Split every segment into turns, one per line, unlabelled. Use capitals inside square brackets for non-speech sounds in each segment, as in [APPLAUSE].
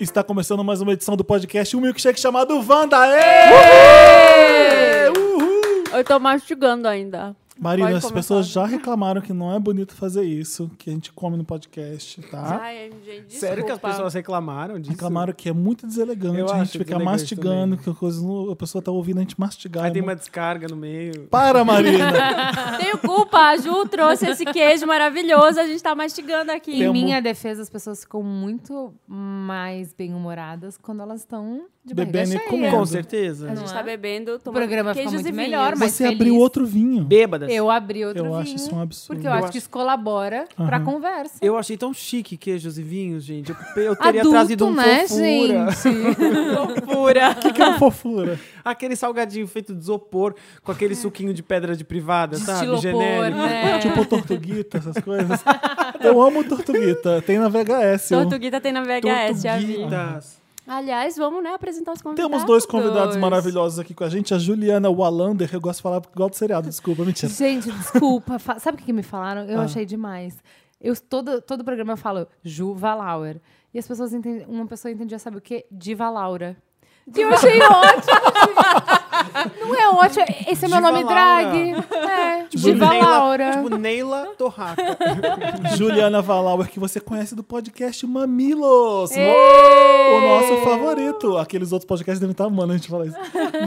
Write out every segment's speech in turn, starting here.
Está começando mais uma edição do podcast Um Milkshake chamado Wanda. Ê! Uhul!
Eu tô mastigando ainda.
Marina,
Pode
as
começar.
pessoas já reclamaram que não é bonito fazer isso, que a gente come no podcast, tá?
Ai, gente, desculpa.
Sério que as pessoas reclamaram disso?
Reclamaram que é muito deselegante
Eu
a gente
acho
ficar
deselegante
mastigando,
também.
que a, coisa, não- a pessoa tá ouvindo a gente mastigar.
Aí
é
tem
mu-
uma descarga no meio.
Para, Marina!
Tenho culpa, a Ju trouxe esse queijo maravilhoso, a gente tá mastigando aqui.
Tem
Em
um-
minha defesa, as pessoas ficam muito mais bem-humoradas quando elas estão de barriga
Bebendo e
cheia.
comendo.
Com certeza.
A gente
Não
tá
é?
bebendo, tomando
O programa fica
queijos
muito
e
melhor,
vinhos.
[LAUGHS] mas
Você
feliz.
abriu outro vinho.
Bêbadas.
Eu abri outro
Eu
vinho,
acho isso um absurdo.
porque eu,
Eu
acho
acho-
que isso colabora pra
Aham.
conversa.
Eu achei tão chique queijos e vinhos, gente. Eu, eu teria
Adulto,
trazido um
né,
fofura.
gente?
[LAUGHS] Fofura.
Que é uma fofura.
Aquele salgadinho feito de isopor com aquele suquinho de pedra de privada,
É. De
sabe?
estilopor,
Genérico.
né?
Tipo tortuguita, essas coisas. Eu amo tortuguita. Tem na VHS.
[LAUGHS]
eu-
Tortuguita tem na
Ah, é,
VHS, já vi.
Tortuguitas.
Aliás, vamos, né, apresentar os convidados.
Temos dois convidados maravilhosos aqui com a gente. A Juliana Wallander. Eu gosto de falar igual do seriado. Desculpa,
[LAUGHS]
mentira.
Gente, desculpa. Fa- Sabe o que, que me falaram? Eu
Ah.
achei demais. Eu, todo, todo programa eu falo Ju Valauer. E as pessoas entendem. Uma pessoa entendia, sabe o quê? Diva Laura. Que eu achei ótimo. gente. Não é ótimo. Esse é meu
Diva
nome
Laura.
drag. É.
Tipo,
Diva
Neila-
Laura.
Tipo Neila
[LAUGHS]
Torraca.
Juliana Valauer, que você conhece do podcast Mamilos. O nosso favorito. Aqueles outros podcasts devem estar amando a gente falar isso.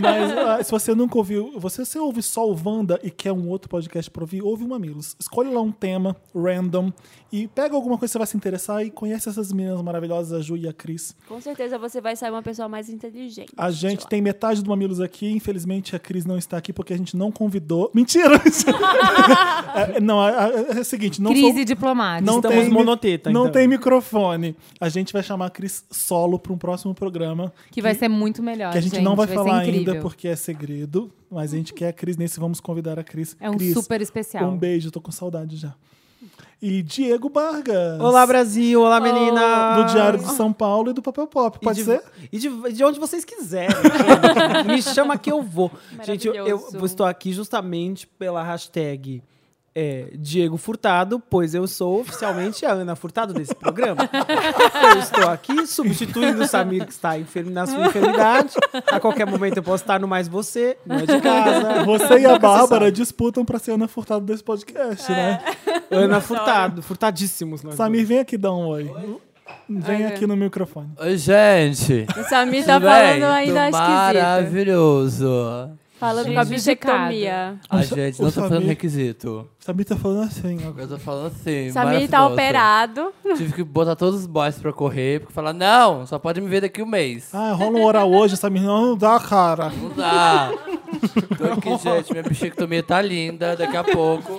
Mas ah, se você nunca ouviu, você se ouve só o Wanda e quer um outro podcast pra ouvir, ouve o Mamilos. Escolhe lá um tema random e pega alguma coisa que você vai se interessar e conhece essas meninas maravilhosas, a Ju e a Cris.
Com certeza você vai sair uma pessoa mais inteligente.
A gente tem metade do Mamilos aqui. Infelizmente, a Cris não está aqui porque a gente não convidou. [LAUGHS] Mentira! É, não, a- a- é, o seguinte, não
Crise
sou-
diplomática.
não
Estamos
tem, mi-
monoteta,
não
então.
tem microfone. A gente vai chamar a Cris solo para um próximo programa.
Que vai ser muito melhor.
Que a gente, não vai,
Ah, ser
falar
incrível.
ainda porque é segredo. Mas a gente quer a Cris nesse. Vamos convidar a Cris.
É um
Cris,
super especial.
Um beijo, tô com saudade já. E Diego Vargas.
Olá, Brasil.
Oh.
Olá, menina.
Do Diário de São Paulo e do Papel Pop. Pode
e de,
ser?
E de, de onde vocês quiserem. Me chama que eu vou. Gente, eu, eu
Maravilhoso.
estou aqui justamente pela hashtag é, Diego Furtado, pois eu sou oficialmente a Ana Furtado desse programa. eu estou aqui substituindo o Samir, que está enfermo, na sua enfermidade. A qualquer momento eu posso estar no Mais Você, não é de casa. [LAUGHS]
Você e
Nunca
a
se
Bárbara
sabe.
disputam pra ser Ana Furtado desse podcast, né?
Ana Furtado, furtadíssimos. Nós
Samir, vem aqui dar um oi. Vem aqui no microfone.
Oi, gente.
O Samir tá
Tudo
falando
bem?
ainda
Tô
esquisito.
Maravilhoso.
Falando com a
Reivindicado.
bichectomia.
A
Nossa,
gente
o
não tá
Samir-
falando requisito.
Samir tá falando assim agora.
Eu tô falando assim.
Samir tá
maravilhoso.
operado.
Tive que botar todos os boys pra correr, porque falar, não, só pode me ver daqui um mês.
Ah, rola um oral hoje, Samir. Não, não dá, cara.
Não [LAUGHS] dá. tô aqui, gente. Minha bichectomia tá linda. Daqui a pouco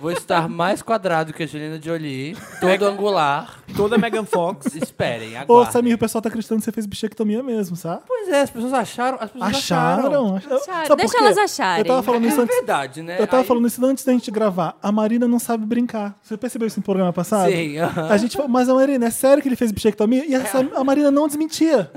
vou estar mais quadrado que a Angelina Jolie. Todo angular.
Toda Megan Fox.
Esperem,
Ô,
aguardem.
Samir, o pessoal tá acreditando que você fez bichectomia mesmo, sabe?
Pois é, as pessoas acharam. As pessoas acharam.
Acharam? acharam.
Acharam.
Sabe por
Deixa
quê?
elas acharem.
Eu tava falando isso
É
antes.
verdade, né?
Eu tava
Aí-
falando isso antes da gente gravar. A Marina não sabe brincar. Você percebeu isso no programa passado?
Sim, aham. É.
A gente falou, mas a Marina, é sério que ele fez bichectomia? E a, Sam- a Marina não desmentia.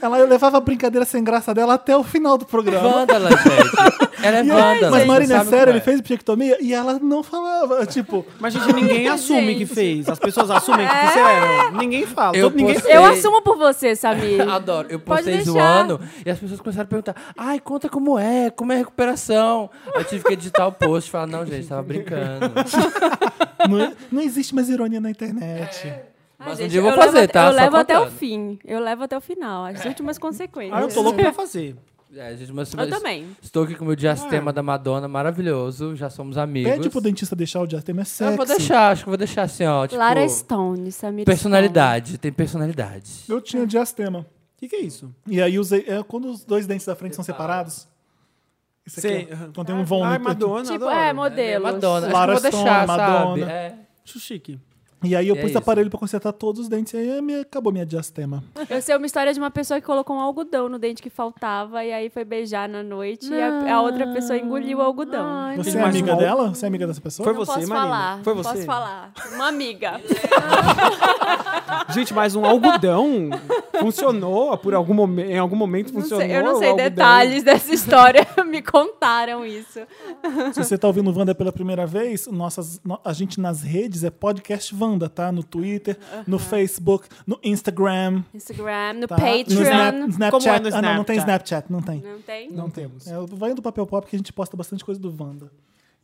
Ela levava a brincadeira sem graça dela até o final do programa.
Vândala, gente. Ela é
E ela-
vândala.
mas
vocês
Marina, é
sabem
sério,
como é.
ele fez bichectomia? E ela não falava. Tipo,
Mas, gente, ninguém assume que fez. As pessoas assumem que fizeram. Ninguém fala.
Eu
Todo- ninguém
postei-
Eu assumo por você, Samir.
[LAUGHS] Adoro. Eu
Pode
postei
deixar.
zoando e as pessoas começaram a perguntar: ai, conta como é, como é a recuperação. Eu tive que editar o post e falar: não, gente, tava brincando.
não, não existe mais ironia na internet.
Ah,
Mas um
gente,
dia eu vou fazer,
levo, até-
tá?
Eu
Só
levo até o
contando.
fim. Eu levo até o final. As [LAUGHS] últimas consequências.
Ah, eu tô louco pra fazer.
É, gente, mas,
Eu também.
Estou aqui com o meu
Ah.
diastema da Madonna, maravilhoso. Já somos amigos.
Pede pro dentista deixar o diastema, é
Ah,
sexy.
Eu vou deixar, acho que eu vou deixar assim, ó. Tipo,
Lara Stone, Samir
personalidade, tem personalidade.
Eu tinha diastema.
O que, que é isso?
E aí usei. é, quando os dois dentes da frente são
tá-
separados. Isso aqui.
Sei,
ó,
aham. Ah,
Quando tem um vão.
Ai,
aqui.
Madonna.
Stone. Tipo,
adoro.
[LAUGHS]
é,
É,
modelo.
Madonna, acho que
Lara
eu vou
Stone,
deixar,
Madonna.
sabe? É.
Acho chique.
E aí eu
E é
pus
isso.
aparelho pra consertar todos os dentes. E aí me- acabou minha diastema.
[LAUGHS] Eu sei uma história de uma pessoa que colocou um algodão no dente que faltava e aí foi beijar na noite e a, a outra pessoa engoliu o algodão.
Você
Tem
é
mais
amiga
um?
dela? Você é amiga dessa pessoa?
Foi
Não
você,
posso
Marina?
falar.
Foi
não
você?
Posso falar. Uma
[LAUGHS]
amiga.
Gente, mas um algodão funcionou por algum momen- em algum momento
Não
funcionou.
sei- eu não
o
sei
algodão.
detalhes dessa história. [LAUGHS] Me contaram isso.
Se você tá ouvindo o Wanda pela primeira vez, nossas, no- a gente nas redes é podcast Wanda. Wanda tá no Twitter, no Facebook, no Instagram.
Instagram, no
tá? No Snap-
Patreon.
Snapchat.
Como é no
Ah, não, não tem
Snapchat?
Snapchat, não tem.
Não tem?
Não temos.
É, vai indo do papel pop que a gente posta bastante coisa do Wanda.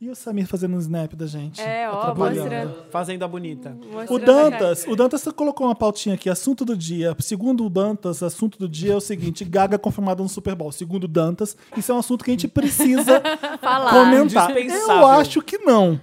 E o Samir fazendo um snap da gente.
É,
tá
ó,
atrapalhando.
mostrando.
Fazenda Bonita.
O
mostrando a cara.
Dantas, o Dantas colocou uma pautinha aqui, assunto do dia. Segundo o Dantas, assunto do dia é o seguinte: Gaga confirmada no Super Bowl. Segundo o Dantas, isso é um assunto que a gente
[LAUGHS]
precisa
Falar.
comentar.
Indispensável.
Eu acho que não.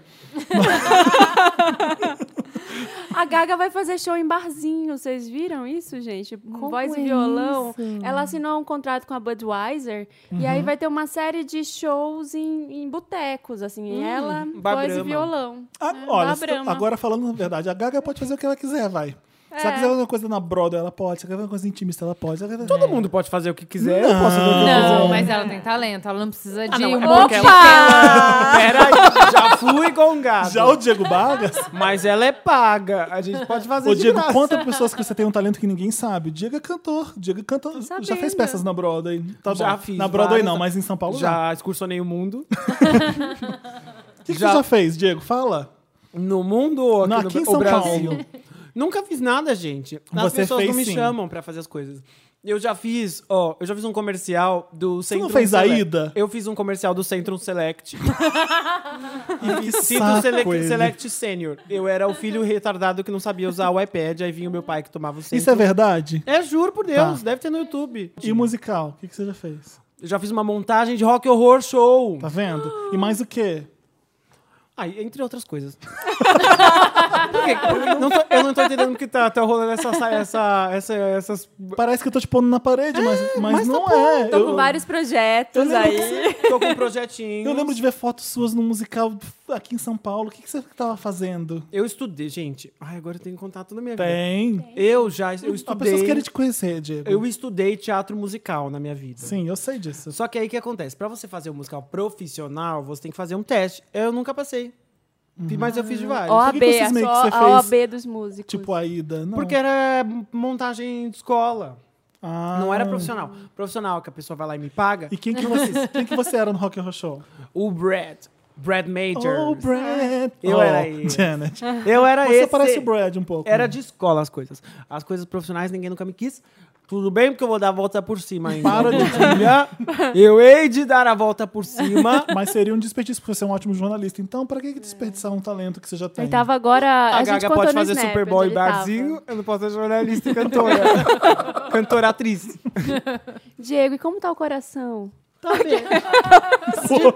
A Gaga vai fazer show em barzinho, vocês viram isso, gente? Com
Como
voz e
é
violão.
isso?
Ela assinou um contrato com a Budweiser e aí vai ter uma série de shows em, em botecos, assim, ela, voz e
Babrama.
violão.
A-
É,
Ah, olha,
na
se-
Brahma.
agora falando a verdade, a Gaga pode fazer o que ela quiser, vai. Se
É.
ela quiser fazer uma coisa na Broadway, ela pode. Se ela quiser fazer uma coisa intimista, ela pode. Se ela quiser-
Todo mundo pode fazer o que quiser. Eu
Não.
posso fazer o que eu
Não,
Não.
mas ela tem talento, ela não precisa de
não,
um
é
monte
porque
de
ela-
tela.
Peraí, já fui gongado.
Já o Diego Vargas,
Mas ela é paga. A gente pode [LAUGHS] fazer
Ô,
de
Diego,
graça.
conta pra pessoas que você tem um talento que ninguém sabe. O Diego é cantor. O Diego canta, já
sabendo.
fez peças na Broadway. Tá
Já
bom.
fiz
Na Broadway
várias.
não, mas em São Paulo já.
Já excursionei o mundo.
O que, que
já-
você já fez, Diego? Fala.
No mundo ou aqui,
Não,
no,
aqui em
o
São
Brasil?
[LAUGHS]
Paulo.
Nunca fiz nada, gente. As
Você
pessoas
fez
não me
sim.
chamam pra fazer as coisas. Eu já fiz, ó, eu já fiz um comercial do Centro
não fez a
Select.
ida?
Eu fiz um comercial do Centro
[LAUGHS]
Select. e fiz
saco
Centro Select,
ele.
Select Senior. Eu era o filho retardado que não sabia usar o iPad, aí vinha o meu pai que tomava o centro.
Isso é verdade?
É, juro por Deus,
Tá.
deve ter no YouTube.
E musical? O que, que você já fez?
Eu já fiz uma montagem de rock horror show.
Tá vendo? E mais o quê?
[GASPS] Ah, entre outras coisas. [LAUGHS] Por quê? Porque não tô- eu não tô entendendo porque tá, tá rolando essa, essa, essa, essas.
Parece que eu tô te pondo na parede,
[GASPS]
mas, mas, não é.
tá [LAUGHS] Tô
eu,
com vários projetos
lembro que
aí.
Tô com um projetinho.
eu lembro de ver fotos suas num musical aqui em São Paulo. O que, que você tava fazendo?
Eu estudei, gente. Ai, agora eu tenho que contar toda a minha vida.
Tem.
Eu já eu
As pessoas
estudei.
querem te conhecer, Diego.
Eu estudei teatro musical na minha vida.
Sim, eu sei disso.
Só que aí o que acontece? Pra você fazer um musical profissional, você tem que fazer um teste. Eu nunca passei.
Uhum.
Mas eu fiz de vários.
que
OAB,
que esses
é
meio que
só
você
a
fez?
OAB dos músicos.
Tipo a ida. Não.
Porque era montagem de escola.
Ah.
Não era profissional. Profissional, que a pessoa vai lá e me paga.
E quem que
[LAUGHS]
você, quem que você era no Rock and Roll Show?
O Brad. Brad Majors.
Oh, Brad.
Eu
Oh,
era ele.
Janet.
Eu era
Você
esse.
parece o Brad um pouco.
Era de escola as coisas. As coisas profissionais ninguém nunca me quis. Tudo bem, porque eu vou dar a volta por cima ainda.
Para de
brilhar. [LAUGHS] Eu hei de dar a volta por cima.
Mas seria um desperdício, porque você é um ótimo jornalista. Então, pra que que desperdiçar um talento que você já tem?
Ele tava agora.
A,
[LAUGHS] a gente
Gaga
contou
pode
no
fazer
Snap
Super Bowl
onde
e
ele tava.
barzinho. Eu não posso ser jornalista e cantora. [LAUGHS] cantora atriz.
Diego, e como tá o coração?
Por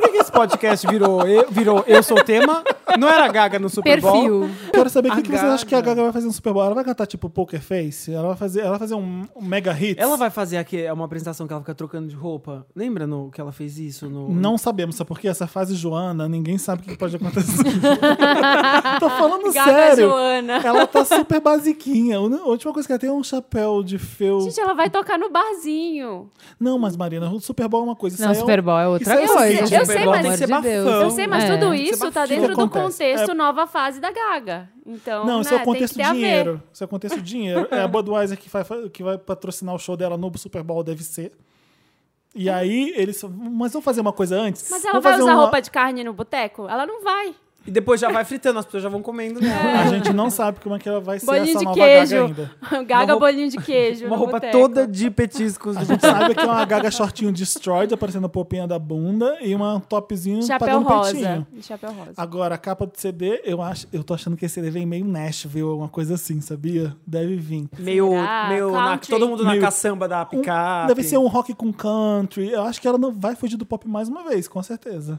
que, que esse podcast virou eu, virou eu sou o tema? Não era Gaga no Super Bowl?
Perfil.
Quero saber o
A
que, que você acha que a
Gaga.
Gaga vai fazer no Super Bowl. Ela vai cantar tipo Poker Face? Ela vai fazer, ela vai fazer um, um mega hit?
Ela vai fazer aqui é uma apresentação que ela fica trocando de roupa. Lembra no, que ela fez isso? No,
Não sabemos, sabe por quê? Essa fase Joana, ninguém sabe o que pode
[LAUGHS]
acontecer. Tô falando
Gaga
sério.
Joana.
Ela tá super basiquinha. A última coisa que ela tem é um chapéu de feu.
Gente, ela vai tocar no barzinho.
Não, mas Marina, o Super Bowl é uma coisa. isso
Não,
aí é um-
Super Bowl é outra
isso aí é o
coisa.
seguinte,
eu sei,
pelo
mas
amor
tem
que ser
de Deus.
bafão.
Eu sei, mas
É.
tudo isso tá
bafou.
dentro do
Acontece.
contexto nova fase da Gaga. Então,
Não,
né,
isso é o
tem que
contexto
ter a ver.
dinheiro. Isso é o
[LAUGHS]
contexto dinheiro. É a Budweiser que vai, fa- que vai patrocinar o show dela no Super Bowl, deve ser. E aí, eles. Mas vamos fazer uma coisa antes?
Hum. Mas ela
Vamos
vai
fazer
usar
uma-
roupa de carne no boteco? Ela não vai. [LAUGHS]
E depois já vai fritando, as pessoas já vão
É,
comendo. Né?
A gente não sabe como é que ela vai ser
Bolinho
essa
de
nova
queijo.
gaga ainda.
Gaga
roupa-
bolinho de queijo. no
Uma roupa
boteco.
toda de petiscos.
A gente sabe que é uma gaga shortinho destroyed, aparecendo a popinha da bunda, e uma topzinho
Chapéu
pagando
rosa. Um
peitinho.
Chapéu rosa.
Agora, um a capa do CD, eu acho, eu tô achando que esse CD vem meio Nashville, alguma coisa assim, sabia? Deve vir.
Meio,
Será?
meio na-
Country.
todo mundo na
Meio-
caçamba da
Um-
picape.
deve ser um rock com country. Eu acho que ela não vai fugir do pop mais uma vez, com certeza.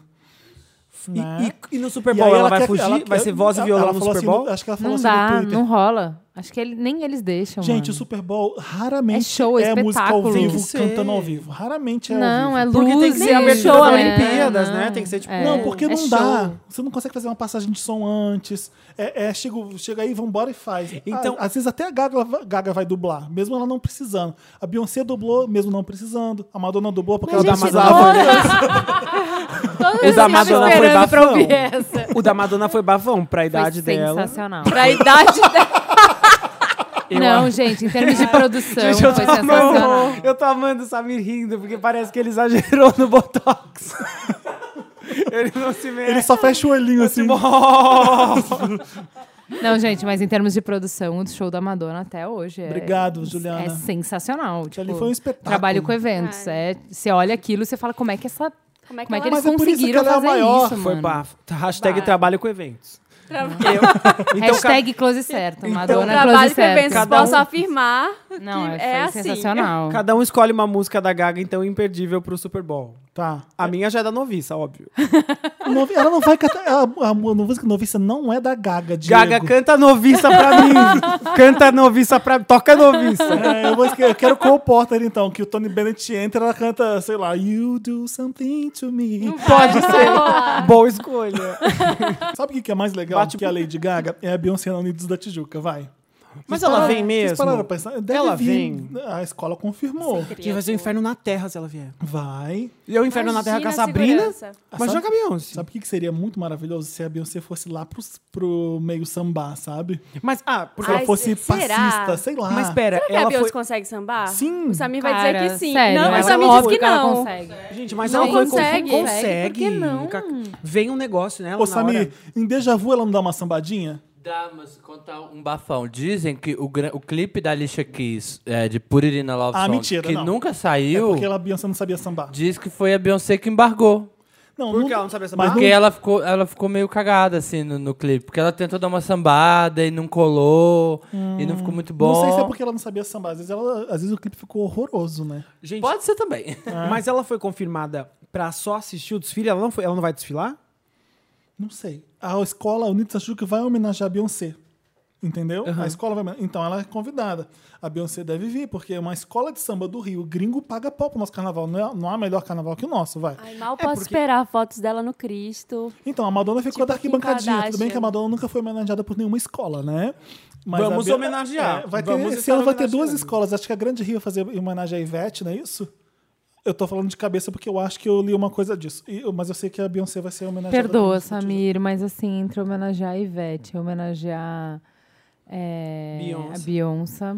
E,
Né?
e- e no Super
E
Bowl
aí
ela, vai
quer-
fugir?
ela
vai
quer-
ser voz e
ela-
violão
ela
no
falou
Super
assim
Bowl?
acho que ela falou
Não
assim
dá,
no Twitter.
não rola. Acho que ele- nem eles deixam.
Gente,
mano.
o Super Bowl raramente
É show, é
música ao
espetáculo.
vivo,
Tem que ser.
cantando ao vivo. Raramente é ao
Não,
vivo.
é luz.
Porque tem que ser a abertura
show,
das
é,
Olimpíadas, né?
não,
Tem que ser, tipo,
é.
Não, porque
É
não
show.
dá. Você não consegue fazer uma passagem de som antes. É, é, chega, chega aí, vambora e faz.
Então-
À- às vezes até a Gaga, va- Gaga vai dublar, mesmo ela não precisando. A Beyoncé dublou, mesmo não precisando. A Madonna dublou porque
Mas,
ela
gente,
precisava.
[LAUGHS]
Todos
O da
esses
Madonna foi
esperando pra
bafão.
ouvir essa.
O da Madonna foi bafão pra
É. Foi
idade dela.
sensacional.
Pra idade dela.
Não, gente, em termos de produção,
Gente,
foi
eu tô,
sensacional.
amando, eu tô amando o Samir rindo, porque parece que ele exagerou no Botox. [LAUGHS] ele não se mexe. [LAUGHS]
é.
Ele só fecha o olhinho assim.
Nossa.
Não, gente, mas em termos de produção, o show da Madonna até hoje é,
Obrigado, Juliana.
é sensacional.
Que
Tipo,
ali foi um espetáculo.
trabalho com eventos. É, você olha aquilo e você fala como é que essa.
Como é que,
Como é que
ela
eles
Mas é por isso que
conseguiram
ela é a
fazer
maior,
isso,
Foi
mano?
bafo. Hashtag
Vai.
trabalho com eventos.
trabalha?
Eu- então, ca- Então,
Hashtag close certo. Madonna
Trabalho
close
pra
certo.
eventos,
é Cada um-
posso afirmar.
Não,
que
é,
é
foi
assim. [LAUGHS]
sensacional.
Cada um escolhe uma música da Gaga, então, imperdível pro Super Bowl.
Tá.
A minha já é da noviça, óbvio.
Novi- Ela não vai cantar. ela- A, música noviça não é da Gaga, Diego.
Gaga, canta noviça pra [LAUGHS] mim. canta noviça pra mim. Toca noviça.
É, eu, vou esque- eu quero Cole Porter, então, que o Tony Bennett entra ela canta, sei lá, You do something to me.
Pode ser. Boa escolha.
Sabe o que que é mais legal
Bate-
que a Lady Gaga? É a Beyoncé na Unidos da Tijuca, vai.
Mas
Vocês
ela
pararam-
vem
Vocês
mesmo?
pararam pra pensar? Deve
Ela
vir.
vem.
A escola confirmou.
Que vai ser o um inferno na Terra se ela vier.
Vai.
E o inferno na Terra com a Sabrina. Mas
sabe-
joga Beyoncé.
Sabe o que que seria muito maravilhoso se a Beyoncé fosse lá pros, pro meio sambar, sabe?
Mas, ah, porque
Se ela
Ai,
fosse
se- será?
passista, sei lá.
Mas pera,
Será que a
ela
Beyoncé
foi.
consegue sambar?
Sim.
O Samir vai
Cara,
dizer que sim.
sério,
não, o
mas
Samir
é
disse
óbvio
que
ela
não.
consegue.
Gente, mas
Não
ela foi
consegue.
Consegue.
Por que não?
Ca- Vem um negócio nela.
Ô,
na
Samir,
hora.
em Deja Vu ela não dá uma sambadinha?
Dá, mas contar um bafão. Dizem que o, gra- o clipe da Alicia Keys, é, de Put It In A Love
Ah,
Song,
mentira,
que
não.
nunca
É
saiu,
porque ela, a Beyoncé não sabia sambar.
diz que foi a Beyoncé que embargou.
Não,
Por
Ah, não-
que ela não sabia sambar?
mas
Porque ela é ficou, ela ficou meio cagada, assim, no, no clipe. Porque ela tentou dar uma sambada e não colou, e não ficou muito bom.
Não sei se é porque ela não sabia sambar. Às vezes, ela- às vezes o clipe ficou horroroso, né?
Gente,
Pode ser [LAUGHS] também.
mas ela foi confirmada pra só assistir o desfile? Ela não, foi, ela não vai desfilar?
Não sei. A escola Unidos da Tijuca vai homenagear a Beyoncé. Entendeu? A escola vai. homenagear. Então ela é convidada. A Beyoncé deve vir, porque é uma escola de samba do Rio. gringo paga pau pro nosso carnaval. Não, é- não há melhor carnaval que o nosso, vai.
Ai, mal posso esperar fotos dela no Cristo.
Então, a Madonna ficou da
Kim
arquibancadinha. Tudo bem
Kardashian.
que a Madonna nunca foi homenageada por nenhuma escola, né? Mas
Vamos
Bey-
homenagear.
vai ter,
Vamos
esse
estar
ano vai ter duas
homenageando.
escolas. Acho que a Grande Rio vai fazer em homenagem à Ivete, não é isso? Eu tô falando de cabeça porque eu acho que eu li uma coisa disso. E- mas eu sei que a Beyoncé vai ser
um
homenageada.
Perdoa,
pelo-
Samir, mas assim, entre homenagear a Ivete, homenagear é,
Beyoncé.
a Beyoncé.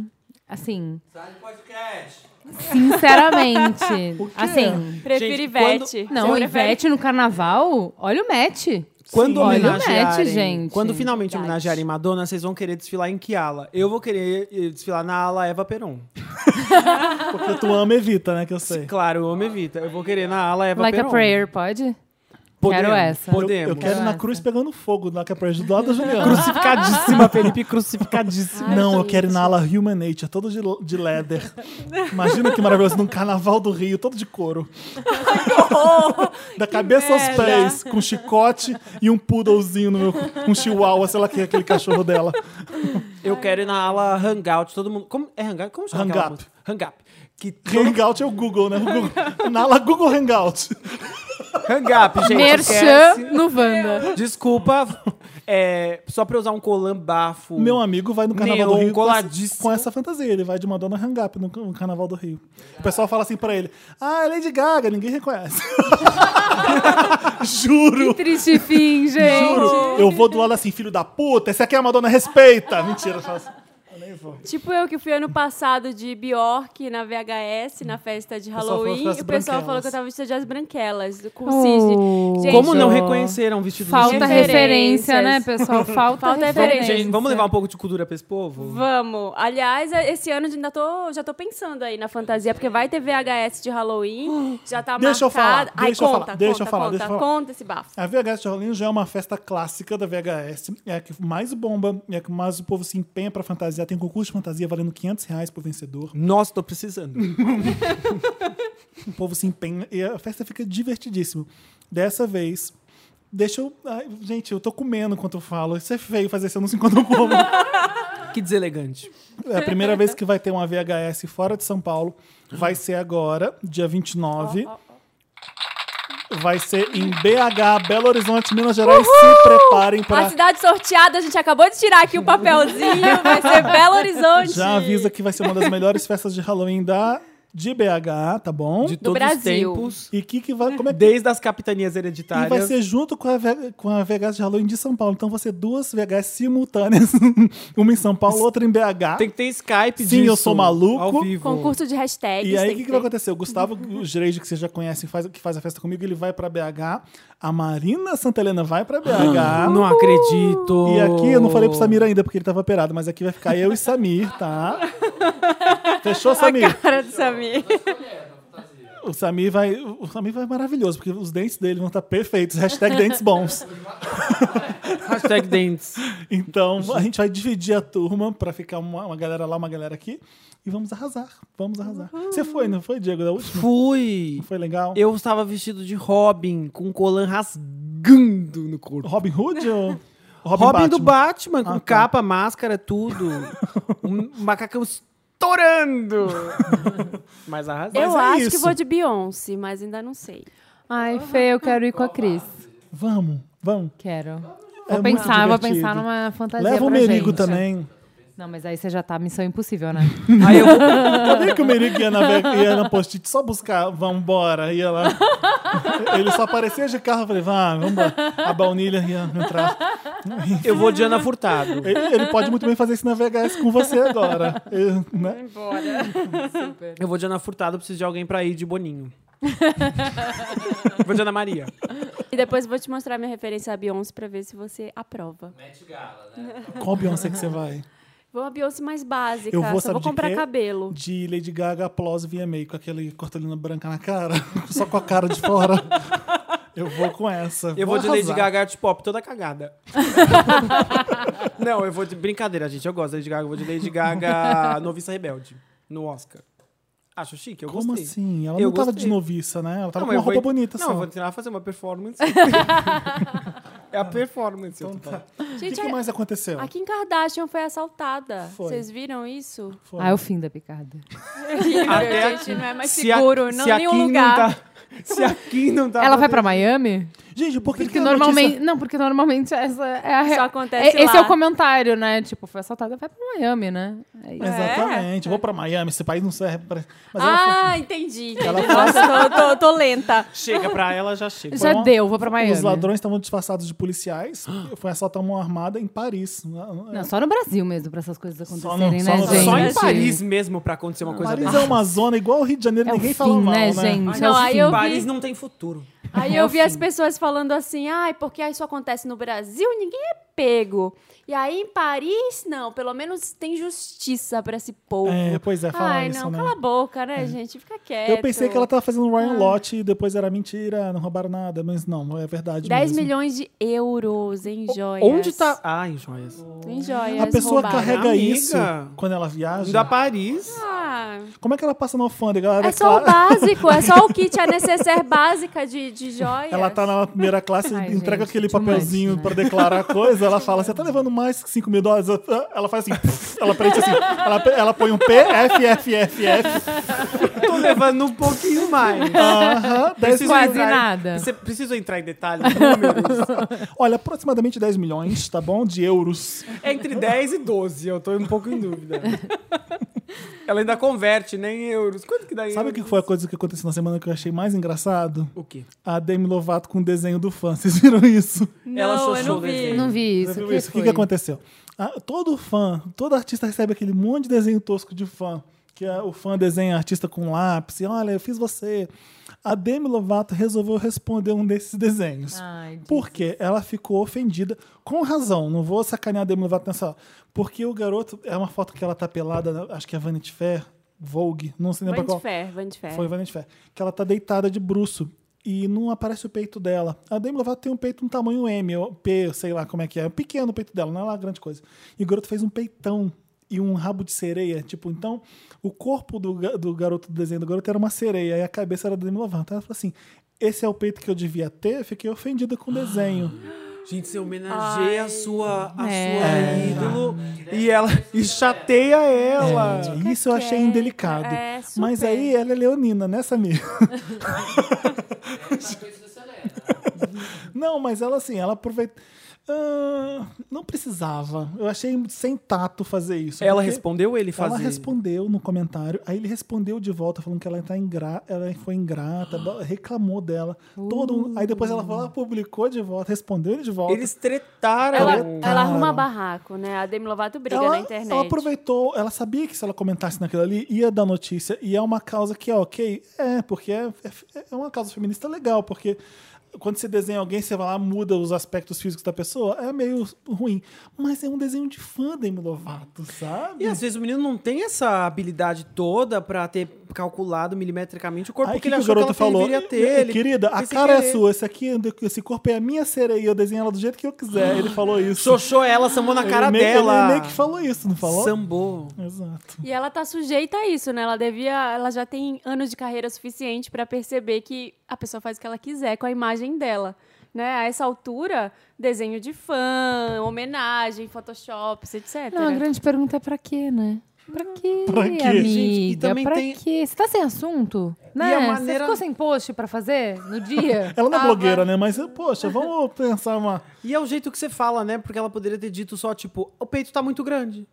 Assim,
Sai do podcast.
[LAUGHS]
sinceramente.
O quê?
assim.
Prefiro
Gente,
Ivete.
Não,
Você prefere-
Ivete no carnaval? Olha o match.
Quando
olha o match,
homenagearem-
gente.
Quando finalmente
Verdade.
homenagearem Madonna, vocês vão querer desfilar em que ala? Eu vou querer eh, desfilar na ala Eva
[LAUGHS]
Peron.
Porque tu ama Evita, né? Que eu sei.
Claro, eu amo Evita. Eu vou querer na ala Eva
Like
um.
Peron.
a prayer, pode?
Podemos,
Quero essa.
Eu,
Podemos.
eu quero ir na
Nossa.
cruz pegando fogo, lá que é pra do lado da Juliana.
[LAUGHS] Crucificadíssima, Felipe, crucificadíssima.
Não, eu
gente.
quero ir na ala Human Nature, todo de, de leather. Imagina que maravilhoso, num carnaval do Rio, todo de
[LAUGHS]
couro. da cabeça aos
merda.
pés, com chicote e um poodlezinho no meu. Um chihuahua, sei lá que é aquele cachorro
[LAUGHS]
dela.
Eu quero ir na ala Hangout, todo mundo. Como, é Hangout? Como chama?
Hang
aquela
Up.
música? Hang Up. Que [LAUGHS] todo...
Hangout é o Google, né? O Google- na ala Google Hangout.
Hang Up, gente. esquece.
Merchan no Wanda.
Desculpa, [LAUGHS] é, só pra eu usar um colan bafo.
Meu amigo vai no Carnaval
Neon
do Rio com essa,
coladíssimo.
com essa fantasia. Ele vai de Madonna Hang Up no, no Carnaval do Rio. O pessoal fala assim pra ele: Ah, é Lady Gaga, ninguém reconhece. [LAUGHS] Juro.
Triste fim, gente.
um. Juro, eu vou do lado assim, filho da puta, esse aqui é a Madonna, respeita. Mentira, eu falo assim. Eu nem vou.
Tipo eu que fui ano passado de Bjork na VHS, na festa de
pessoal falou que
Halloween,
eu era
e o pessoal
branquelas.
falou que eu tava vestida de as branquelas, com o
Oh.
Cisne. Gente,
Como não
Gente,
reconheceram o vestido
Falta
do
Referências.
referência, né, pessoal? Falta,
Falta
referência.
referência.
Gente, vamos levar um pouco de cultura pra esse povo?
Vamos. Aliás, a- esse ano eu ainda tô, já tô pensando aí na fantasia, porque vai ter VHS
[GASPS]
de Halloween, já tá
Deixa eu falar,
marcado. Ai,
deixa eu
conta,
falar, deixa eu
conta,
falar,
conta,
deixa eu falar.
conta esse bafo.
A VHS de Rolinho já é uma festa clássica da VHS. É a que mais bomba, é a que mais o povo se empenha pra fantasia. Tem concurso de fantasia valendo 500 reais pro vencedor.
Nossa, tô precisando.
O povo se empenha e a festa fica divertidíssima. Dessa vez, deixa eu. ai, gente, eu tô comendo enquanto eu falo. Isso é feio fazer isso, eu não sei enquanto eu como.
Que deselegante.
É a primeira vez que vai ter uma VHS fora de São Paulo. Vai ser agora, dia 29. Vai ser em BH, Belo Horizonte, Minas Gerais. Se preparem
A
para.
cidade sorteada, a gente acabou de tirar aqui
[LAUGHS]
o papelzinho, vai ser Belo Horizonte.
Já avisa que vai ser uma das melhores festas de Halloween da de BH, tá bom?
De
Do
todos os
Brasil.
tempos.
E que, que vai. Como é que.
Desde as
E
capitanias
vai
hereditárias.
ser junto com a, Ve- com a Vegas de Halloween de São Paulo. Então vão ser duas Vegas simultâneas. [LAUGHS] uma em São Paulo, outra em BH.
Tem que ter Skype
Sim, eu
disso,
sou maluco.
Ao vivo.
Concurso de hashtags.
E aí, o
tem
que, que
ter.
vai acontecer? O Gustavo o Gereide, que vocês já conhecem, faz, que faz a festa comigo, ele vai pra BH. A Marina Santelena vai pra
Ah,
BH.
Ah, Não acredito.
E aqui, eu não falei pro Samir ainda, porque ele tava operado, mas aqui vai ficar eu e Samir,
[LAUGHS]
tá? Fechou, Samir?
Cara do Samir.
O Samir vai. O Samir vai maravilhoso, porque os dentes dele vão estar perfeitos. Hashtag dentes bons.
Hashtag dentes.
Então, a gente vai dividir a turma pra ficar uma, uma galera lá, uma galera aqui. E vamos arrasar. Vamos arrasar.
Uhum.
Você foi, não foi, Diego, da última?
Fui.
Foi legal?
Eu estava vestido de Robin, com um colan rasgando no corpo.
Robin Hood
[LAUGHS]
ou.
Robin, do
Batman?
Batman, com
Ah, tá.
capa, máscara, tudo. um macacão
[LAUGHS]
estourando. Mas arrasou.
Mas
eu
é
acho que
isso.
vou de Beyoncé, mas ainda não sei.
Ai, Fê, eu quero ir com a Cris.
Vamos, vamos.
Quero.
É
Vou
muito
pensar, eu vou
divertido.
pensar numa fantasia
Leva o
pra
Merigo
gente.
também.
Não, mas aí você já tá missão
[LAUGHS]
impossível, né?
Aí eu,
Cadê que o Merigo ia na, ve- ia na post-it só buscar, vambora, ia
[LAUGHS]
lá. Ele só aparecia de carro, eu falei, vá, vambora. A baunilha ia entrar.
eu vou de Ana Furtado.
Ele, ele pode muito bem fazer isso na VHS com você agora. Eu, né?
Eu vou de Ana Furtado, preciso de alguém pra ir de Boninho. vou de Ana Maria.
E depois vou te mostrar minha referência à Beyoncé pra ver se você aprova.
Qual Beyoncé que você vai?
Vou a Beyoncé mais básica.
Eu vou,
só
sabe
vou
de
comprar
quê?
cabelo.
De Lady Gaga Applause VMA, com aquele cortelina branca na cara, [LAUGHS] só com a cara de
[LAUGHS]
fora. Eu vou com essa.
Eu vou de Lady
arrasar.
Gaga Art Pop, toda cagada. Não, eu vou de. Brincadeira, gente. Eu gosto da Lady Gaga. Eu vou de Lady Gaga Noviça Rebelde, no Oscar. Acho chique, eu
Como
gostei.
assim? Ela
Eu
não tava de
gostei.
noviça, né? Ela tava
Não,
com uma
eu vou-
roupa bonita, assim,
Não,
só.
eu vou tentar fazer uma
[LAUGHS]
performance. é a performance.
Então
eu tô
tá.
falando.
O que,
Gente,
que mais aconteceu?
a, a Kim Kardashian foi assaltada.
Foi.
Vocês viram isso?
Foi.
Ah, é o fim da picada.
Até
gente, não é mais
Se a-
seguro. não
se a
nenhum
Kim não
lugar.
tá- se aqui não
Ah,
tá.
Ela vai pra Miami?
Gente, por que, que
Porque
a
normalmente.
notícia-
Não, porque normalmente essa é a
Só
real.
acontece
Esse
lá.
é o comentário, né? Tipo, foi assaltada, vai pra Miami, né? Aí-
Exatamente. Vou pra Miami, esse país não serve pra... Mas ela
Ah, entendi.
Ela assim.
entendi. Nossa, tô, tô- tô lenta.
Chega pra ela, já chega.
foi
Já
uma-
deu, vou pra Miami.
Os ladrões estavam disfarçados de policiais. Foi assaltar uma armada em Paris.
Não, só no Brasil mesmo, pra essas coisas
né? Só
acontecerem,
no-
né,
só no-
gente?
Só em
Gente.
Paris mesmo pra acontecer uma coisa
Paris
dessa.
é uma zona igual o Rio de Janeiro,
É o
ninguém
fim,
fala mal,
né,
né?
gente?
Ah, Não,
é o
aí
fim.
eu-
Paris
vi-
não tem futuro.
Aí
É
eu
o
vi as
fim.
pessoas falando assim, ai, porque isso acontece no Brasil, ninguém é pego. E aí em Paris, não, pelo menos tem justiça pra esse povo.
É, pois é, fala
ai,
isso,
não,
né?
cala a boca, né, gente? Fica quieto.
Eu pensei que ela tava fazendo um Ryan
Ah.
Lott e depois era mentira, não roubaram nada, mas não, é verdade
10
mesmo.
milhões de euros em joias.
Onde tá. Ai, joias.
Em joias.
A pessoa
roubadas.
carrega
Amiga.
isso quando ela viaja.
Da Paris.
Ah,
Como é que ela passa na alfândega? Ela
é
é
só o
clara-
básico, é só o kit, a necessaire básica de, de joias.
Ela tá na primeira
[LAUGHS]
classe,
Ai,
entrega
gente,
aquele
too much,
papelzinho
né?
pra declarar a coisa, ela fala, você tá levando mais que 5 mil dólares? Ela faz assim, ela prende assim, ela, ela põe um P, F, F, F, F,
Tô levando um pouquinho mais.
aham, 10
Preciso
Quase
entrar em-
nada.
Você precisa entrar em detalhes, números.
Olha, aproximadamente 10 milhões, tá bom? De euros.
É entre 10 e 12, eu tô um pouco em dúvida. Ela ainda converte, né, em euros. Quanto que dá em
Sabe o
euros?
que foi a coisa que aconteceu na semana que eu achei mais engraçado?
O quê?
A Demi Lovato com o desenho do fã, vocês viram isso?
Não,
Ela
eu
xoxou
não
o
vi.
desenho.
Não vi isso.
Você viu
que
isso? O que,
foi?
que aconteceu? Ah, todo fã, todo artista recebe aquele monte de desenho tosco de fã. Que ah, o fã desenha artista com lápis. E, Olha, eu fiz você. A Demi Lovato resolveu responder um desses desenhos.
Ai, gente.
Porque ela ficou ofendida, com razão. Não vou sacanear a Demi Lovato nessa hora. Porque o garoto, é uma foto que ela tá pelada, na- acho que é Vanity Fair, Vogue, não sei lembra
Van de
qual.
Fer, Van de Fer.
Foi Vanity Fair. Que ela tá deitada de bruço e não aparece o peito dela. A Demi Lovato tem um peito no tamanho M, ou P, sei lá como é que é. Pequeno o peito dela, não é lá grande coisa. E o garoto fez um peitão e um rabo de sereia. Tipo, então, o corpo do, ga- do garoto, do desenho do garoto, era uma sereia e a cabeça era da Demi Lovato. Ela falou assim, esse é o peito que eu devia ter? Fiquei ofendida com o desenho.
Gente, você homenageia a sua, a
É.
sua ídolo e ela e chateia ela.
É, isso eu achei
quieta,
indelicado.
é, super.
Mas aí ela é leonina, né, Samir? Não, mas ela assim, ela aproveitou. não precisava. Eu achei sem tato fazer isso.
Ela
porque
respondeu ele
Ela
fazer.
respondeu no comentário, aí ele respondeu de volta falando que ela, tá ingra... ela foi ingrata, ba- reclamou dela. Todo mundo- Aí depois
Uh.
ela foi lá, publicou de volta, respondeu ele de volta.
Eles tretaram.
Ela,
Cara.
ela arruma barraco, né? A Demi Lovato briga
ela, tá
na internet.
ela aproveitou, ela sabia que se ela comentasse naquilo ali, ia dar notícia. E é uma causa que é ok. É, porque é, é- é uma causa feminista legal, porque quando você desenha alguém, você vai lá, muda os aspectos físicos da pessoa, é meio ruim. Mas é um desenho de fã Demi Lovato, sabe?
E às vezes o menino não tem essa habilidade toda pra ter calculado milimetricamente o corpo,
Aí
porque
que
ele
que
achou que ela deveria
"E-
ter.
e-
ele
Querida, a
fez sem
cara é
querer.
sua. Esse aqui, esse corpo é a minha sereia. Eu desenho ela do jeito que eu quiser. Ele falou isso.
Xoxou ela, samou Ah, na
Ele
cara
meio-
dela.
Ele meio que falou isso, não falou?
Sambou.
Exato.
E ela tá sujeita a isso, né? Ela devia, ela já tem anos de carreira suficiente pra perceber que a pessoa faz o que ela quiser com a imagem dela, né? A essa altura, desenho de fã, homenagem, photoshops, etc.
Não, a grande pergunta é pra quê, né? Pra quê,
Pra quê?
amiga?
Gente, e também
pra
tem-
quê? Você tá sem assunto? Né?
E a
Você
maneira-
ficou sem post pra fazer
[LAUGHS]
no dia?
Ela não é
Tava-
blogueira, né? Mas, poxa, vamos pensar uma.
E é o jeito que você fala, né? Porque ela poderia ter dito só, tipo, o peito tá muito grande.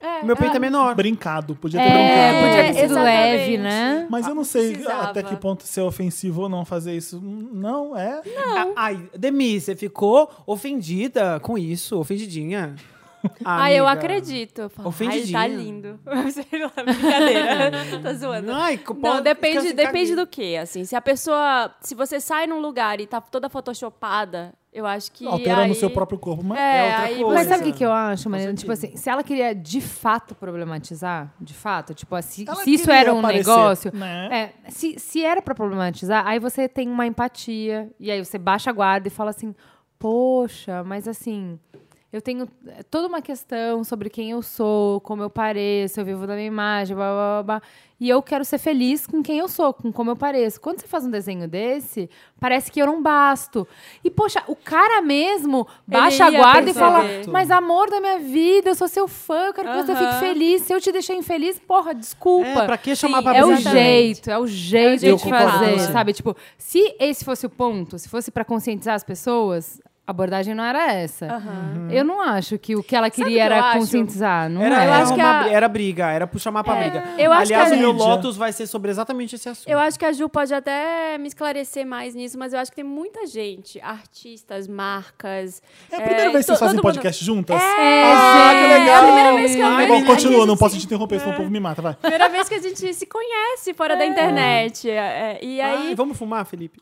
É,
Meu peito é menor.
Brincado, podia ter
É,
brincado.
podia ter sido
exatamente.
leve, né?
Mas eu não sei
precisava.
até que ponto se é ofensivo ou não fazer isso. Não, é.
A- Ah, Ai, Demi, você ficou ofendida com isso, ofendidinha.
[LAUGHS] Ah, eu
Amiga.
acredito. Eu falo, Ai,
Ofendidinha.
tá lindo. [LAUGHS] Sei lá, brincadeira.
[LAUGHS]
Tô zoando.
Ai, co-
Não,
pode-
depende,
fica-
depende do que, assim. Se a pessoa. Se você sai num lugar e tá toda photoshopada, eu acho que.
Alterando
aí...
o seu próprio corpo. Mas
É,
outra
aí
coisa.
Mas
você-
sabe o que, que eu acho, Mariana?
sentido.
Tipo assim, se ela queria de fato problematizar, de fato, tipo, assim,
Ela
se isso
queria
era um
aparecer,
negócio.
né?
É, se, se era pra problematizar, aí você tem uma empatia, e aí você baixa a guarda e fala assim: Poxa, mas assim. Eu tenho eh, toda uma questão sobre quem eu sou, como eu pareço, eu vivo da minha imagem, blá, blá, blá, blá. E eu quero ser feliz com quem eu sou, com como eu pareço. Quando você faz um desenho desse, parece que eu não basto. E, poxa, o cara mesmo baixa a
ia
guarda e
perceber.
fala: Mas amor da minha vida, eu sou seu fã, eu quero que você
Aham.
fique feliz. Se eu te deixei infeliz, porra, desculpa.
É, pra que chamar pra
É o
brigar?
jeito, é o jeito
É o jeito
de
que fala.
fazer,
Sim.
sabe? Tipo, se esse fosse o ponto, se fosse pra conscientizar as pessoas, a abordagem não era essa. Eu não acho que o que ela
o que
queria
eu
era
acho?
conscientizar, não
Era,
é?
Eu
era,
acho que
uma
a- É.
bri- era briga, era puxar chamar pra briga.
eu acho que
Aliás,
a
o meu
mídia-
Lotus vai ser sobre exatamente esse assunto.
Eu acho que a Ju pode até me esclarecer mais nisso, mas eu acho que tem muita gente, artistas, marcas.
É a primeira vez que vocês
to-
fazem
então, todo mundo-
podcast juntas? Ah,
É,
que legal!
É a primeira vez que eu
Ai,
Tá
vejo.
bom,
a gente é.
continua, não
se-
posso te interromper, senão o povo me mata, vai.
Primeira vez que a gente se conhece fora da internet. É, é, e
Ah,
Ai,
aí.
vamos fumar, Felipe?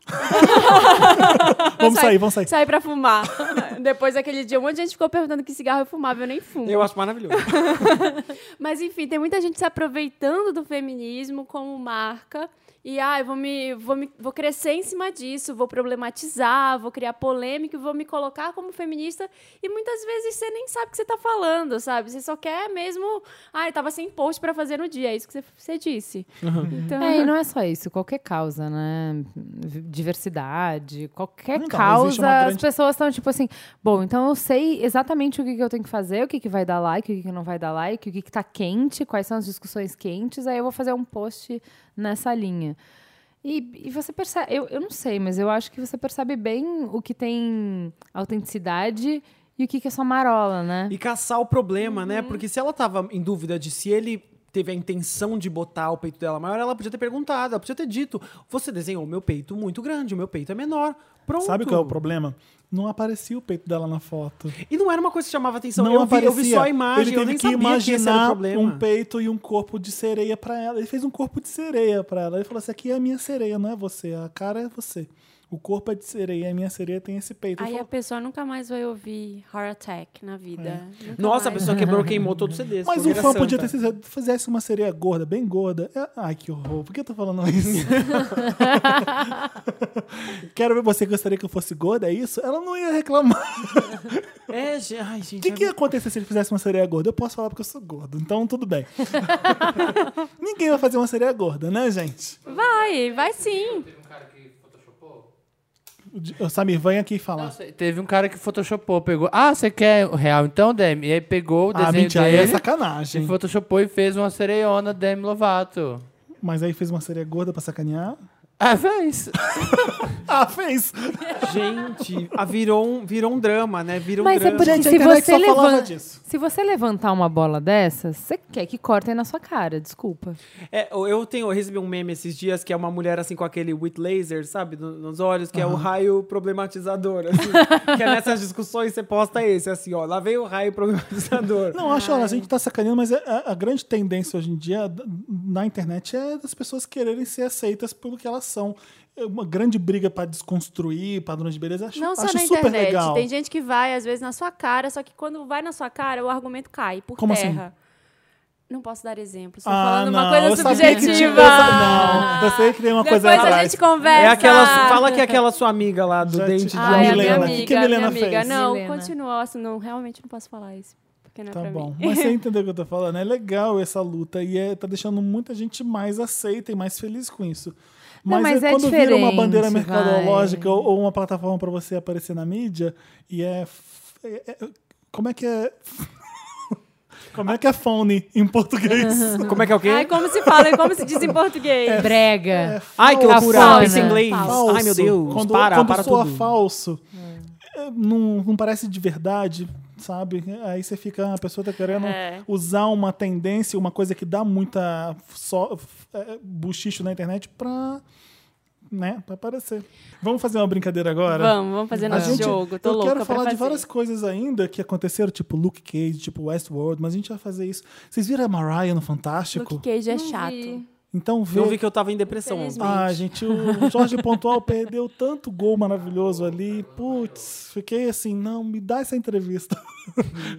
Vamos
Sai.
sair, vamos sair.
Saí pra fumar. [LAUGHS] Depois daquele dia, um monte de gente ficou perguntando que cigarro eu fumava, eu nem fumo.
Eu acho maravilhoso.
Mas enfim, tem muita gente se aproveitando do feminismo como marca. E ah, eu vou me, vou me vou crescer em cima disso, vou problematizar, vou criar polêmica, e vou me colocar como feminista. E muitas vezes você nem sabe o que você está falando, sabe? Você só quer mesmo, ah, eu tava sem post para fazer no dia, é isso que você, você disse. Então,
É, e não é só isso, qualquer causa, né? V- Diversidade, qualquer
Então, existe
causa,
uma
as
grande-
pessoas estão tipo assim, bom, então eu sei exatamente o que, que eu tenho que fazer, o que, que vai dar like, o que, que não vai dar like, o que, que tá quente, quais são as discussões quentes, aí eu vou fazer um post nessa linha. E, e você percebe, eu, eu não sei, mas eu acho que você percebe bem o que tem autenticidade e o que, que é só marola, né?
[LAUGHS] E caçar o problema, né?
Uhum.
Porque se ela tava em dúvida de se ele teve a intenção de botar o peito dela maior, ela podia ter perguntado, ela podia ter dito: Você desenhou o meu peito muito grande, o meu peito é menor. Pronto.
Sabe qual é o problema? Não aparecia o peito dela na foto.
E não era uma coisa que chamava atenção.
não
eu,
aparecia.
Vi, eu vi só a imagem,
Ele
eu
teve
nem
que
sabia que esse era o
imaginar
problema.
um peito e um corpo de sereia pra ela. Ele fez um corpo de sereia pra ela. Ele falou assim: aqui é a minha sereia, não é você. A cara é você. O corpo é de sereia, a minha sereia tem esse peito. Ele
aí a
falou,
pessoa nunca mais vai ouvir Heart Attack na vida. Nunca
Nossa, a
mais.
pessoa quebrou, queimou todo o
[LAUGHS]
CD.
mas
foi
o
uma
fã
graça
podia ter
santa.
sido, fizesse uma sereia gorda, bem gorda. É- Ai, que horror. Por que eu tô falando isso? [LAUGHS] Quero ver você gostaria que eu fosse gorda, é isso? Ela não ia reclamar.
É, ge- ai, gente.
O que, que ia acontecer se ele fizesse uma sereia gorda? Eu posso falar porque eu sou gordo, então tudo bem. [LAUGHS] Ninguém vai fazer uma sereia gorda, né, gente?
Vai, vai sim.
Teve um cara que photoshopou?
O Di- o Samir, vem aqui falar.
Teve um cara que photoshopou, pegou. Ah, você quer o real então, Demi? E aí pegou o desenho
ah, mentira, aí
dele
é
e
sacanagem.
photoshopou e fez uma sereiona Demi Lovato.
Mas aí fez uma sereia gorda pra sacanear.
Ah, fez.
Ah, fez!
Gente, ah, virou, um, virou um drama, né? Virou um
Mas é
drama.
por-
Gente, a
Se
internet
você
só falava
levanta-
disso.
Se você levantar uma bola dessa, você quer que cortem na sua cara, desculpa.
É, eu tenho, eu recebi um meme esses dias que é uma mulher assim com aquele with laser, sabe, no- nos olhos, que é o raio problematizador. assim. que é nessas discussões você posta esse, assim, ó, lá veio o raio problematizador.
Não, acho, olha, a gente tá sacaneando, mas a, a grande tendência hoje em dia d- na internet é das pessoas quererem ser aceitas pelo que elas são. É Uma grande briga pra desconstruir padrões de beleza, acho,
Não só
acho
na
super
internet.
legal.
Tem gente que vai, às vezes, na sua cara, só que quando vai na sua cara, o argumento cai por
Como assim?
terra. Não posso dar exemplo. Estou
Ah,
tá falando uma
não,
coisa
eu sabia
subjetiva.
que tinha- eu sa- não, eu sei que tem uma
Depois
coisa
a
atrás.
gente conversa.
É aquela, fala que é aquela sua amiga lá do
Gente,
dente de
Ai,
Ah, é a minha
Milena,
amiga.
o que que a Milena
minha
é
amiga.
fez?
Não,
Milena.
continua. assim, Não, realmente não posso falar isso. Porque não é
Tá
pra [LAUGHS]
bom.
mim.
Mas você entendeu o que eu tô falando. É legal essa luta e é, tá deixando muita gente mais aceita e mais feliz com isso.
Não,
Mas,
mas
é
é
quando vira uma
diferente,
bandeira
vai.
mercadológica ou, ou uma plataforma pra você aparecer na mídia e é. f- é- é- como é que é. [LAUGHS] como é que é phone em português?
Como é que é o quê?
Ai, como se fala e como se diz em
[LAUGHS]
português.
É.
Brega.
Ai, que
Falso.
loucura, esse
Falso.
inglês. Ai, meu Deus,
Quando,
para,
quando
para
soa
tudo.
falso, é, não, não parece de verdade, sabe? Aí você fica, a pessoa tá querendo
É.
usar uma tendência, uma coisa que dá muita so, é, buchicho na internet pra, né, pra aparecer. Vamos fazer uma brincadeira agora?
Vamos, vamos fazer
A
nosso
gente-
jogo. Tô
eu
louca
quero
pra
falar de
fazer.
várias coisas ainda que aconteceram, tipo Luke Cage, tipo Westworld, mas a gente vai fazer isso. Vocês viram a Mariah no Fantástico?
Luke Cage é
Não
chato.
vi.
Então vê.
Eu vi que eu tava em depressão ontem.
Infelizmente.
Ah, gente, o Jorge Pontual perdeu tanto gol maravilhoso ali. Putz, fiquei assim, não, me dá essa entrevista.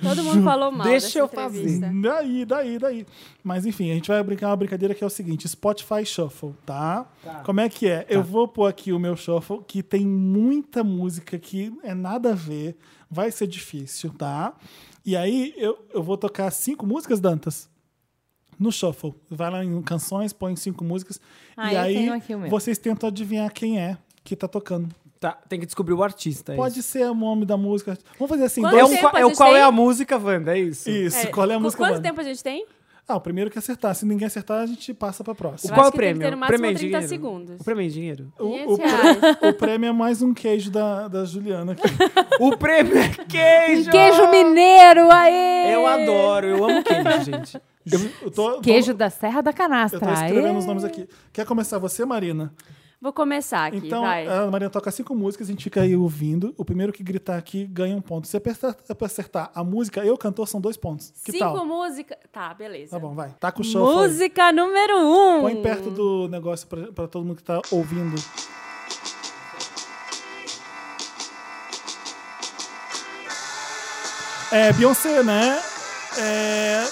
Todo mundo falou mal.
Deixa
dessa
eu fazer.
entrevista.
daí, daí, daí. Mas enfim, a gente vai brincar uma brincadeira que é o seguinte: Spotify Shuffle, tá? Como é que é? Eu vou pôr aqui o meu Shuffle, que tem muita música que é nada a ver, vai ser difícil, tá? E aí eu, eu vou tocar cinco músicas, Dantas. No shuffle. Vai lá em canções, põe cinco músicas.
Ah,
e
eu
aí
tenho aqui o meu.
vocês tentam adivinhar quem é que tá tocando.
Tá, tem que descobrir o artista. é
Pode ser o nome da música. Vamos fazer assim.
Quando
isso. É,
dois-
um,
tempo
qua-
a
é o
gente
qual
tem?
é a música, Wanda, é isso?
Isso, qual é a
Qu-
música?
Quanto
banda?
tempo a gente tem?
Ah, o primeiro que acertar. Se ninguém acertar, a gente passa pra próxima.
Eu
qual
acho
é o
que tem que
prêmio?
ter no máximo
prêmio é
30
dinheiro?
segundos.
O prêmio é dinheiro?
O, o
500
prê-
reais.
o prêmio é mais um queijo da, da Juliana.
[LAUGHS]
aqui.
O prêmio é queijo!
Queijo mineiro, aê!
Eu adoro, eu amo queijo, gente.
Eu, eu tô,
Queijo
tô,
da Serra da Canastra.
Eu tô escrevendo
aê.
os nomes aqui. Quer começar você, Marina?
Vou começar aqui,
então,
vai.
a Marina toca cinco músicas, a gente fica aí ouvindo. O primeiro que gritar aqui ganha um ponto. Se apertar- acertar a música e o cantor, são dois pontos. Que
Cinco
tal?
músicas. Tá, beleza.
Tá bom, vai. Taca o show.
Música número um.
Hum.
Põe perto do negócio pra, pra todo mundo que tá ouvindo. É, Beyoncé, né? É...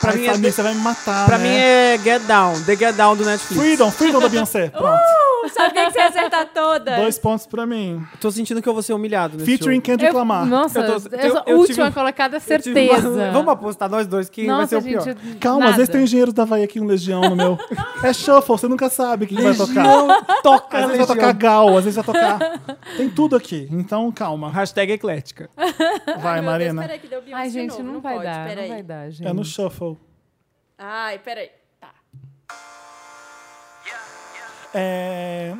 Pra
Ai,
mim é
Samir,
de-
você vai me matar,
Pra
né?
mim é Get Down, The Get Down do Netflix.
Freedom, Freedom da
[LAUGHS]
Beyoncé. Pronto.
Uh, sabia que você
[LAUGHS]
ia acertar todas.
Dois pontos pra mim.
Tô sentindo que eu vou ser humilhado nesse
Featuring
jogo.
Kendrick
Eu-
Lamar.
Nossa,
Eu
eu,
tô- eu-
sou a
eu tive- um-
última colocada,
Eu tive uma- [LAUGHS]
certeza.
Vamos apostar nós dois quem vai ser
Nossa,
o pior.
gente,
Calma, às
nada.
vezes tem engenheiros da Havaí aqui no Legião no
[LAUGHS]
meu. É shuffle, você nunca sabe quem vai tocar.
Não toca,
Às vezes vai
Legião.
tocar Gal, às vezes vai tocar. Tem tudo aqui, então calma.
Hashtag eclética.
Vai, Marina.
Peraí, que deu Beyoncé
Ai,
de
gente,
novo,
não, vai
pode,
dar,
peraí.
não vai dar, gente.
É no shuffle.
Ai, peraí. Tá.
É...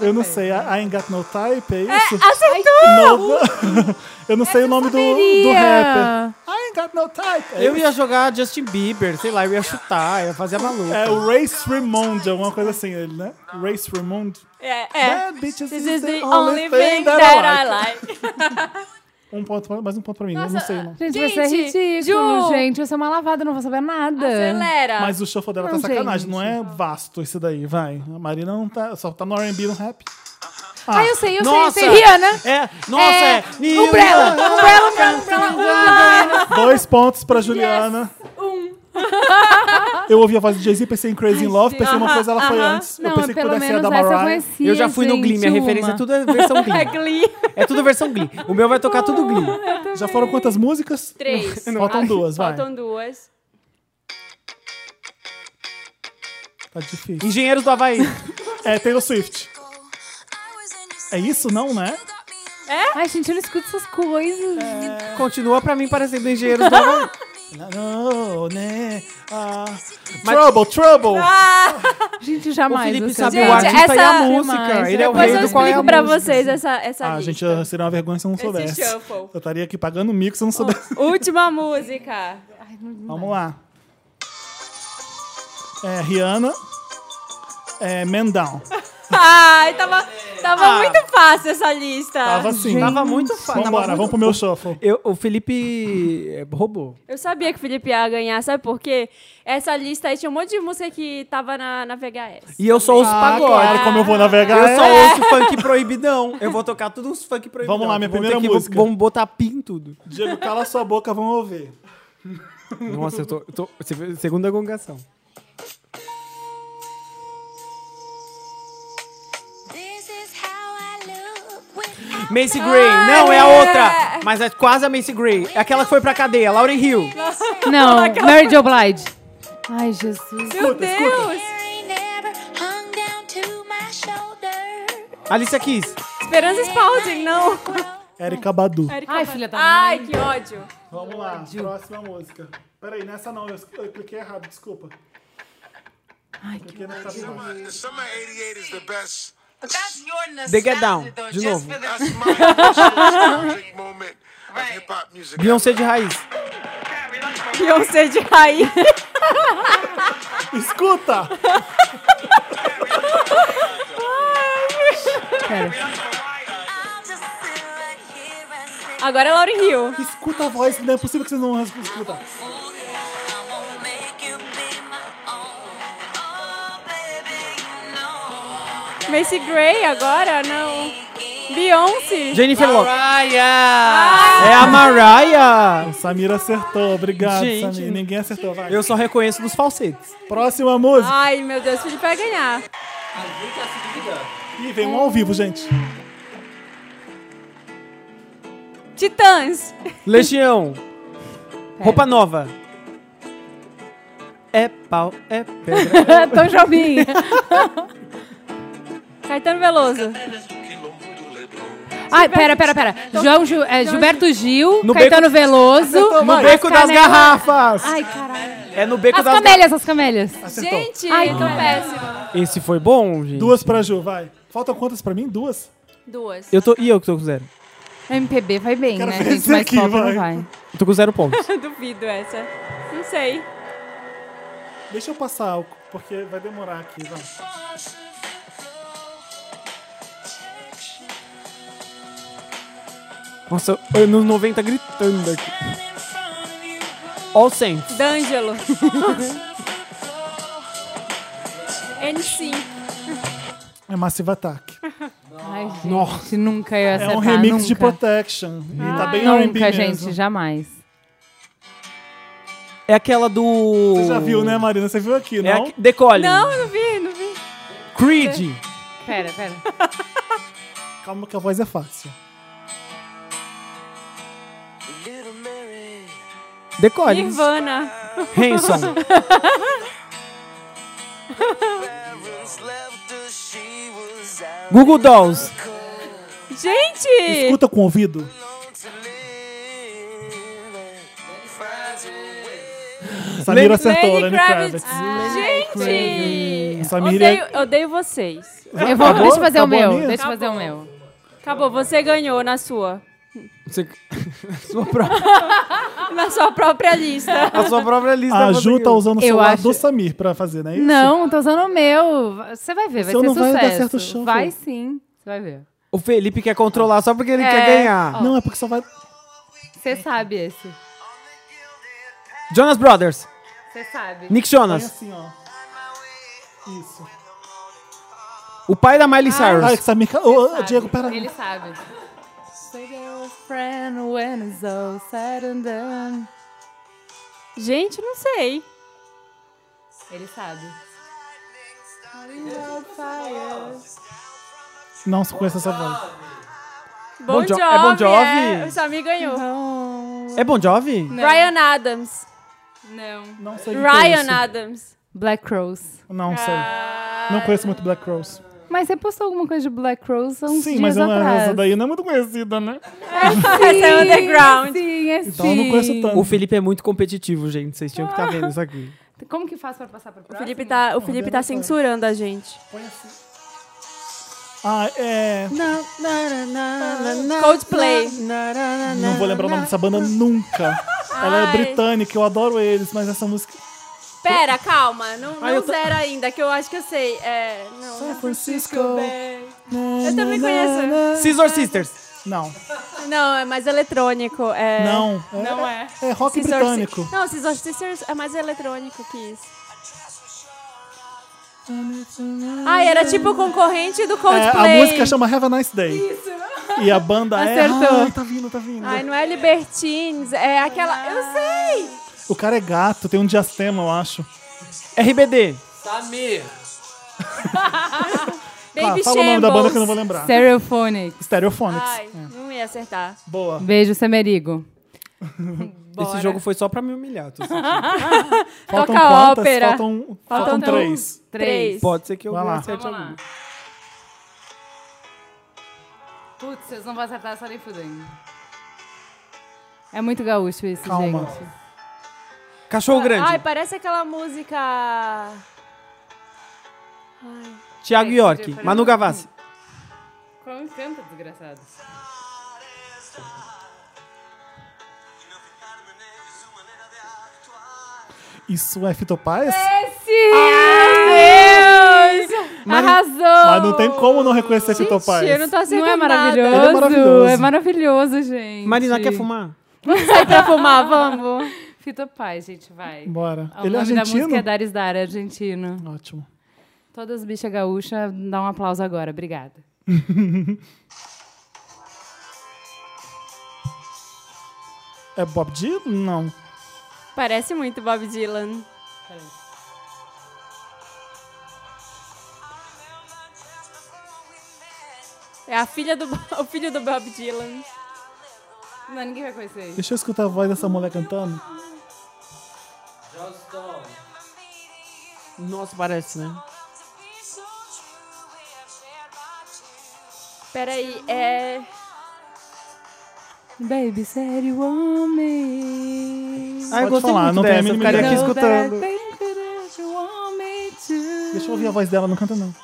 Eu não sei, a I Ain't Got No Type, é isso?
uh,
acertou! [LAUGHS] Eu
é
não sei o nome do, do rapper.
Maria!
I Ain't Got No Type! É,
Eu ia jogar Justin Bieber, sei lá, eu ia chutar, ia fazer a maluca.
é o Race Raymond, alguma coisa assim, ele, né? Race Raymond.
É, é.
Bad bitches
This is the only thing that I
[LAUGHS]
like.
Um ponto, pra- mais um ponto pra mim, eu não sei. Não.
Gente, vai ser
Gente,
ridículo,
Ju!
gente. Vai ser uma lavada, eu não vou saber nada.
Acelera.
Mas o shuffle dela tá
Não,
sacanagem,
gente.
não é vasto esse daí, vai. A Marina não tá, só tá no R&B, no rap.
Ah, eu sei, eu
Nossa!
sei, eu sei. Rihanna.
É, nossa, é.
Umbrella,
[LAUGHS]
Umbrella, Umbrella, Umbrella.
Dois pontos pra Juliana. Um. Eu ouvi a voz do Jay-Z, pensei em Crazy in Love, pensei em uma coisa, ela foi antes.
Não,
eu pensei que
pelo
pudesse ser a
menos
da
essa eu
Mariah.
conhecia,
Eu já fui no
gente,
Glee, minha referência é
uma.
tudo é versão Glee.
[LAUGHS] Glee.
É tudo versão Glee. O meu vai tocar tudo Glee.
Já foram quantas músicas?
Três.
Faltam
Ah,
duas, vai.
Faltam duas.
Tá difícil.
Engenheiros do Havaí.
É Taylor Swift. É isso? Não, né?
Ai, gente, eu não escuto essas coisas.
É. Continua pra mim parecendo Engenheiros do Havaí.
Não, né? Ah, trouble, trouble!
Gente, jamais.
O Felipe
você-
sabe
Gente,
o artista
é essa-
e a música.
Jamais,
Ele é o
jamais.
Depois
rei
eu
do qual é a
explico pra
música.
vocês essa, essa
Ah, gente,
lista.
eu- seria uma vergonha se eu não soubesse.
Esse shuffle.
Eu estaria aqui pagando mico se eu não soubesse.
Última
[LAUGHS]
música.
Vamos lá. É, Rihanna. É, Man Down.
Ai, tava, tava
Ah.
muito fácil essa lista.
Tava assim.
Tava muito fácil.
Vambora,
tava muito-
vamos pro meu shuffle.
Eu- o Felipe é, roubou.
Eu sabia que o Felipe ia ganhar, sabe por quê? Essa lista aí tinha um monte de música que tava na, na VHS.
E eu só ouço pagode.
claro, como eu vou navegar.
Eu é? só ouço funk proibidão. Eu vou tocar tudo uns funk proibidão.
Vamos lá, minha
Vou ter
primeira
que- vou-
música.
Vamos botar pin tudo.
Diego, cala sua boca, vamos ouvir.
Nossa, eu tô... eu tô- você vê- segunda gongação.
This is how I look without
Macy Gray. Não, é a outra. Mas é quase a Macy Gray. É aquela que foi pra cadeia. Lauren Hill.
[LAUGHS] Não, Mary Jo Blige. Ai, Jesus.
Meu Deus!
ain't never hung down to my shoulder.
Alicia Keys.
Esperança Spalding, não.
Erika Badu.
Erika
Ai,
Badu.
filha da
Ai, que ódio.
Vamos lá, próxima música. Peraí, nessa não, eu, eu cliquei errado, desculpa.
Ai, que
Cliquei na
Summer,
cabeça.
the summer 88 is the best.
That's your
The Get Down,
nostalgia, though,
de
just
novo.
for the-
That's my nostalgic moment of
Right.
hip hop music.
Beyoncé de raiz.
Beyoncé de raiz.
Escuta!
pera.
I'm just still right here. I say,
Agora é Lauren Hill.
Escuta a voz, não é possível que vocês não escutam.
"Ooh, yeah, I won't make you be my own. Oh, baby, you know
Macy Gray agora? Não. Beyoncé.
Jennifer Lopez.
Mariah!
É a Mariah.
Samira acertou, obrigado,
Gente,
Samira. Ninguém acertou, vai.
Eu só reconheço nos falsetes.
Próxima música.
Ai, meu Deus, o Felipe vai ganhar.
Ah.
Ih, vem um ao vivo, gente.
Titãs.
Legião. Roupa nova. É pau, é pedra.
[LAUGHS] Tom Jobim.
Caetano Veloso.
[LAUGHS] Ai, pera, pera, pera. João Gil- é, Gilberto Gil,
No
Caetano Veloso.
No beco das
Canela-
garrafas.
Ai, caralho.
É no beco
As
das garrafas.
camélias, as camélias.
Acertou.
Gente,
Ai,
tô
não.
péssima.
Esse foi bom, gente.
Duas pra Ju, vai. Faltam quantas pra mim? Duas?
Duas.
Eu tô, e eu que tô com zero.
MPB vai bem,
Quero
né,
ver
gente?
esse
Mas
aqui,
pop não
vai.
vai.
Eu tô com
[LAUGHS]
zero pontos.
Duvido essa. Não sei.
Deixa eu passar álcool, porque vai demorar aqui, vai.
Nossa, anos 90 gritando aqui. All Saints.
D'Angelo. N5.
É Massive Attack.
Ai, gente, nunca ia
É
acertar.
um remix
tá nunca. Ah,
de Protection. E tá bem R&B
Nunca,
mesmo.
gente, jamais.
É aquela do...
Você já viu, né, Marina? Você viu aqui,
É
não?
aque- The Collins.
Não, eu não vi, não vi.
Creed.
Pera, pera.
Calma que a voz é fácil.
The Collins.
Nirvana.
[LAUGHS]
Hanson. Google Dolls.
Gente!
Escuta com o ouvido. Samira
Lady-
acertou,
né,
Lenny Kravitz.
Gente!
Samira-
Odeio, odeio vocês.
Eu vou, deixa eu fazer
Acabou
o
a
meu.
minha?
Deixa eu fazer o meu.
Acabou, você ganhou na sua.
Você- [LAUGHS] Sua própria,
Na sua própria lista.
a sua própria lista.
A
você
Ju tá
ganhou.
usando o
Ah, Eu
celular
acho-
do Samir pra fazer, não é isso?
Não, tô usando o meu. Você vai ver, vai
Seu
ser
não vai
sucesso.
dar certo o shuffle.
vai sim, você vai ver.
O Felipe quer controlar só porque ele
É.
quer ganhar.
Não, é porque só vai...
Você sabe esse.
Jonas Brothers.
Você sabe.
Nick
Vai
Jonas.
assim, ó. Isso.
O pai da Miley Cyrus.
Ai, que Samir... ca- Ô, ô,
Sabe,
Diego, pera.
Ele sabe. Say there was friend when it's all said and done.
[LAUGHS] Gente, não sei.
Ele sabe.
Não se conhece essa voz.
Bom,
Jo- é Bon Jovi?
é. O Samir ganhou.
É Bon Jovi?
Ryan Adams.
Não.
Não sei o que é
Ryan
isso.
Adams.
Black Rose. ah.
Não sei. Não conheço muito Black Rose.
Mas você postou alguma coisa de Black Rose há uns
Sim,
dias
mas eu não-
atrás.
essa daí não é muito conhecida, né?
Essa é underground.
Sim, é
Então eu não conheço
sim.
tanto.
O Felipe é muito competitivo, gente. Vocês tinham que estar vendo isso aqui.
Como que faz pra passar pra próxima?
Felipe tá, o Felipe tá censurando a gente.
Ah, é.
Coldplay.
Não vou lembrar o nome dessa banda nunca. Ela é
Ai.
britânica, eu adoro eles, mas essa música.
Pera, calma. Não,
Ah, eu
não
tô-
zera ainda, que eu acho que eu sei. É, não.
San Francisco.
Eu também conheço.
Scissor Sisters.
Não,
Não, é mais eletrônico. É...
não.
Não é.
É, é rock
Scissor
britânico.
Si- Não, Scissor Sisters é mais eletrônico que isso. Ah, era tipo o concorrente do
É, a
Coldplay.
música chama Have a Nice Day. Isso. E a banda
Acertou.
é. Ah, tá vindo, tá vindo.
Ai, não é Libertines, é aquela... Eu sei!
O cara é gato, tem um diastema, eu acho.
RBD.
Samir.
Ah,
Baby
Tá, fala o nome da banda que eu não vou
Shambles.
lembrar.
Stereophonic.
Stereophonics.
Ai, não ia acertar.
Boa.
Beijo, Semerigo.
Esse jogo foi só pra me humilhar. tô sentindo.
Faltam
Toca
quantas?
ópera.
Faltam, faltam,
Faltam
três.
Três.
Três.
Pode ser que eu
Vai lá.
acerte
Vamos lá.
algum.
Putz, vocês não vão acertar essa nem fudendo. É muito gaúcho isso,
Calma.
gente.
Cachorro Grande.
Ai, parece aquela música...
Thiago
Ai,
York.
gente, eu
Manu
falei-
Gavassi.
Como canta, desgraçado?
Isso é Fitopaz?
Esse! Ai, Deus! Arrasou!
Mas não tem como não reconhecer Fitopaz.
Gente, eu não tô acertando
Não é
Ele é maravilhoso.
maravilhoso? É maravilhoso, gente.
Marina, quer fumar?
Vamos sair pra fumar, vamos.
Fito Paz, gente, vai.
Bora.
O
Ele é
nome da
argentino?
música é Dares Dara, argentino.
Ótimo.
Todas as bichas gaúchas, dá um aplauso agora, obrigada.
É Bob Dylan? Não.
Parece muito Bob Dylan. É a filha do Bo- [LAUGHS] o filho do Bob Dylan.
Não, ninguém vai conhecer isso.
Deixa eu escutar a voz dessa mulher cantando.
Nossa, parece, né?
Peraí, é.
Baby, sério, homem.
Ah, eu
Pode
gostei
falar,
muito
não tem a
dessa. Eu
mínima
ficaria
ideia.
aqui escutando.
Deixa eu ouvir a voz dela, não
[LAUGHS]
canta não.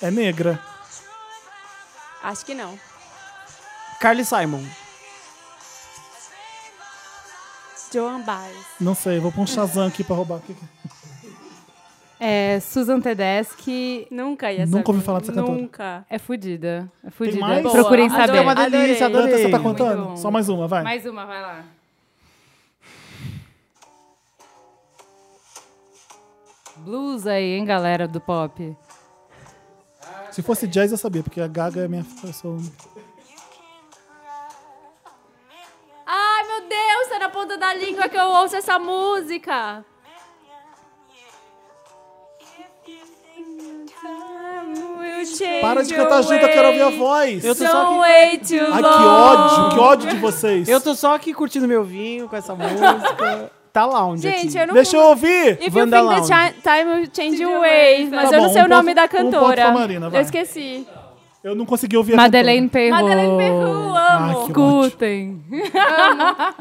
é negra.
Acho que não.
Carly Simon.
Joan Baez.
Não sei, vou pôr um Shazam aqui pra roubar. O que que é?
É, Susan Tedeschi
Nunca ia saber.
Nunca ouvi falar dessa cantora.
Nunca.
é fudida. É fudida.
mais? Boa,
Procurem
adorei.
saber.
É uma
delícia,
Adorei.
Quantas você tá
Muito
contando?
bom.
Só mais uma, vai.
Mais uma, vai lá. Blues aí, hein, galera do pop.
Se fosse jazz eu sabia, porque a Gaga é minha... Eu sou...
Ai, meu Deus, tá na ponta da língua que eu ouço essa música.
Para de cantar junto, eu quero ouvir a voz.
Eu tô só
Don't
aqui-
wait too
Ai, que
long.
ódio, que ódio de vocês.
Eu tô só aqui curtindo meu vinho com essa música. Tá lounge
Gente,
aqui.
eu não
Deixa eu ouvir.
If
Wanda
you think the
Lounge.
chi- time will change your way. Mas
Tá
eu não
bom,
sei
um
o
ponto-
nome da
um ponto pra
cantora.
Marina, vai.
eu esqueci.
Eu não consegui ouvir a
Madeleine tá Perrot.
Madeleine Perru, amo.
Ah, que ódio.
Escutem.
cantora.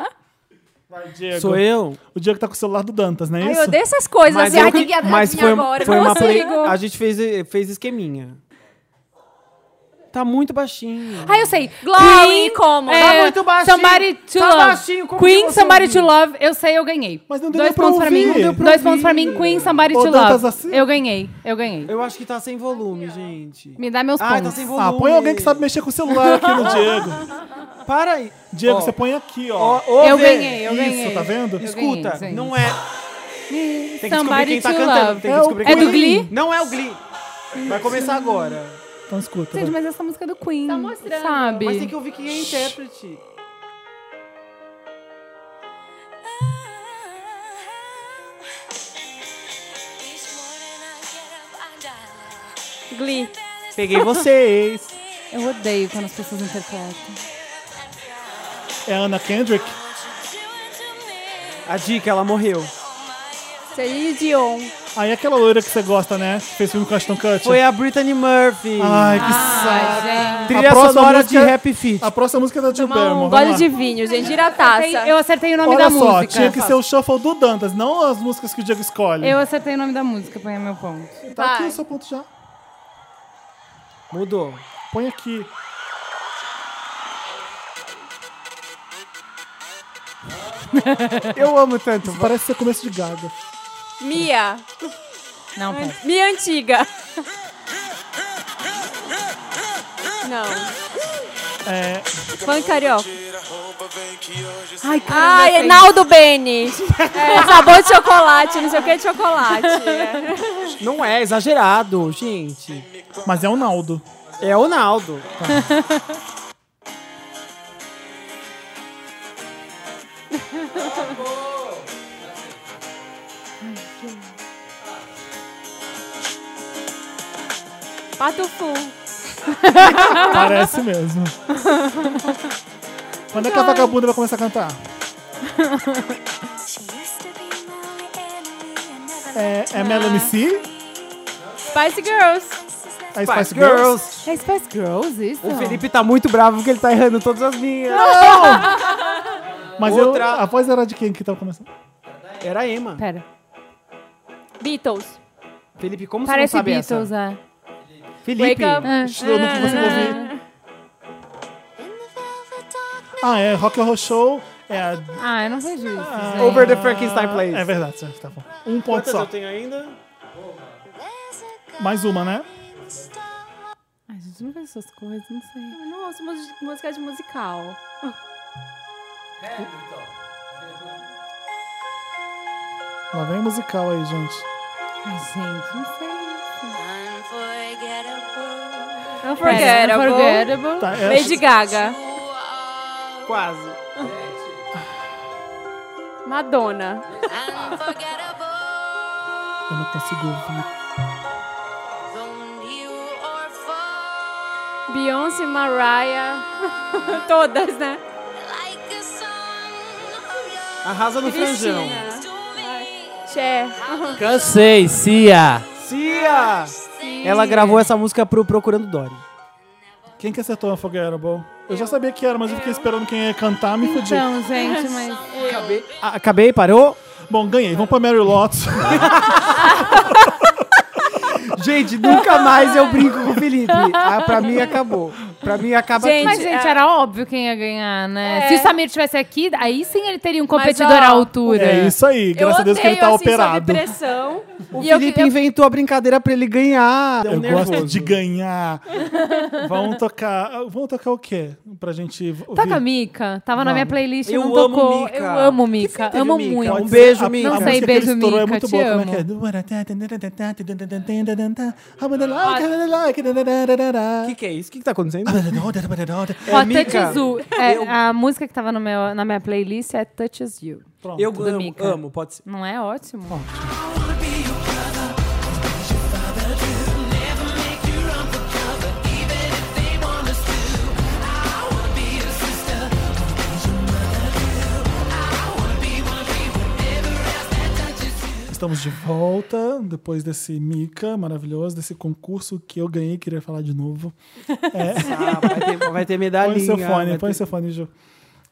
Vai, Diego.
Sou eu?
O Diego tá com o celular do Dantas, não é
Ai,
isso?
eu odeio essas coisas. assim,
eu-
ai, tem que adivinhar
mas foi,
agora.
foi
não
uma play.
consigo.
A gente fez, fez esqueminha. Tá muito baixinho.
Ah, eu sei. é,
Glory, como?
Tá muito baixinho.
Somebody to
Tá
Love.
baixinho, como que
Queen,
você
Somebody
ouviu?
to Love. Eu sei, eu ganhei.
Mas não deu
Dois
nem pra
pontos pra mim.
ouvir. Não deu pra
Dois pontos pra mim. Queen, Somebody
Ô,
to
Dantas,
Love.
assim-
Eu ganhei. Eu ganhei.
Eu acho que tá sem volume, gente.
Me dá meus
Ai, tá
pontos.
sem volume.
Ah, põe alguém que sabe mexer com o celular aqui
[LAUGHS]
no Diego.
Para aí.
Diego,
Ó,
você põe aqui,
ó,
ó.
ouve.
Eu ganhei, eu
Isso,
ganhei.
tá vendo?
Eu ganhei,
Escuta,
sim.
não é. Tem que descobrir
Somebody
quem tá
to
cantando.
love.
Tem
É
que
o
descobrir
É
quem
do Glee?
Não é o Glee. Vai começar agora.
Então escuta.
Gente,
vai.
mas essa música é do Queen.
Tá mostrando.
Sabe?
Mas tem que ouvir quem é intérprete.
Glee.
Peguei vocês.
Eu odeio quando as pessoas interpretam.
É a Anna Kendrick?
A dica, ela morreu.
Celine Dion.
Aí é aquela loira que você gosta, né? Que fez filme com a Ashton Kutcher.
Foi a Brittany Murphy.
Ai, que
Ai, gente.
a
Trilha
próxima
sonora
música-
de Happy Feet.
A próxima música é da Jill
Tomar
Barrymore.
um
vamos
gole
lá.
de vinho, gente. Gira a taça.
Eu acertei o nome
Olha
da
só,
música.
tinha que ser o shuffle do Dantas, não as músicas que o Diego escolhe.
Eu acertei o nome da música, põe meu ponto.
Tá aqui
Vai.
o seu ponto já.
Mudou.
Põe aqui.
Eu amo tanto.
Isso parece ser começo de gada.
Mia.
Não, ponto.
Mia antiga. Não.
É,
Fã carioca.
Ai, caramba.
Ai,
sei.
Naldo Bene. É, sabor de chocolate, não sei o que de chocolate.
Não é exagerado, gente.
mas é o Naldo.
É o Naldo.
Pato Fu.
Parece mesmo. Quando é que a vagabunda vai começar a cantar? É, é Melanie C?
Spice Girls.
É Spice, Girls?
É Spice Girls isso?
O Felipe tá muito bravo porque ele tá errando todas as minhas.
Mas eu,
Outra.
a voz era de quem que tava começando?
Era a Emma.
Pera.
Beatles.
Felipe, como
Parece
você não sabe
Beatles,
essa? Ah.
é.
Felipe.
Wake up.
Eu não consigo ouvir. Ah, é Rock and Roll Show. É a...
Ah, eu não vejo isso. gente.
Over the Frankenstein Place.
É verdade, certo, tá bom. Um ponto
Quantas
só.
eu tenho ainda?
Mais uma, né?
Ai, gente, não vejo essas coisas, não sei.
Não ouço mus- música de musical.
Lá vem musical aí, gente.
Ai, gente, não sei.
É,
Pera,
Unforgettable.
Unforgettable.
Tá, é-
Lady Gaga.
Quase.
Madonna.
Eu não consigo ouvir.
Beyoncé, Mariah. [LAUGHS] Todas, né?
Arrasa no franjão.
Cher.
Cansei, Cia.
Cia! Ela gravou essa música pro Procurando Dory.
Quem que acertou Unforgettable? Eu já sabia que era, mas eu fiquei esperando quem ia cantar, me fudi.
Então, gente, mas...
Ah, acabei, parou?
Bom, ganhei. Vamos pra Mary Lotus.
Gente, nunca mais eu brinco com o Felipe. Ah, pra mim acabou. Pra mim acaba
Gente,
Mas, gente,
é-
era óbvio quem ia ganhar, né?
É.
Se o Samir tivesse aqui, aí sim ele teria um competidor
ó,
à altura.
É isso aí. Graças a Deus que ele tá
assim, sob
operado.
pressão.
tudo. O
E eu-
Felipe
eu-
inventou a brincadeira pra ele ganhar.
Eu
Nervoso.
gosto de ganhar. Vamos tocar. Vamos tocar o quê? Pra gente. Ouvir.
Toca Mika. Tava na minha
Vamos.
playlist,
Eu
não
amo
tocou.
Mika.
Eu amo Mika.
teve,
amo
Mika?
muito.
Um beijo,
A- a
Mica. Não
música
sei,
que
beijo,
ele estourou É
Mica,
muito
te
boa. Como é
amo.
que tá, tá,
O que,
é?
que é isso? O que, que tá acontecendo?
Ó,
É, Mika.
Touch Is You. É, A música que tava no meu, na minha playlist é Touch Is You.
Pronto.
Eu
Do
amo,
Mika.
amo, pode ser.
Não é ótimo?
Estamos de volta depois desse Mica maravilhoso, desse concurso que eu ganhei, queria falar de
[LAUGHS]
novo. É,
Ah, vai, ter, vai ter medalhinha.
Põe seu
vai
fone, põe
ter
seu fone, Ju.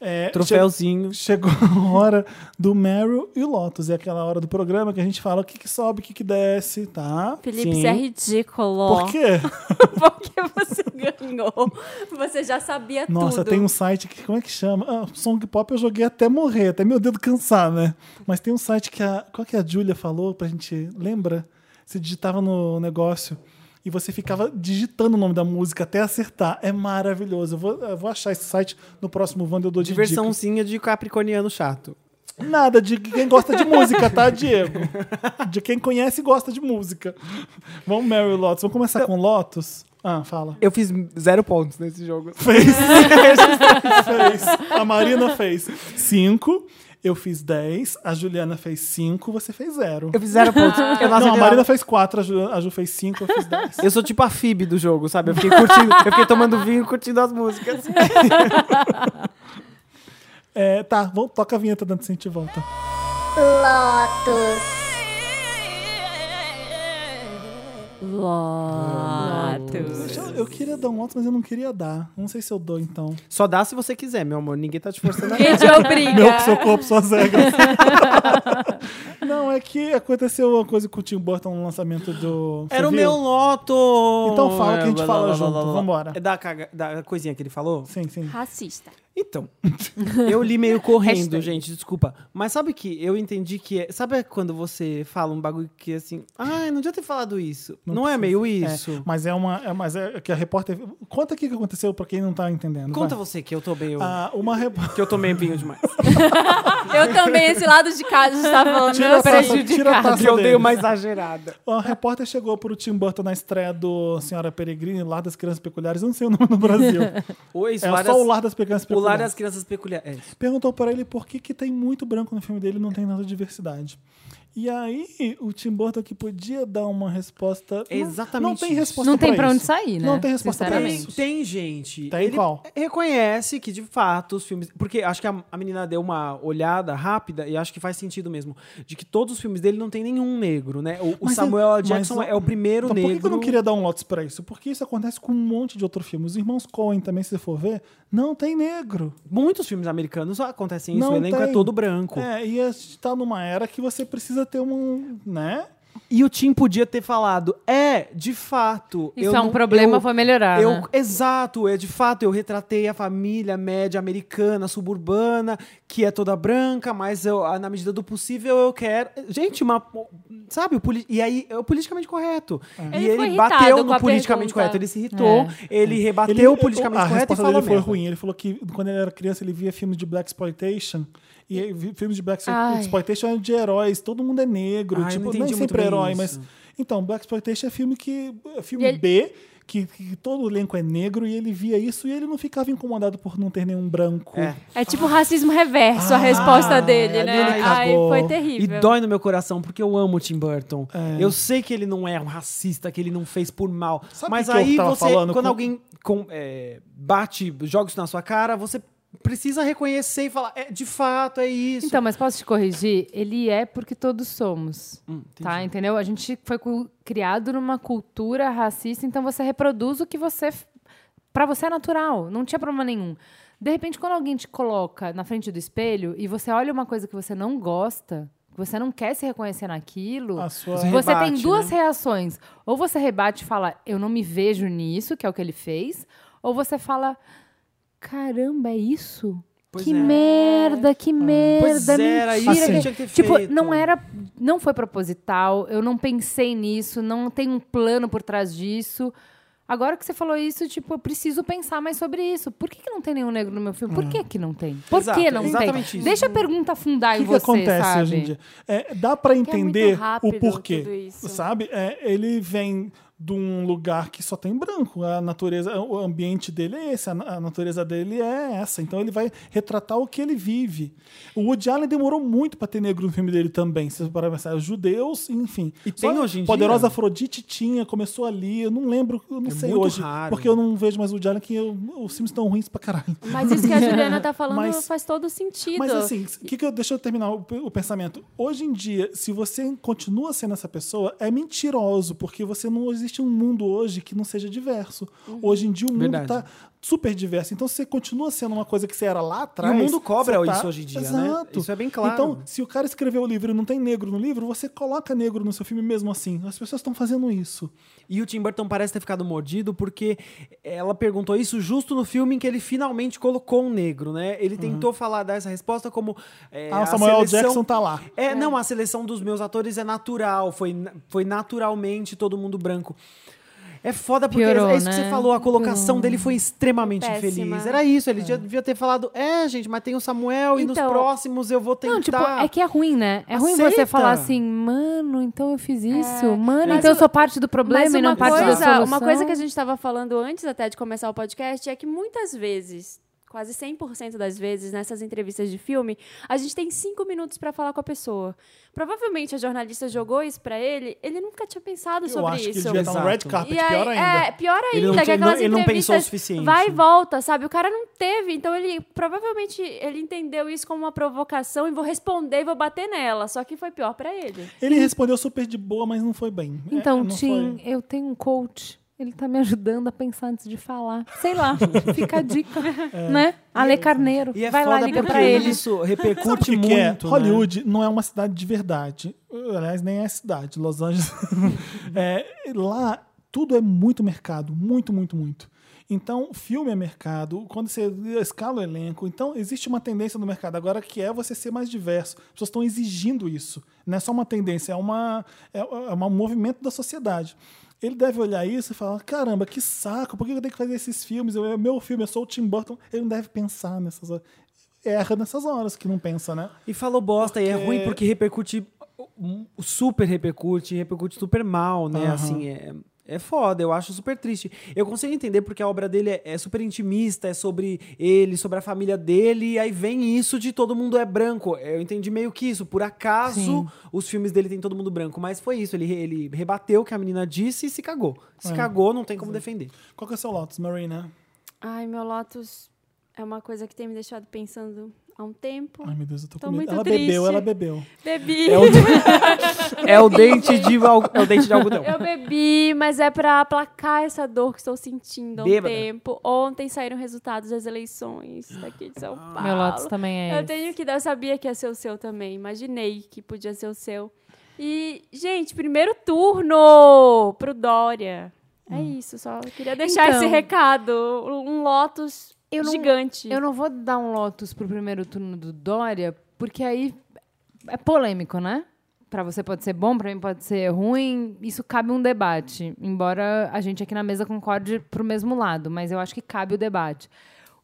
É,
Troféuzinho.
che- Chegou a hora do Meryl e o Lotus. É aquela hora do programa que a gente fala o que, que sobe, o que, que desce, tá?
Felipe,
Sim.
isso é ridículo.
Por quê?
[LAUGHS] Porque você ganhou. Você já sabia
Nossa,
tudo.
tem um site que. Como é que chama? Ah, Song Pop eu joguei até morrer, até meu dedo cansar, né? Mas tem um site que a. Qual que a Julia falou pra gente. Lembra? Você digitava no negócio e você ficava digitando o nome da música até acertar. É maravilhoso. Eu vou, eu vou achar esse site no próximo Wanda eu dou de dica.
Diversãozinha de capricorniano chato.
Nada de quem gosta de música, tá, Diego? De quem conhece e gosta de música. Vamos, Mary Lotus. Vamos começar com Lotus? Ah, fala.
Eu fiz zero pontos nesse jogo.
Fez. fez. A Marina fez 5. Eu fiz 10. A Juliana fez 5. Você fez 0.
Eu fiz zero pontos. Eu não
Não, a
acertei
Marina
nada.
fez 4. A, Ju, a Ju fez 5. Eu fiz 10.
Eu sou tipo a Phoebe do jogo, sabe? Eu fiquei curtindo, eu fiquei tomando vinho e curtindo as músicas.
É, tá, vamos, toca a vinheta, Dante, se a gente volta.
Lotus.
Lotus.
Eu- Eu queria dar um Lotus, mas eu não queria dar. Não sei se eu dou, então.
Só dá se você quiser, meu amor. Ninguém tá te forçando a
Quem te obriga?
Meu, seu corpo, suas regras. [LAUGHS] não, é que aconteceu uma coisa com o Tim Burton no lançamento do... Você
Era o
viu?
meu loto!
Então fala que a gente
Lá, lá,
fala
lá, lá,
junto.
lá, lá.
Vambora.
É da, caga- da coisinha que ele falou?
Sim, sim.
Racista.
[LAUGHS] Então, eu li meio correndo,
Hashtag.
gente, desculpa. Mas sabe que eu entendi que é. Sabe quando você fala um bagulho que assim. Ai, não devia ter falado isso. Não, é meio isso.
É, mas é uma... é- mas é que a repórter... Conta aqui o que aconteceu pra quem não tá entendendo.
Conta
vai.
você que eu tô meio.
Ah, uma repórter...
Que eu tomei vinho [LAUGHS] demais.
Eu também, esse lado de casa está tá falando.
Tira a
meu
taça,
prejudicado.
tira a taça
que Ah, eu dei
deles.
uma exagerada.
A repórter chegou pro Tim Burton na estreia do Senhora Peregrine, Lar das Crianças Peculiares. Eu não sei o nome no [LAUGHS] Brasil.
Oi, isso,
É
várias-
só o Lar das Crianças Peculiares.
o lar das crianças peculiares. É isso.
perguntou pra ele por que, que tem muito branco no filme dele e não tem tanta diversidade. E aí, o Tim Burton que podia dar uma resposta.
É
não-
exatamente
Não tem
isso.
resposta
Não tem pra onde
isso.
sair, né?
Não tem resposta pra
Sinceramente.
isso.
Tem, tem gente.
Tem
ele
Tá qual?
Reconhece que, de fato, os filmes. Porque acho que a, a menina deu uma olhada rápida e acho que faz sentido mesmo. De que todos os filmes dele não tem nenhum negro, né? O, o
Mas é-
Samuel L.
mas
Jackson
o-
é o primeiro
Então, por
negro.
que que eu não queria dar um Lotus pra isso? Porque isso acontece com um monte de outro filme. Os irmãos Coen também, se você for ver, não tem negro.
Muitos filmes americanos só acontecem isso.
Não
o elenco é
tem.
todo branco.
É, e a gente tá numa era que você precisa ter um. né?
E o Tim podia ter falado: é, de fato.
Isso
eu
é um
não-
problema,
eu-
vai melhorar.
Eu,
né?
Exato, é de fato, eu retratei a família média americana, suburbana, que é toda branca, mas eu, ah, na medida do possível eu quero. Gente, uma. Sabe? o poli- E aí é o politicamente correto. E
É.
Ele
ele,
ficou irritado
bateu
com
no
a
politicamente
pergunta. É.
correto. Ele se irritou, ele rebateu o politicamente
é, a
correto e
resposta
falou
dele foi
merda.
ruim. Ele falou que quando ele era criança ele via filmes de black exploitation e aí vi- filmes de black
Ai.
exploitation é de heróis, todo mundo é negro,
Ai, eu
tipo
não
nem
entendi muito
sempre
bem
herói, mas
isso.
então black exploitation é filme que é filme
E ele-
B que, que todo o elenco é negro e ele via isso e ele não ficava incomodado por não ter nenhum branco.
É.
É tipo racismo reverso a resposta dele, né?
Ah, é, ele
Ai,
cagou.
foi
E
terrível.
dói no meu coração, porque eu amo o Tim Burton.
É.
Eu sei que ele não é um racista, que ele não fez por mal.
Sabe
mas
que eu
aí
tava
você,
falando
quando
com-
alguém com- é, bate, joga isso na sua cara, você precisa reconhecer e falar, é, de fato, é isso.
Então, mas posso te corrigir? Ele é porque todos somos.
Hum,
tá? Entendeu? A gente foi cu- criado numa cultura racista, então você reproduz o que você. f- Pra você é natural, não tinha problema nenhum. De repente, quando alguém te coloca na frente do espelho e você olha uma coisa que você não gosta, que você não quer se reconhecer naquilo,
A sua-
Você
você
rebate, né?
tem duas reações. Ou você rebate e fala, eu não me vejo nisso, que é o que ele fez, ou você fala, caramba, é isso?
Pois
que
é.
merda, que merda,
Pois era
mentira.
isso que
que-
tinha que ter
tipo,
feito.
não era, não foi proposital, eu não pensei nisso, não tem um plano por trás disso. Agora que você falou isso, tipo, eu preciso pensar mais sobre isso. Por que, que não tem nenhum negro no meu filme? Por que que não tem? Por
É. Exato,
que não tem?
exatamente isso.
Deixa a pergunta afundar
O que,
em
que
você,
acontece
sabe?
hoje em dia? É, dá pra
muito
entender
rápido
o porquê,
tudo isso.
sabe? É, ele vem de um lugar que só tem branco. A natureza, o ambiente dele é esse, a na- a natureza dele é essa. Então ele vai retratar o que ele vive. O Woody Allen demorou muito pra ter negro no filme dele também. Se você parar pra pensar, judeus, enfim.
E tem hoje em dia?
Poderosa Afrodite tinha, começou ali. Eu não lembro, eu não
É
sei
muito
hoje,
raro.
porque eu não vejo mais o Woody Allen. Que eu- os filmes estão ruins pra caralho.
Mas isso que a Juliana tá falando
[LAUGHS] Mas-
faz todo sentido.
Mas assim, que que eu, deixa eu terminar o, o pensamento. Hoje em dia, se você continua sendo essa pessoa, é mentiroso, porque você não existe um mundo hoje que não seja diverso.
Uhum.
Hoje em dia o mundo
Verdade.
está super diverso. Então se você continua sendo uma coisa que você era lá atrás.
E o mundo cobra
você tá
isso hoje em dia, né?
Exato.
Isso é bem claro.
Então, se o cara escreveu o livro e não tem negro no livro, você coloca negro no seu filme mesmo assim. As pessoas estão fazendo isso.
E o Tim Burton parece ter ficado mordido porque ela perguntou isso justo no filme em que ele finalmente colocou um negro, né? Ele tentou falar, dar essa resposta como. é,
Uhum. ah,
a
o Samuel
seleção-
Jackson tá lá.
É, não, a seleção dos meus atores é natural, foi, na- foi naturalmente todo mundo branco. É foda porque
Piorou,
é isso que
né?
você falou, a colocação dele foi extremamente
Péssima.
infeliz. Era isso, ele já devia ter falado, é, gente, mas tem o Samuel e nos
Então-
próximos eu vou tentar.
Não, tipo, é que é ruim, né? É ruim
Aceita.
você falar assim, mano, então eu fiz isso, mano,
É. Mas
então eu
o-
sou parte do problema
Mas
e não
uma
parte da
coisa,
solução.
uma coisa que a gente estava falando antes até de começar o podcast é que muitas vezes, quase 100% das vezes nessas entrevistas de filme, a gente tem cinco minutos para falar com a pessoa. Provavelmente a jornalista jogou isso para ele, ele nunca tinha pensado
Eu
sobre
acho que
isso.
ele devia estar no
Exato.
red carpet,
E aí-
pior ainda.
É, pior ainda.
Ele não
que
tinha-
aquelas
não- ele não pensou o
entrevistas
suficiente,
Vai e
né?
volta, sabe? O cara não teve. Então, ele provavelmente ele entendeu isso como uma provocação e vou responder e vou bater nela. Só que foi pior pra ele.
Ele respondeu super de boa, mas não foi bem. É,
Então,
não
Tim, eu tenho um coach. Ele tá me ajudando a pensar antes de falar. Sei lá, [LAUGHS] fica a
[LAUGHS]
dica, né? Ale Carneiro,
É. E é
vai lá,
foda
liga
porque
pra ele. [LAUGHS]
Isso
Sabe o
repercute
que que é?
muito. né?
Hollywood não é uma cidade de verdade. Aliás, nem é cidade. Los Angeles. [LAUGHS] É, lá, tudo é muito mercado. Muito, muito, muito. Então, filme é mercado. Quando você escala o elenco. Então, existe uma tendência no mercado agora que é você ser mais diverso. As pessoas estão exigindo isso. Não é só uma tendência, é, uma, é, é um movimento da sociedade. Ele deve olhar isso e falar: caramba, que saco, por que eu tenho que fazer esses filmes? Eu, é meu filme, eu sou o Tim Burton. Ele não deve pensar nessas horas erra nessas horas que não pensa, né?
E falou bosta e é
Porque-
ruim porque repercute um, super repercute, repercute super mal, né?
Aham.
Assim, é, é foda, eu acho super triste. Eu consigo entender porque a obra dele é, é super intimista, é sobre ele, sobre a família dele, e aí vem isso de todo mundo é branco. Eu entendi meio que isso, por acaso os filmes dele tem todo mundo branco, mas foi isso, ele, re- ele rebateu o que a menina disse e se cagou. Se
É.
cagou, não tem como defender.
Qual que é o seu Lotus, Marina?
Ai, meu Lotus é uma coisa que tem me deixado pensando há um tempo.
Ai, meu Deus, eu tô com
Tô
medo.
muito
Ela
triste.
bebeu, ela bebeu.
Bebi.
É o
[LAUGHS]
É o dente de, al- é o dente de algodão.
Eu bebi, mas é pra aplacar essa dor que estou sentindo há um
Bêbada.
tempo. Ontem saíram resultados das eleições daqui de São
Ah.
Paulo.
Meu Lotus também é
Eu
esse.
tenho que dar, eu sabia que ia ser o seu também. Imaginei que podia ser o seu. E, gente, primeiro turno pro Dória. É
Hum.
isso, só queria deixar
Então.
esse recado. Um Lotus
Eu não-
gigante.
Eu não vou dar um Lotus pro primeiro turno do Dória, porque aí é polêmico, né? Pra você pode ser bom, pra mim pode ser ruim. Isso cabe um debate. Embora a gente aqui na mesa concorde pro mesmo lado, mas eu acho que cabe o debate.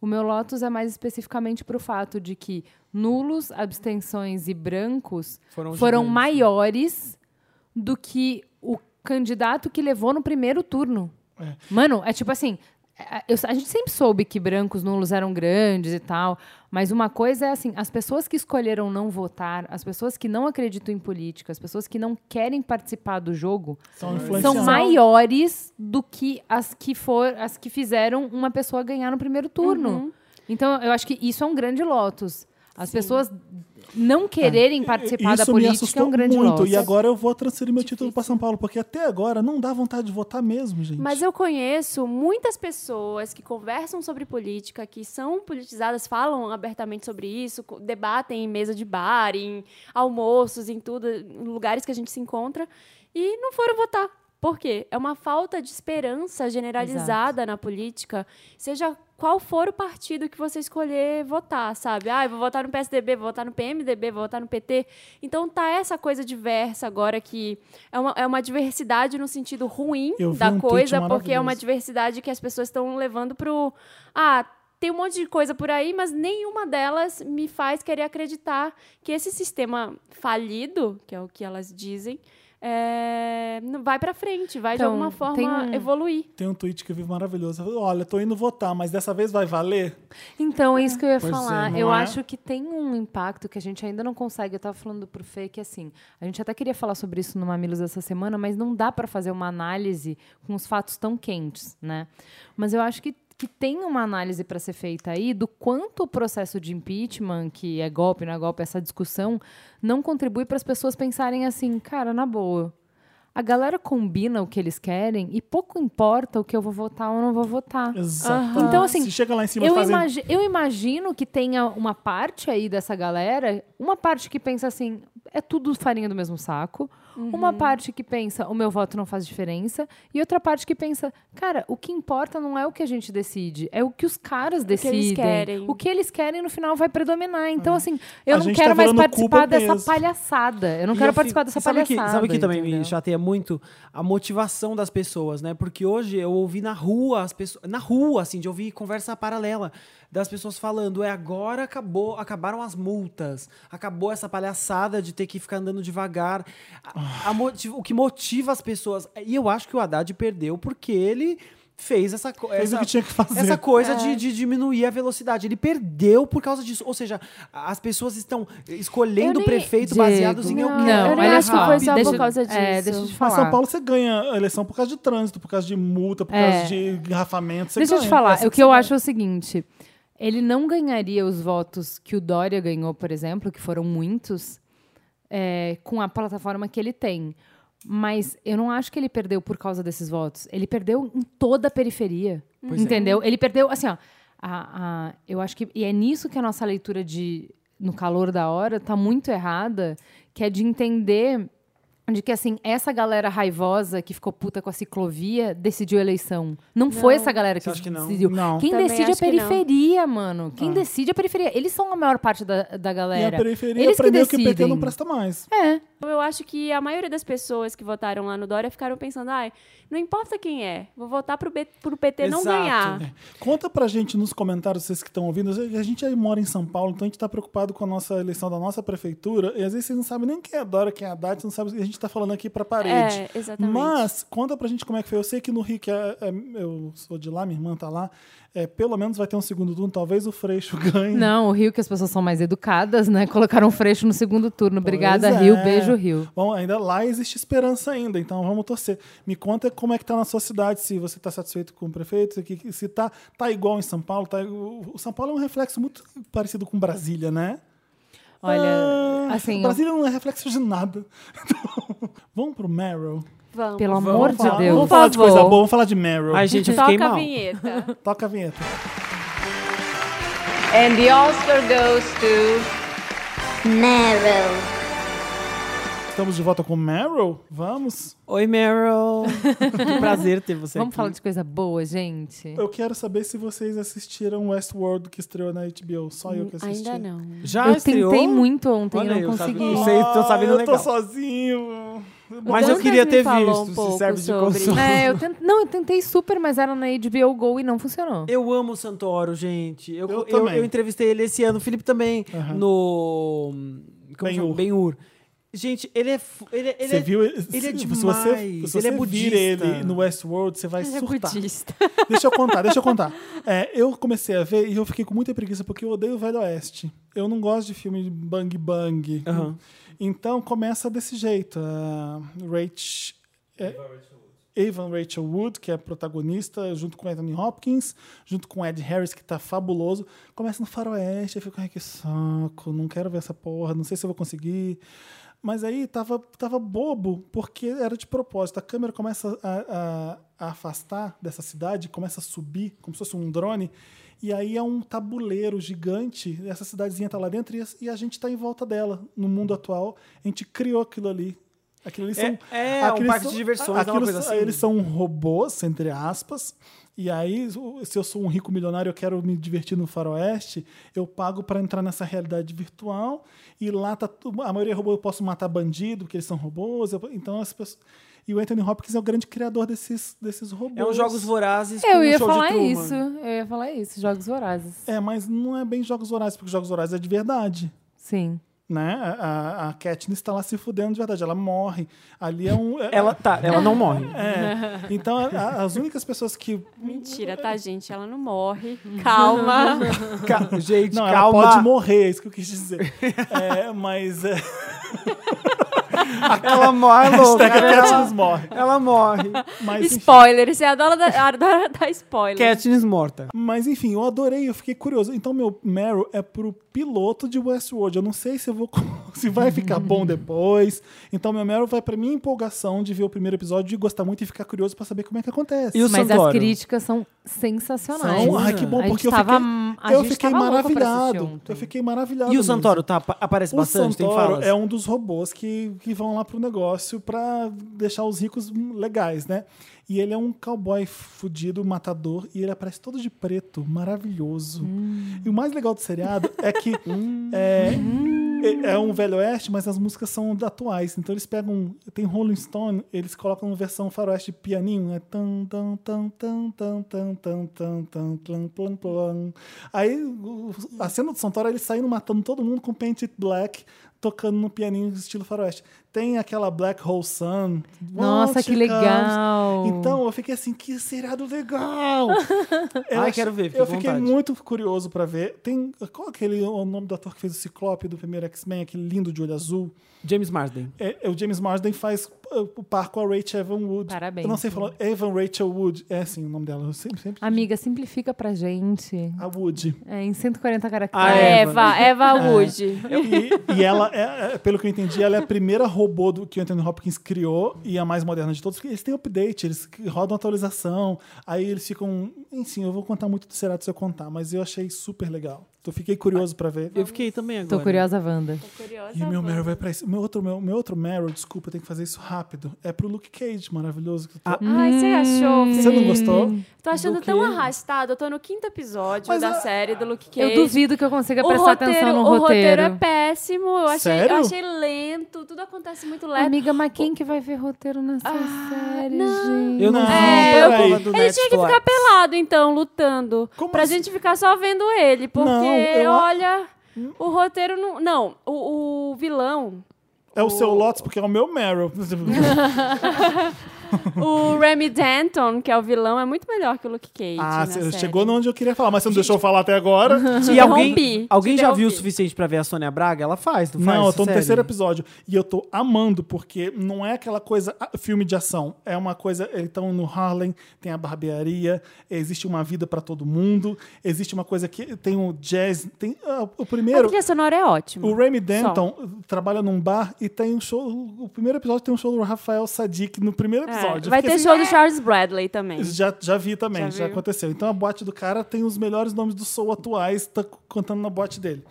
O meu Lotus é mais especificamente pro fato de que nulos, abstenções e brancos
Foram
foram
gigantes. né?
maiores do que o candidato que levou no primeiro turno. Mano, é tipo assim. é, eu- a gente sempre soube que brancos nulos eram grandes e tal, mas uma coisa é assim: as pessoas que escolheram não votar, as pessoas que não acreditam em política, as pessoas que não querem participar do jogo,
São influenciados.
são maiores do que as que for, as que fizeram uma pessoa ganhar no primeiro turno. Então, eu acho que isso é um grande lotus. As pessoas não quererem participar da
É. Isso me
política
assustou
é um grande
muito.
lotus.
E agora eu vou transferir meu título pra São Paulo, porque até agora não dá vontade de votar mesmo, gente.
Mas eu conheço muitas pessoas que conversam sobre política, que são politizadas, falam abertamente sobre isso, co- debatem em mesa de bar, em almoços, em tudo, em lugares que a gente se encontra, e não foram votar. Por quê? É uma falta de esperança generalizada na política, seja qual for o partido que você escolher votar, sabe? Ah, eu vou votar no PSDB, vou votar no PMDB, vou votar no PT. Então tá essa coisa diversa agora que é uma, é uma diversidade no sentido ruim
Eu vi um
da
tweet
coisa, porque é
maravilhoso.
uma diversidade que as pessoas estão levando pro. Ah, tem um monte de coisa por aí, mas nenhuma delas me faz querer acreditar que esse sistema falido, que é o que elas dizem, é, não- vai pra frente, vai
Então,
de alguma
tem
forma
um-
evoluir.
Tem um tweet que eu vi maravilhoso. Olha, tô indo votar, mas dessa vez vai valer?
Então, é isso que eu ia
Pois é,
falar.
não
eu
é?
acho que tem um impacto que a gente ainda não consegue. Eu tava falando pro Fê que, assim, a gente até queria falar sobre isso no Mamilos essa semana, mas não dá para fazer uma análise com os fatos tão quentes, né? Mas eu acho que, que tem uma análise para ser feita aí do quanto o processo de impeachment, que é golpe, não é golpe, essa discussão, não contribui para as pessoas pensarem assim, cara, na boa. A galera combina o que eles querem e pouco importa o que eu vou votar ou não vou votar.
Exato.
Então, assim,
Se chega lá em cima
Eu,
fazendo...
imagi- eu imagino que tenha uma parte aí dessa galera, uma parte que pensa assim, é tudo farinha do mesmo saco,
Uhum.
uma parte que pensa, o meu voto não faz diferença, e outra parte que pensa, cara, o que importa não é o que a gente decide, é o que os caras
eles
decidem.
querem.
O que eles querem no final vai predominar.
Uhum.
Então, assim, eu
A
não
gente
quero
tá
mais
virando
participar
Cuba
dessa
mesmo.
palhaçada. Eu não
E
quero
eu
participar
fico-
dessa
e sabe
palhaçada.
Que, sabe que também
entendeu?
me chateia muito? A motivação das pessoas, né? Porque hoje eu ouvi na rua as pessoas. Na rua, assim, de ouvir conversa paralela das pessoas falando: é agora acabou, acabaram as multas, acabou essa palhaçada de ter que ficar andando devagar. tipo, A- a motiv- o que motiva as pessoas. E eu acho que o Haddad perdeu porque ele. fez essa coisa.
Fez o que tinha que fazer.
Essa coisa
É.
de, de diminuir a velocidade. Ele perdeu por causa disso. Ou seja, a- as pessoas estão
Eu
escolhendo
nem-
o prefeito
Diego,
baseados em eu quero.
Não,
eu nem
olha
acho
só.
que foi só
Deixa-
por causa disso.
É, deixa eu te
Mas
falar.
São Paulo você ganha a eleição por causa de trânsito, por causa de multa, por
É.
causa de engarrafamento. Você
Deixa eu
ganha.
te
É
falar,
assim
o que eu acho é o seguinte: ele não ganharia os votos que o Dória ganhou, por exemplo, que foram muitos, é, com a plataforma que ele tem. Mas eu não acho que ele perdeu por causa desses votos. Ele perdeu em toda a periferia.
é.
entendeu? Ele perdeu, assim, ó. a- a- eu acho que. E é nisso que a nossa leitura de. No calor da hora, tá muito errada, que é de entender de que, assim, essa galera raivosa que ficou puta com a ciclovia decidiu a eleição. Não, foi essa galera que,
acha que não?
decidiu.
Não. Ah.
Quem
Também
decide é a
acho que não.
periferia, mano. Quem decide é a periferia. Eles são a maior parte da, da
E
galera.
a periferia
Eles
aprendeu que,
decidem.
o PT não presta mais.
É.
Então, Eu acho que a maioria das pessoas que votaram lá no Dória ficaram pensando, ai, não importa quem é, vou votar pro, B- pro PT não
Exato.
ganhar. É,
Conta pra gente nos comentários, vocês que estão ouvindo. A gente aí mora em São Paulo, então a gente tá preocupado com a nossa eleição da nossa prefeitura. E às vezes vocês não sabem nem quem é Dora, quem é Haddad, vocês não sabem. e A gente tá falando aqui pra parede.
É, exatamente.
Mas conta pra gente como é que foi. Eu sei que no Rio, que é- é- eu sou de lá, minha irmã tá lá, é, pelo menos vai ter um segundo turno, talvez o Freixo [LAUGHS] ganhe.
Não, o Rio, que as pessoas são mais educadas, né? Colocaram freixo no segundo turno. Obrigada,
Pois é.
Rio. Beijo, Rio.
Bom, ainda lá existe esperança ainda, então vamos torcer. Me conta como é que tá na sua cidade, se você tá satisfeito com o prefeito, se- que- se tá, tá igual em São Paulo. Tá, o o São Paulo é um reflexo muito parecido com Brasília, né?
Olha,
Ah,
assim,
Brasília não é reflexo de nada. [LAUGHS] Então, vamos pro Meryl.
Vamos.
pelo
Vamos
amor de
falar,
Deus.
vamos falar de coisa
favor.
boa, vamos falar de Meryl.
Ai, gente, eu fiquei
Toca a
mal.
vinheta.
Toca a vinheta.
And the Oscar goes to.
Meryl.
Estamos de volta com Meryl? Vamos?
Oi, Meryl. que prazer ter você
Vamos
aqui.
falar de coisa boa, gente.
Eu quero saber se vocês assistiram Westworld que estreou na HBO. Só eu que assisti.
Ainda não.
Já
eu
estreou?
tentei muito ontem,
Olha
eu
aí,
não
eu sabia.
consegui.
Vocês estão sabendo
Ah,
legal.
Eu tô sozinho.
Mas eu
Dantas
queria
me
ter
falou um
visto, se
pouco
serve de
sobre.
consolo.
É, eu tent... Não, eu tentei super, mas era na HBO Go e não funcionou.
Eu amo o Santoro, gente. Eu,
Eu
eu,
também.
eu entrevistei ele esse ano, o Felipe também,
Aham.
no. Como chama?
Ben-Hur.
Ben-Hur. Gente, ele é. fu- Ele, ele
Você
é-
viu? tipo,
ele é
se
demais.
você,
Ele
se você
é
vir
budista. é
ele no Westworld, você vai surtar.
budista.
Deixa eu contar, deixa eu contar. É, eu comecei a ver e eu fiquei com muita preguiça porque eu odeio o Velho Oeste. Eu não gosto de filme de bang bang.
Aham.
Então começa desse jeito. ah, Rach, é, Evan Rachel Wood, que é protagonista, junto com Anthony Hopkins, junto com Ed Harris, que tá fabuloso. Começa no faroeste, eu fico, ai que saco, não quero ver essa porra, não sei se eu vou conseguir. Mas aí tava, tava bobo, porque era de propósito. A câmera começa a, a- a afastar dessa cidade, começa a subir, como se fosse um drone, e aí é um tabuleiro gigante, essa cidadezinha tá lá dentro e a, e a gente tá em volta dela. No mundo atual, a gente criou aquilo ali. Aquilo ali são,
é, um
aqueles
parque
são-
de diversões, é uma
aquilo
coisa
são-
assim.
Eles são robôs, entre aspas. E aí, se eu sou um rico milionário, eu quero me divertir no faroeste, eu pago para entrar nessa realidade virtual. E lá tá tu- a maioria é robô, eu posso matar bandido, porque eles são robôs. eu- então as pessoas- E o Anthony Hopkins é o grande criador desses, desses robôs.
É um Jogos Vorazes com
Eu ia
um show
falar
de Truman.
isso. Eu ia falar isso, Jogos Vorazes.
É, mas não é bem Jogos Vorazes, porque Jogos Vorazes é de verdade.
Sim.
Né? A, a- a Katniss está lá se fudendo de verdade, ela morre. Ali é um. é-
Ela, tá, ela não morre.
É. Então, a- a- as únicas pessoas que.
Mentira, tá, gente? Ela não morre. Calma.
Ca- gente,
Não,
calma.
ela pode morrer, é isso que eu quis
[LAUGHS]
dizer. É, mas. É,
Ela tá morre, louca.
É
hashtag Katniss
Ela,
morre.
ela morre.
Mas, enfim,
Spoiler, você adora dar, adora [LAUGHS] dar spoiler.
Katniss morta.
mas, enfim, eu adorei, eu fiquei curioso. Então, meu Meryl é pro piloto de Westworld. Eu não sei se eu vou. [LAUGHS] se vai ficar
[LAUGHS]
bom depois. Então, meu Meryl vai pra minha empolgação de ver o primeiro episódio, de gostar muito e ficar curioso pra saber como é que acontece.
E o
Mas as
Santoro?
críticas são sensacionais.
Então, ai, que bom,
Hum, a gente
porque eu
tava, a
fiquei, eu
gente
fiquei
tava louca pra assistir
maravilhado.
ontem.
Eu fiquei maravilhado.
E o
mesmo.
Santoro tá, apa- aparece
O
bastante, tem
Santoro
falas?
é um dos robôs que, que vão lá pro negócio pra deixar os ricos legais, né? E ele é um cowboy fudido, matador, e ele aparece todo de preto, maravilhoso.
Hum.
E o mais legal do seriado é
[LAUGHS]
que é, é- é um velho oeste, mas as músicas são da atuais. Então eles pegam. Tem Rolling Stone, eles colocam uma versão faroeste de pianinho, né? Tan, tan, tan, tan, tan, tan, tan, tan, tan, plan, plan, plan. Aí o- a cena do Santoro é ele saindo matando todo mundo com Paint It Black. Tocando no pianinho estilo faroeste. Tem aquela Black Hole Sun.
Nossa,
Won't
que
you come?
legal.
Então, eu fiquei assim, que seriado legal!
Ai, quero ver, fiquei
Eu
com
fiquei
vontade.
muito curioso pra ver. Tem. Qual é aquele o nome do ator que fez o Ciclope do primeiro X-Men, aquele lindo de olho azul?
um James Marsden.
É, é o James Marsden faz uh, o par com a Rachel Evan Wood.
Parabéns.
Eu não sei falar. Evan Rachel Wood. É assim o nome dela. Eu sempre, sempre-
Amiga, simplifica pra gente.
A Wood.
É, em 140
Ah,
A
caracteres.
é,
Eva, Eva Wood.
né? E, e ela, é, é, pelo que eu entendi, ela é a primeira robô do, que o Anthony Hopkins criou e a mais moderna de todos. porque Eles têm update, eles que- rodam atualização, aí eles ficam. Enfim, eu vou contar muito do Cerato se eu contar, mas eu achei super legal. Então fiquei curioso pra ver.
Eu fiquei também agora.
Tô curiosa, Wanda.
Tá
E meu Meryl vai pra isso. Meu outro, meu, meu outro Meryl, desculpa, eu tenho que fazer isso rápido. É pro Luke Cage, maravilhoso. que eu tô-
Ai, você achou?
Hum. Você não
Felipe?
gostou?
Tô achando
Do
tão
quê?
arrastado. Eu tô no quinto episódio
Mas
da
a-
série do Luke Cage.
Eu duvido que eu consiga
O
prestar atenção
roteiro,
no
o
roteiro.
roteiro é péssimo. Eu achei,
Sério?
eu achei lento. Tudo acontece muito lento.
Amiga, mas quem que vai ver roteiro nessa série, gente?
Eu não, vi
É, eu-
porra do
Ele tinha que
Netflix.
ficar pelado, então, lutando.
Como
pra
assim?
gente ficar só vendo ele.
Não,
Porque,
eu a- Hum?
olha, o roteiro não. Não, o, o vilão,
É o seu Lotus, porque é o meu Meryl. [LAUGHS]
é o Remy Danton, que é o vilão, é muito melhor que o Luke Cage.
ah,
na
você
série.
chegou onde eu queria falar, mas você não deixou eu falar até
[LAUGHS]
agora.
E alguém,
interrompi,
alguém
te
já viu o
interrompi.
suficiente pra ver a Sônia Braga? Ela faz, não faz?
Não, eu tô no
Sério?
terceiro episódio. E eu tô amando, porque não é aquela coisa ah, filme de ação. É uma coisa. Eles estão no Harlem, tem a barbearia, existe uma vida pra todo mundo, existe uma coisa que tem o jazz. Tem, ah, o
A
primeiro.
trilha sonora é ótima.
O Remy Denton trabalha num bar e tem um show. O primeiro episódio tem um show do Rafael Sadik no primeiro
É,
episódio. Eu
vai
fiquei
ter
assim,
show do Charles Bradley também.
Já, já vi também, já,
Já viu?
aconteceu. Então a boate do cara tem os melhores nomes do Soul atuais, tá c- contando na boate dele.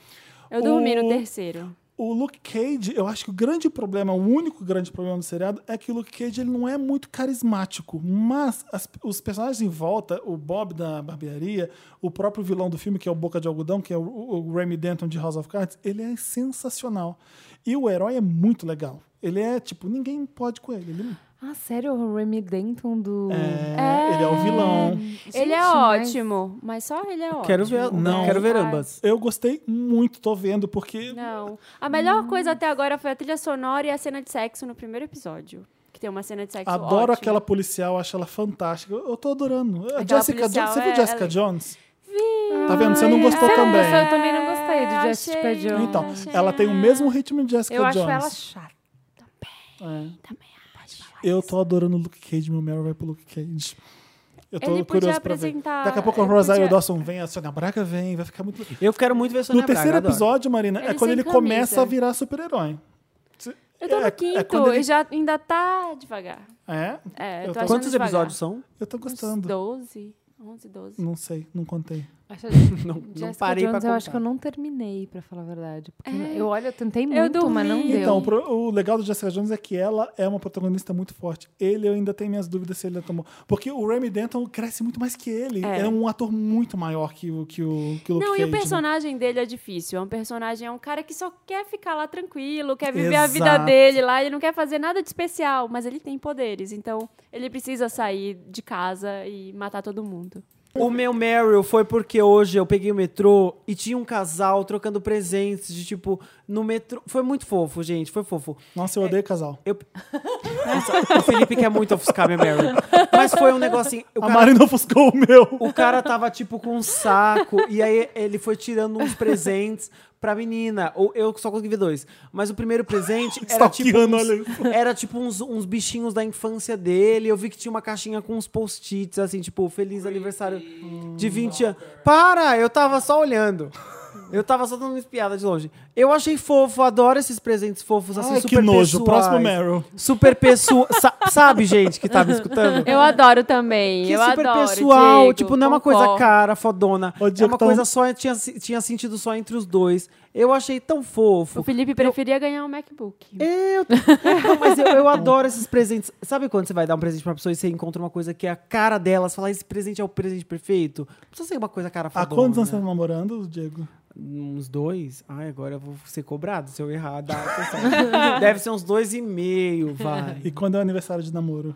Eu dormi
O-
no terceiro.
O Luke Cage, eu acho que o grande problema, o único grande problema do seriado é que o Luke Cage ele não é muito carismático, mas as- os personagens em volta, o Bob da barbearia, o próprio vilão do filme que é o Boca de Algodão, que é o, o Remy Denton de House of Cards, ele é sensacional. E o herói é muito legal. Ele é tipo, ninguém pode com ele. Ele,
Ah, sério? O Remy Denton do...
é, ele é o vilão.
ele é
Gente, mas-
ótimo, mas só ele é ótimo.
Quero ver,
Não.
quero ver
Ai.
ambas.
Eu gostei muito, tô vendo, porque
Não. A melhor
Hum.
coisa até agora foi a trilha sonora e a cena de sexo no primeiro episódio. Que tem uma cena de sexo
adoro
ótima.
aquela policial, acho ela fantástica. Eu, eu tô adorando. A
Aquela
Jessica
policial
Jones, você viu
é-
Jessica
ela-
Jones? Tá vendo? Você não gostou
Você não
também.
gostou? Eu também não gostei de
É,
Jessica
achei-
Jones.
Então,
achei
ela tem o mesmo ritmo de Jessica
Eu acho
Jones. É.
ela chata.
é
Eu tô adorando o Luke Cage, meu Meryl vai pro Luke Cage. Eu tô
Ele podia
curioso pra ver.
apresentar-
Daqui a pouco o
ele
Rosario
podia-
Dawson vem, a Sônia Braga vem, vai ficar muito.
Eu quero muito ver a Sônia
No
Braga.
terceiro
adoro.
episódio, Marina, é
Ele
quando
sem
ele
camisa.
começa a virar super-herói.
Eu tô
É- é
no quinto
quando ele-
e já ainda tá devagar.
É?
É,
Eu
eu
tô-
tô achando
Quantos
devagar.
episódios tá são?
Eu tô
Uns
gostando.
12, 11, 12.
Não sei, não contei.
Não, não
Jessica
parei
Jones,
pra
eu acho que eu
contar.
não terminei, pra falar a verdade. Porque
É.
eu, olha, eu tentei
Eu
muito, mas não
dormi.
deu.
Então, o pro- o legal do Jessica Jones é que ela é uma protagonista muito forte. Ele, eu ainda tenho minhas dúvidas se ele tomou. Porque o Remy Denton cresce muito mais que ele. É,
É.
um ator muito maior que o, que o,
Um
que o Luke
Não,
Cage.
e o
né?
personagem dele é difícil. É um personagem, é um cara que só quer ficar lá tranquilo, quer viver a vida
Exato.
dele lá, ele não quer fazer nada de especial, mas ele tem poderes, então ele precisa sair de casa e matar todo mundo.
O meu Meryl foi porque hoje eu peguei o metrô e tinha um casal trocando presentes de tipo no metrô. Foi muito fofo, gente, foi fofo.
Nossa, eu odeio casal.
Eu... [LAUGHS] Nossa, o Felipe quer muito ofuscar meu Meryl. Mas foi um negócio assim. O
A
cara,
Marina [LAUGHS] ofuscou o meu.
o cara tava tipo com um saco e aí ele foi tirando uns presentes pra menina. Ou eu só consegui ver dois. Mas o
[LAUGHS]
primeiro presente era tipo
Stalkeando, olha
uns,
isso.
[LAUGHS] era tipo uns, uns bichinhos da infância dele. Eu vi que tinha uma caixinha com uns post-its, assim, tipo, feliz aniversário de 20 anos. Para! Eu tava só olhando. Eu tava só dando uma espiada de longe. Eu achei fofo, adoro esses presentes fofos, assim,
Ai,
super
que nojo.
pessoais.
Próximo Meryl.
Super pessoal. sabe, gente, que tá me escutando?
Eu adoro também.
Que
eu
super
adoro,
pessoal,
Diego,
tipo, não é uma
concordo.
coisa cara, fodona.
Ô,
é
Diego,
uma
tá
coisa
um-
só, tinha, se- tinha sentido só entre os dois. Eu achei tão fofo. [LAUGHS]
O Felipe preferia ganhar um MacBook.
Eu, não, mas eu, eu adoro esses presentes. Sabe quando você vai dar um presente pra pessoa e você encontra uma coisa que é a cara dela? Você fala, esse presente é o presente perfeito? Não precisa ser uma coisa cara
Há
fodona. né?
quantos anos você tá namorando, Diego?
Uns dois? Ai, agora eu vou ser cobrado se eu errar. a data, assim. [LAUGHS] sabe? Deve ser uns dois e meio, vai.
[LAUGHS] E quando é o aniversário de namoro?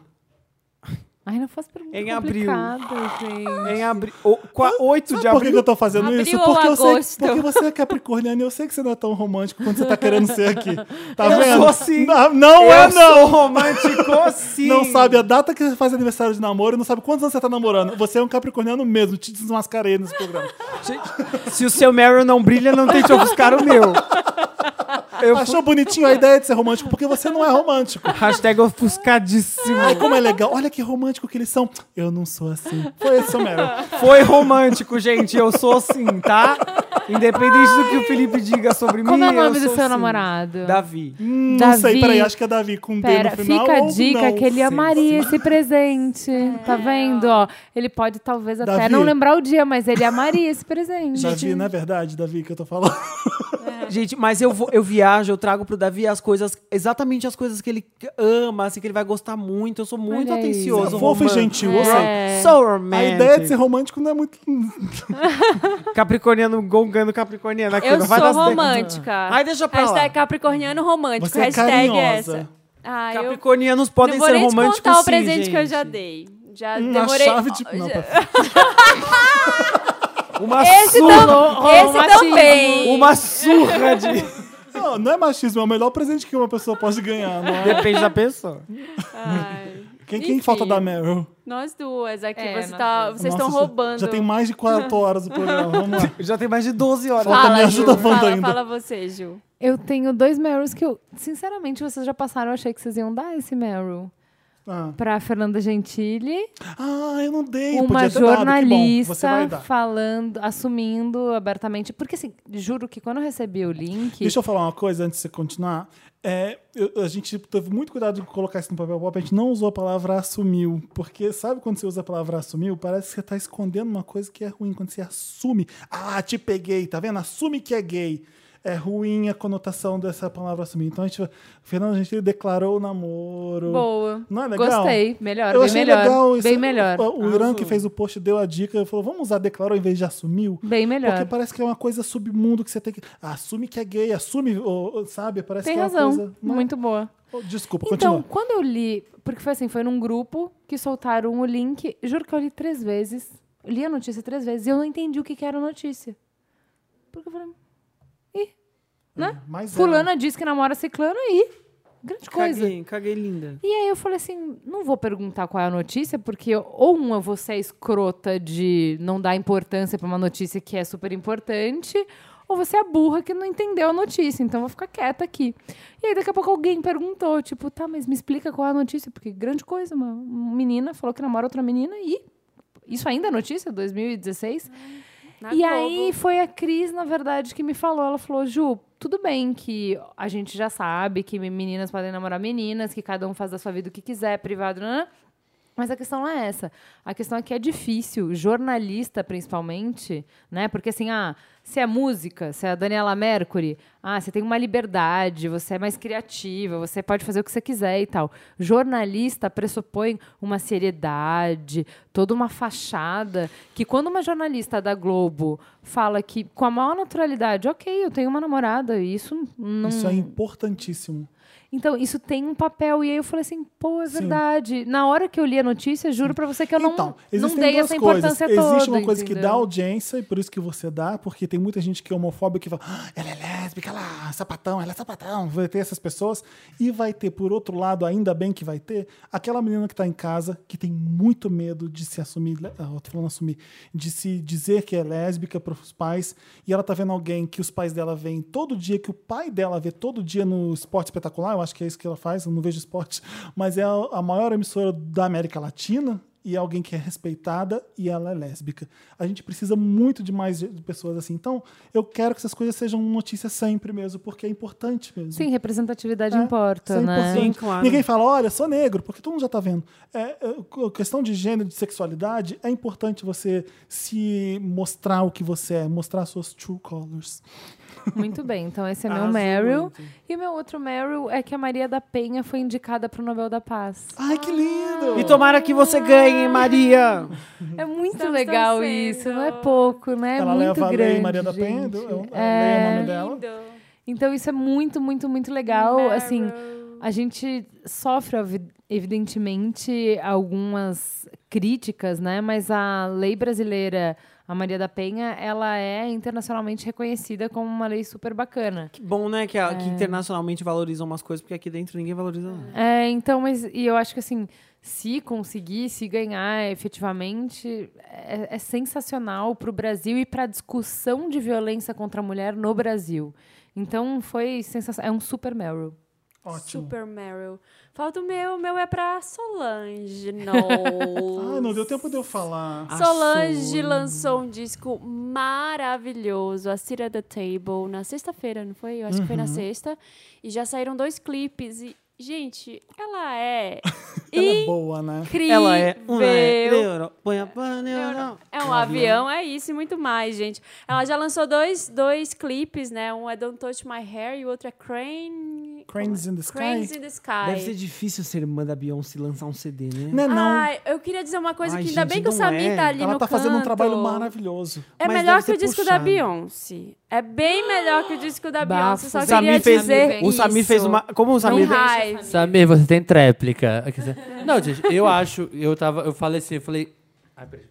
Ai, não faço pergunta
Em abril.
complicada, gente.
Em abril. o- qua- 8
Sabe
de
por que que eu
abril.
tô fazendo
Abril
isso?
ou
Porque, eu sei,
agosto?
porque você é capricorniano e eu sei que você não é tão romântico quanto você tá querendo ser aqui. Tá
Eu
vendo?
sou sim.
Não, não é,
eu
não!
sou
[LAUGHS]
romântico, sim.
Não sabe a data que você faz aniversário de namoro, não sabe quantos anos você tá namorando. Você é um capricorniano mesmo, te desmascarei nesse
[LAUGHS]
programa.
Se o seu Meryl não brilha, não tente ofuscar o meu. Eu fui-
Achou bonitinho a ideia de ser romântico, porque você não é romântico.
Hashtag ofuscadíssimo.
Ai, como é legal. Olha que romântico que eles são. Eu não sou assim. Foi esse, seu Meryl.
[LAUGHS]
Foi romântico, gente. Eu sou assim, tá? Independente do que o Felipe diga sobre
Como
mim.
é o nome
eu
do
sou
seu
assim.
namorado?
Davi.
Hum, Não
Davi.
sei, peraí, acho que é Davi com D
Pera,
no final.
fica a
ou
dica
não.
que ele é amaria
[LAUGHS]
esse presente. Tá vendo? Ó, ele pode talvez até
Davi.
não lembrar o dia, mas ele amaria esse presente.
Davi, não é verdade, Davi, que eu tô falando? [LAUGHS]
Gente, mas eu, vou, eu viajo, eu trago pro Davi as coisas, exatamente as coisas que ele ama, assim, que ele vai gostar muito. Eu sou muito
Olha aí.
atencioso.
Fofo e
romântico.
gentil, eu sei.
É.
Sou
A
romântico.
ideia de ser romântico não é muito.
Capricorniano gongando Capricorniano aqui.
Eu
não vai
sou
dar certo.
romântica.
Ai, deixa pra lá.
Hashtag capricorniano romântico.
Você é
Hashtag
carinhosa.
essa. Ah, eu
Capricornianos
não
podem
vou
ser
nem te
românticos
contar o
sim,
presente que eu
gente.
já dei. Já
Uma
demorei...
chave de. Não, pra...
Uma
Esse,
surra,
tam... Esse também.
uma surra de...
não, não é machismo, é o melhor presente que uma pessoa pode ganhar. Não é?
[LAUGHS] Depende da pessoa.
Ai,
Quem, quem
Enfim.
falta da Meryl?
nós duas aqui,
É,
você
nós
tá-
duas.
vocês estão
Nossa, já-
roubando.
Já tem mais de 4 horas o programa. Vamos
[LAUGHS]
lá.
Já tem mais de 12 horas.
Falta
Fala,
me ajuda,
Ju,
Wanda,
fala,
ainda.
fala você, Ju.
Eu tenho dois Meryls que eu, sinceramente, vocês já passaram, eu achei que vocês iam dar esse Meryl.
Ah.
Pra Fernanda Gentili,
Ah, eu não dei.
uma
Podia ter dado, que bom. Você vai
jornalista
dar.
falando, assumindo abertamente. Porque assim, juro que quando eu recebi o link.
Deixa eu falar uma coisa antes de você continuar. É, eu- a gente teve muito cuidado de colocar isso no papel pop. A gente não usou a palavra assumiu. Porque sabe quando você usa a palavra assumiu? Parece que você tá escondendo uma coisa que é ruim. Quando você assume. Ah, te peguei, tá vendo? Assume que é gay. É ruim a conotação dessa palavra assumir. Então a gente. Fernando, a gente declarou o namoro.
Boa.
Não é legal?
Gostei. Melhor,
Eu
bem
achei
melhor.
legal isso.
Bem melhor.
O, o Irã que fez o post deu a dica, falou: vamos usar declarou em vez de assumiu.
Bem melhor.
Porque parece que é uma coisa submundo que você tem que. Assume que é gay, assume, ô, ô, sabe? Parece
Tem
que é
razão.
uma coisa. não é?
Muito boa.
Ô, Desculpa,
Então,
continua.
quando eu li, porque foi assim, foi num grupo que soltaram o link, juro que eu li três vezes, li a notícia três vezes e eu não entendi o que, que era a notícia. Porque eu falei, ih, né?
Mas é,
Fulana diz que namora ciclano aí. Grande coisa.
Caguei, caguei linda.
E aí eu falei assim, não vou perguntar qual é a notícia, porque eu- ou uma você é escrota de não dar importância pra uma notícia que é super importante, ou você é burra que não entendeu a notícia, então eu vou ficar quieta aqui. E aí daqui a pouco alguém perguntou, tipo, tá, mas me explica qual é a notícia, porque grande coisa, uma uma menina falou que namora outra menina e isso ainda é notícia, 2016?
Na
E
Globo.
aí foi a Cris, na verdade, que me falou. Ela falou, Ju, tudo bem que a gente já sabe que meninas podem namorar meninas, que cada um faz da sua vida o que quiser, privado, né? Mas a questão não é essa. A questão é que é difícil, jornalista principalmente, né? Porque assim, ah, se é música, se é a Daniela Mercury, ah, você tem uma liberdade, você é mais criativa, você pode fazer o que você quiser e tal. Jornalista pressupõe uma seriedade, toda uma fachada, que quando uma jornalista da Globo fala que com a maior naturalidade, ok, eu tenho uma namorada, e isso não
Isso é importantíssimo.
então, isso tem um papel. E aí eu falei assim, pô, é
Sim.
verdade. Na hora que eu li a notícia, juro pra você que eu não,
então,
não
existem
dei
duas
essa
coisas.
importância toda.
Existe uma coisa que dá
entendeu?
audiência e por isso que você dá, porque tem muita gente que é homofóbica e fala, "Ah, ela é lésbica, ela é sapatão, ela é sapatão. Vai ter essas pessoas. E vai ter, por outro lado, ainda bem que vai ter, aquela menina que tá em casa, que tem muito medo de se assumir, le- ah, eu tô falando assumir, de se dizer que é lésbica pros pais, e ela tá vendo alguém que os pais dela veem todo dia, que o pai dela vê todo dia no esporte espetacular, eu acho que é isso que ela faz, eu não vejo esporte, [LAUGHS] mas é a a maior emissora da América Latina e alguém que é respeitada e ela é lésbica. A gente precisa muito de mais de- de pessoas assim. Então, eu quero que essas coisas sejam notícia sempre mesmo, porque é importante mesmo.
Sim, representatividade
É, isso
importa,
é
né?
importante.
Sim, claro.
Ninguém fala, olha, sou negro, porque todo mundo já tá vendo. É, é, a questão de gênero, de sexualidade, é importante você se mostrar o que você é, mostrar suas true colors.
Muito bem, então esse é meu
Arrasou
Meryl.
muito.
E meu outro Meryl é que a Maria da Penha foi indicada pro Nobel da Paz.
Ai,
Ah,
que lindo!
E tomara que você ganhe, Maria.
É muito
Estamos
legal
torcendo.
isso, não é pouco, né? É
Uhum. ela
muito
leva a
grande,
lei Maria da Penha,
gente.
eu, eu,
É.
leio o nome dela.
Lindo.
Então isso é muito, muito, muito legal. Assim,
Meryl.
a gente sofre, obvi- evidentemente, algumas críticas, né? Mas a lei brasileira, a Maria da Penha, ela é internacionalmente reconhecida como uma lei super bacana.
Que bom, né? Que,
É.
a- que internacionalmente valorizam umas coisas, porque aqui dentro ninguém valoriza nada.
É, então, mas e eu acho que assim, se conseguir, se ganhar efetivamente, é, é sensacional para o Brasil e para a discussão de violência contra a mulher no Brasil. Então foi sensacional. É um super Meryl.
Ótimo.
Super Meryl. Falta o meu, o meu é pra
[LAUGHS]
Solange.
Ah,
Não.
não deu tempo de eu falar.
A
Solange
Solange.
lançou um disco maravilhoso, A Cira the Table, na sexta-feira, não foi? Eu acho que foi na
Uhum.
sexta. E já saíram dois clipes. E, gente, ela é
[LAUGHS] Ela é boa, né?
incrível.
Ela é uma euro, põe a pan- euro.
É um avião, é isso e muito mais, gente. Ela já lançou dois, dois clipes, né? Um é Don't Touch My Hair e o outro é Crane...
Cranes in the Sky.
Cranes in the Sky.
Deve ser difícil ser irmã da Beyoncé lançar um CD, né?
Né, não.
Ai, eu queria dizer uma coisa
Ai,
que ainda
gente,
bem que o
não
Samir
é.
tá ali
Ela
no
tá fazendo um
canto.
trabalho maravilhoso.
É
Mas
melhor
deve
que o
ser
disco da
puxado.
Beyoncé. É bem melhor que o disco da Beyoncé. Só
Bafo.
queria
fez,
dizer
o Samir fez
isso.
uma. Como o
Não
Samir.
raiva.
Samir, você tem tréplica. Aqui, você- Não, gente, eu acho, eu tava, eu falei assim, eu falei. Ai, peraí.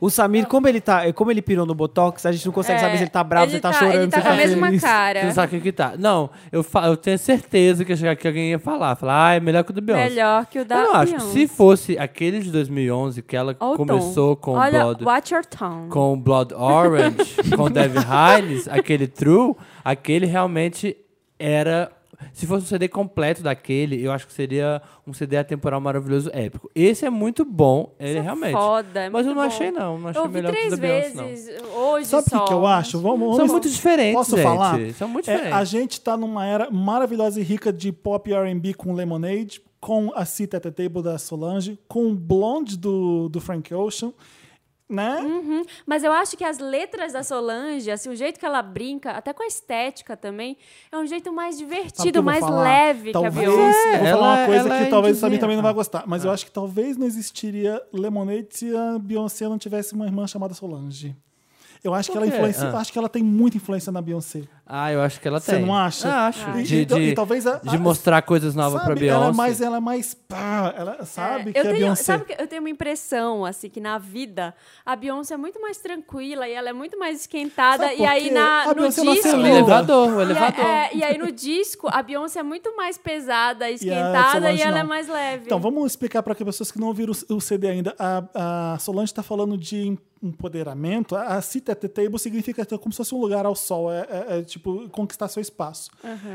O Samir, como ele, tá, como ele pirou no Botox, a gente não consegue saber se ele tá bravo, se ele tá, chorando,
É, Ele tá
se
com a
ele tá
mesma
feliz.
cara.
Você sabe o que que tá. Não, eu, fa- eu tenho certeza que ia chegar aqui alguém ia falar. Falar, ah, é melhor que o do Beyoncé.
Melhor que o da
eu não acho que
Beyoncé.
se fosse aquele de 2011 que ela
Olha o tom.
começou com o
Olha,
Blood,
Watch Your Tongue.
com o Blood Orange, com o Devin Hines, aquele True, aquele realmente era se fosse um CD completo daquele, eu acho que seria um CD atemporal maravilhoso, épico. Esse é muito bom, ele
Isso é
realmente.
foda, é
mas eu
muito
não achei
bom.
não, não achei
Eu vi
melhor que o
três
da Beyoncé não.
vezes hoje
Sabe o
só.
que que eu acho? Vamos,
São
vamos-
muito diferentes,
Posso
gente.
falar?
São muito
É,
diferentes.
a gente tá numa era maravilhosa e rica de pop R&B com Lemonade, com a Sit at the Table da Solange, com Blonde do, do Frank Ocean, né?
Hum, Mas eu acho que as letras da Solange, assim, o jeito que ela brinca, até com a estética também, é um jeito mais
Sabe o que eu
divertido,
vou
mais
falar?
leve
talvez,
que a Beyoncé.
Vou
Ela-
falar uma coisa
ela
que
é
talvez o
indizena.
Samir também não vai gostar, mas eu acho que talvez não existiria Lemonade se a Beyoncé não tivesse uma irmã chamada Solange. Eu acho que
Por
ela
quê?
influencia,
Ah.
acho que ela tem muita influência na Beyoncé.
Ah, eu acho que ela
Você
tem.
não acha?
Ah, acho.
E-
De,
e-
de,
e talvez a-
de
a-
mostrar coisas novas pra
Sabe,
Beyoncé.
ela é mais, ela é mais, pá, ela sabe
É,
que
eu
é
tenho,
Beyoncé.
Sabe que eu tenho uma impressão, assim, que na vida a Beyoncé é muito mais tranquila e ela é muito mais esquentada.
Sabe
E
por
aí
quê?
na,
A
no
Beyoncé é nasceu
disco.
O
linda.
é elevador,
[LAUGHS]
o
E,
elevador.
é, e aí no disco, a Beyoncé é muito
[LAUGHS]
mais pesada, esquentada, e,
Solange
ela é
não.
mais leve.
Então, vamos explicar para as pessoas que não ouviram o, o CD ainda. A, a Solange está falando de em- empoderamento. A, a sit at the table significa ter como se fosse um lugar ao sol. É, é- é, tipo conquistar seu espaço.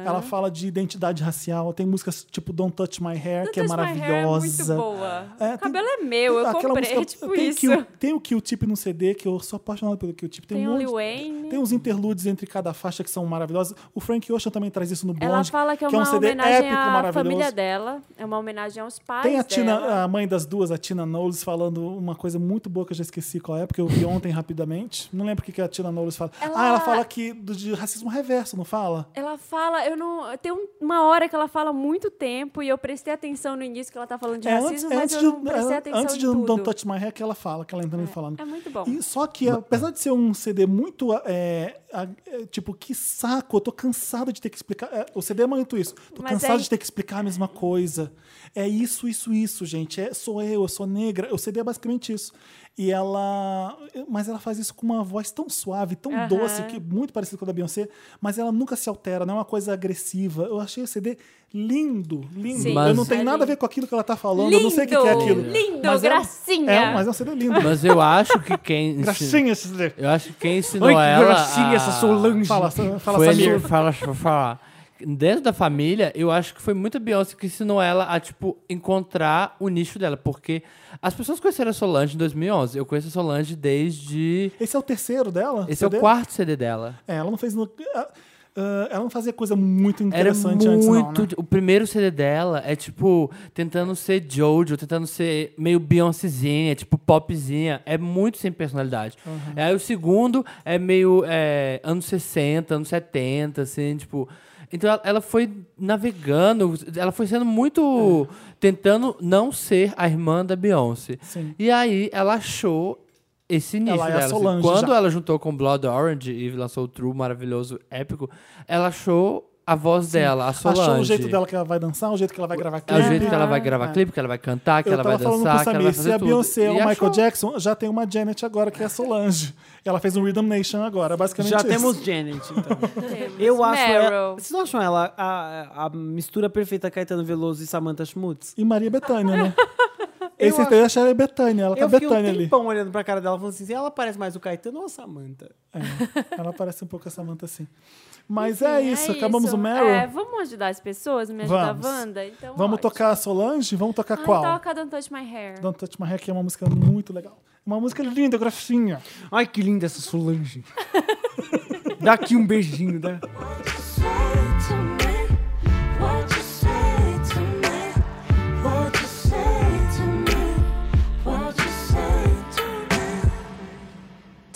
Ela fala de identidade racial. Tem músicas tipo Don't Touch My Hair,
Don't
que é
Touch My Hair
maravilhosa.
É muito boa.
É, tem-
o cabelo é meu, eu
Aquela
comprei,
música-
é tipo
tem
isso.
Q- tem o Q-Tip no CD, que eu sou apaixonado pelo Q-Tip. Tem,
Tem
um
o
monte-
Lil Wayne.
Tem uns interludes entre cada faixa que são maravilhosos. O Frank Ocean também traz isso no Blonde.
Ela fala que é uma
um CD
homenagem
épico,
à
maravilhoso.
família dela, é uma homenagem aos pais
Tem a
dela.
Tina, ah. a mãe das duas, a Tina Knowles, falando uma coisa muito boa que eu já esqueci qual é, porque eu vi ontem rapidamente. Não lembro o que, que a Tina Knowles fala.
Ela-
Ah, ela fala que do, de racismo reverso, não fala?
Ela fala, eu não. Tem um- uma hora que ela fala muito tempo e eu prestei atenção no início que ela tá falando de racismo, mas eu não prestei
é
atenção
antes
em
de
tudo.
Don't Touch My Hair que ela fala, que ela entra é, falando.
é muito bom.
E só que, apesar de ser um CD muito. é, a- é, tipo, que saco, eu tô cansado de ter que explicar. é, o CD é muito isso. Tô
Mas
cansado
é-
de ter que explicar a mesma coisa. É isso, isso, isso, gente. É, sou eu, eu sou negra. O CD é basicamente isso. E ela. Mas ela faz isso com uma voz tão suave, tão
Aham.
doce, que é muito parecido com a da Beyoncé, mas ela nunca se altera, não é uma coisa agressiva. Eu achei o CD lindo, lindo.
Sim.
eu
Mas-
não tenho
É
nada a
lindo.
ver com aquilo que ela tá falando, eu
lindo,
não sei o que, que é aquilo.
Lindo,
Mas é-
gracinha.
É, mas é um CD lindo.
Mas eu acho que quem. ensi-
Gracinha esse CD.
Eu acho que quem ensinou
Ai, que
ela.
gracinha
a-
essa Solange.
Fala,
[LAUGHS]
fala,
foi
Samir.
ali, fala, fala, fala. Dentro da família, eu acho que foi muito a Beyoncé que ensinou ela a, tipo, encontrar o nicho dela. Porque as pessoas conheceram a Solange em 2011. Eu conheço a Solange desde...
Esse é o terceiro dela?
Esse é
CD?
o quarto CD dela.
É, ela não fez. no- ah, ah, ela não fazia coisa muito
Era
interessante
muito...
antes, não. Né?
O primeiro CD dela é, tipo, tentando ser Jojo, tentando ser meio Beyoncézinha, tipo, popzinha. É muito sem personalidade.
Uhum.
Aí o segundo é meio é, anos 60, anos 70, assim, tipo... Então ela, ela foi navegando, ela foi sendo muito... Tentando não ser a irmã da Beyoncé.
É. Sim.
E aí ela achou esse nicho
Ela é a
dela. assim.
Solange
Quando
já.
ela juntou com Blood Orange e lançou o True maravilhoso, épico, ela achou a voz dela, a Solange.
Achou o jeito dela que ela vai dançar, o jeito que ela vai gravar
É
clipe.
o jeito que ela vai gravar clipe, que ela vai cantar, que
Eu
ela vai
tava falando pro
dançar, que ela
Samir,
vai fazer
se a
tudo.
Beyoncé
E
ou o
achou.
Michael Jackson, já tem uma Janet agora, que é a Solange. Ela fez um Rhythm Nation agora, basicamente
Já
isso.
temos Janet, então.
[LAUGHS]
É,
Eu acho ela...
Meryl.
Vocês não acham ela a, a mistura perfeita Caetano Veloso e Samantha Schmutz?
E Maria Bethânia,
[LAUGHS]
né? Esse
Eu
eu achei ela é Bethânia, ela tá
eu fiquei um
Bethânia ali.
tempão olhando pra cara dela falando assim, ela parece mais o Caetano ou a Samantha?
É, ela parece um pouco a Samantha, assim. Mas
Enfim,
é isso, acabamos o Meryl.
É, vamos ajudar as pessoas, me ajudar
Vamos.
a Wanda? Então,
Vamos
ótimo.
tocar a Solange? Vamos tocar
Ai,
qual?
toca Don't Touch My Hair.
Don't Touch My Hair, que é uma música muito legal. Uma música linda, gracinha.
Ai, que linda essa Solange. [LAUGHS] Dá aqui um beijinho, né?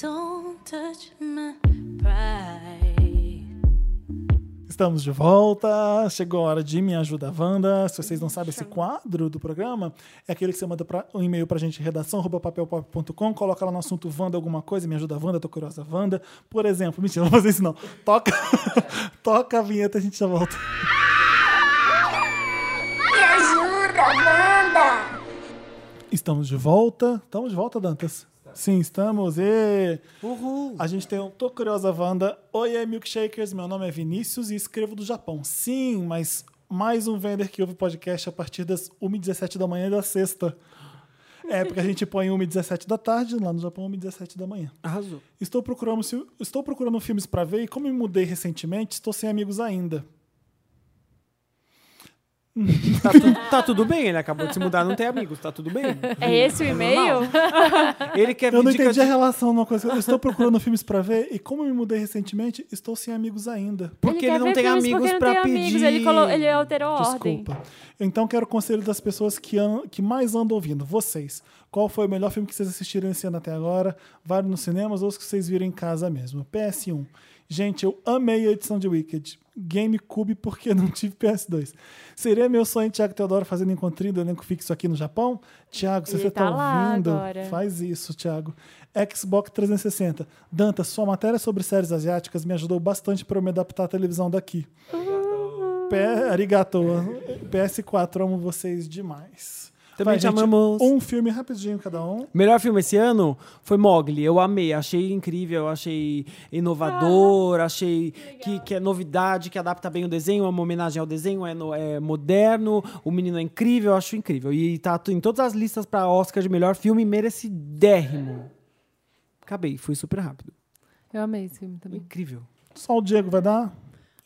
Don't touch my pride.
Estamos de volta. Chegou a hora de Me Ajuda Wanda. Se vocês não sabem, esse quadro do programa é aquele que você manda pra, um e-mail pra gente, redação arroba papelpop.com, coloca lá no assunto Wanda alguma coisa, Me Ajuda Wanda, tô curiosa Wanda. Por exemplo, mentira, não vou fazer isso não. Toca, [LAUGHS] toca a vinheta e a gente já volta. Estamos de volta. Estamos de volta, Dantas? Sim, estamos. E...
Uhul.
A gente tem um Tô Curiosa Wanda. Oi, Milkshakers. Meu nome é Vinícius e escrevo do Japão. Sim, mas mais um vender que ouve podcast a partir das 1h17 da manhã e da sexta. É, porque a gente põe 1h17 da tarde, lá no Japão 1h17 da manhã.
Arrasou.
Estou procurando, se- estou procurando filmes para ver e como me mudei recentemente, estou sem amigos ainda.
Tá, tu- tá tudo bem, ele acabou de se mudar, não tem amigos, tá tudo bem.
É esse o e-mail?
Ele quer
Eu
vir
não
dica
entendi
É, de...
a relação numa coisa. Eu estou procurando [LAUGHS] filmes para ver e como me mudei recentemente, estou sem amigos ainda.
Porque ele,
quer
não
ver
tem
filmes
amigos
porque não
pra
tem
pedir.
amigos, Ele, colo- ele alterou a ordem.
Desculpa. Então quero o conselho das pessoas que, an- que mais andam ouvindo. Vocês. Qual foi o melhor filme que vocês assistiram esse ano até agora? Vários nos cinemas ou os que vocês viram em casa mesmo? PS1. Gente, eu amei a edição de Wicked. GameCube porque não tive PS2. Seria meu sonho, Thiago Teodoro, fazendo encontrinho do elenco fixo aqui no Japão? Thiago, se
Ele
você tá,
tá lá
ouvindo,
agora.
faz isso, Thiago. Xbox 360. Danta, sua matéria sobre séries asiáticas me ajudou bastante para eu me adaptar à televisão daqui. P Arigato. PS4, amo vocês demais.
Também te amamos.
Um filme rapidinho cada um.
Melhor filme esse ano foi Mogli. Eu amei, achei incrível, eu achei inovador,
Ah,
achei que, que é novidade, que adapta bem o desenho, é uma homenagem ao desenho, é, no- é moderno, o menino é incrível, eu acho incrível. E tá tu- em todas as listas pra Oscar de melhor filme, merecidérrimo. Acabei, fui super rápido.
Eu amei esse filme também.
Incrível.
Só o Diego vai dar?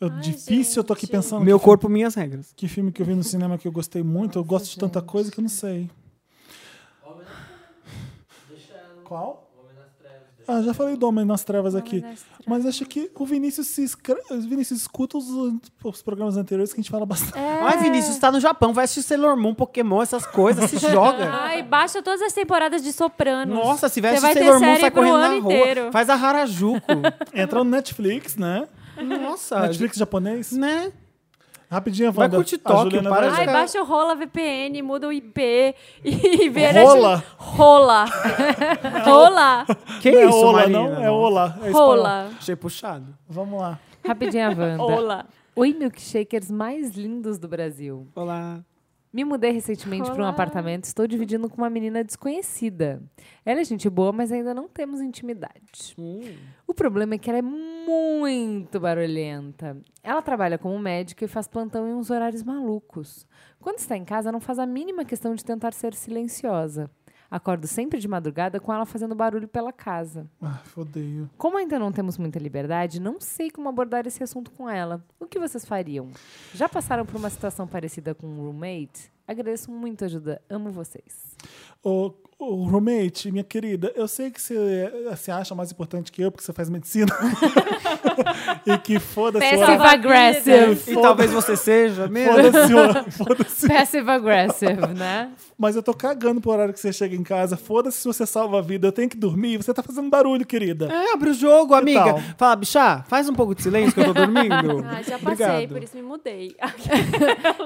Eu- difícil, eu tô aqui pensando
Meu
que,
corpo, minhas regras.
que filme que eu vi no cinema que eu gostei muito. eu gosto de tanta coisa que eu não sei. Qual? Ah, já falei do Homem nas Trevas aqui. Mas acho que o Vinícius, se escra- o Vinícius escuta os, os programas anteriores que a gente fala bastante.
É.
Ai, Vinícius, tá no Japão, vai assistir Sailor Moon, Pokémon, essas coisas, se
[LAUGHS]
joga.
Ai, baixa todas as temporadas de Sopranos.
Nossa, se veste
Você vai ter
Sailor Moon,
série
sai
pro
correndo na
ano
rua.
inteiro.
Faz a Harajuku.
Entra no Netflix, né?
Nossa.
Netflix japonês.
Né?
Rapidinho, Wanda.
Ah, Vai curtir
A
Tóquio,
Juliana
para
vai-
de
Ai,
Cara-
baixa o rola VPN, muda o IP e [LAUGHS] vê a
Rola?
gente-
[LAUGHS]
Rola. rola.
Que
Não é
isso,
Ola,
Marina?
não? É Ola. É espanhol.
Rola.
Achei puxado.
Vamos lá.
Rapidinho a Wanda.
Rola.
Oi, milkshakers mais lindos do Brasil.
Olá.
Me mudei recentemente para um
Olá.
apartamento. Estou dividindo com uma menina desconhecida. Ela é gente boa, mas ainda não temos intimidade. O problema é que ela é muito barulhenta. Ela trabalha como médica e faz plantão em uns horários malucos. Quando está em casa, não faz a mínima questão de tentar ser silenciosa. Acordo sempre de madrugada com ela fazendo barulho pela casa.
Ah, odeio.
Como ainda não temos muita liberdade, não sei como abordar esse assunto com ela. O que vocês fariam? Já passaram por uma situação parecida com um roommate? Agradeço muito a ajuda. Amo vocês.
Ô, ô, roommate, minha querida, eu sei que você eh, se acha mais importante que eu porque você faz medicina. [LAUGHS] e que foda-se o horário.
Passive aggressive.
E talvez você seja mesmo.
Foda-se, o horário, foda-se.
[LAUGHS] Passive aggressive, né?
Mas eu tô cagando pro horário que você chega em casa. Foda-se se você salva a vida. Eu tenho que dormir. Você tá fazendo barulho, querida.
É, abre o jogo, amiga.
tal?
Fala, bichá, faz um pouco de silêncio que eu tô dormindo.
Ah, já passei,
Obrigado.
por isso me mudei.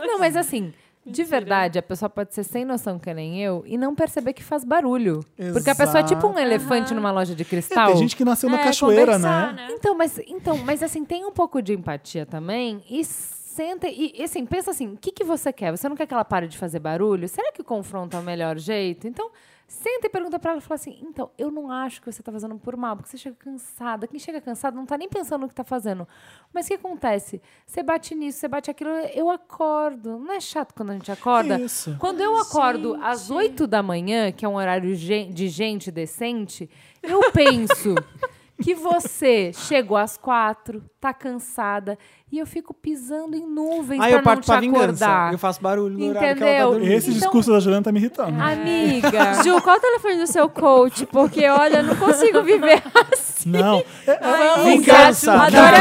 Não, mas assim, De verdade, a pessoa pode ser sem noção que nem eu e não perceber que faz barulho.
Exato.
Porque a pessoa é tipo um elefante numa loja de
É,
cristal.
tem gente que nasceu na cachoeira, né?
conversar,
Então, mas então, mas assim, tem um pouco de empatia também e senta e, e, assim, pensa assim, o que, que você quer? Você não quer que ela pare de fazer barulho? Será que o confronto é o melhor jeito? Então, senta e pergunta pra ela, fala assim: "Então, eu não acho que você tá fazendo por mal, porque você chega cansada. Quem chega cansado não tá nem pensando no que tá fazendo. Mas o que acontece? Você bate nisso, você bate aquilo, eu acordo. Não é chato quando a gente acorda?
Isso.
Quando eu acordo às 8 da manhã, que é um horário gen- de gente decente, eu penso que você chegou às quatro, tá cansada, e eu fico pisando em nuvens
Aí
pra
eu
não
parto
te
pra vingança.
acordar.
Eu faço barulho no horário que ela
Entendeu?
tá dormindo.
Esse
Então- ah,
discurso da Juliana tá me irritando.
[LAUGHS]
Amiga,
Ju, qual o telefone do seu coach? Porque, olha, eu não
[LAUGHS]
consigo viver assim.
Não, é,
Vingança.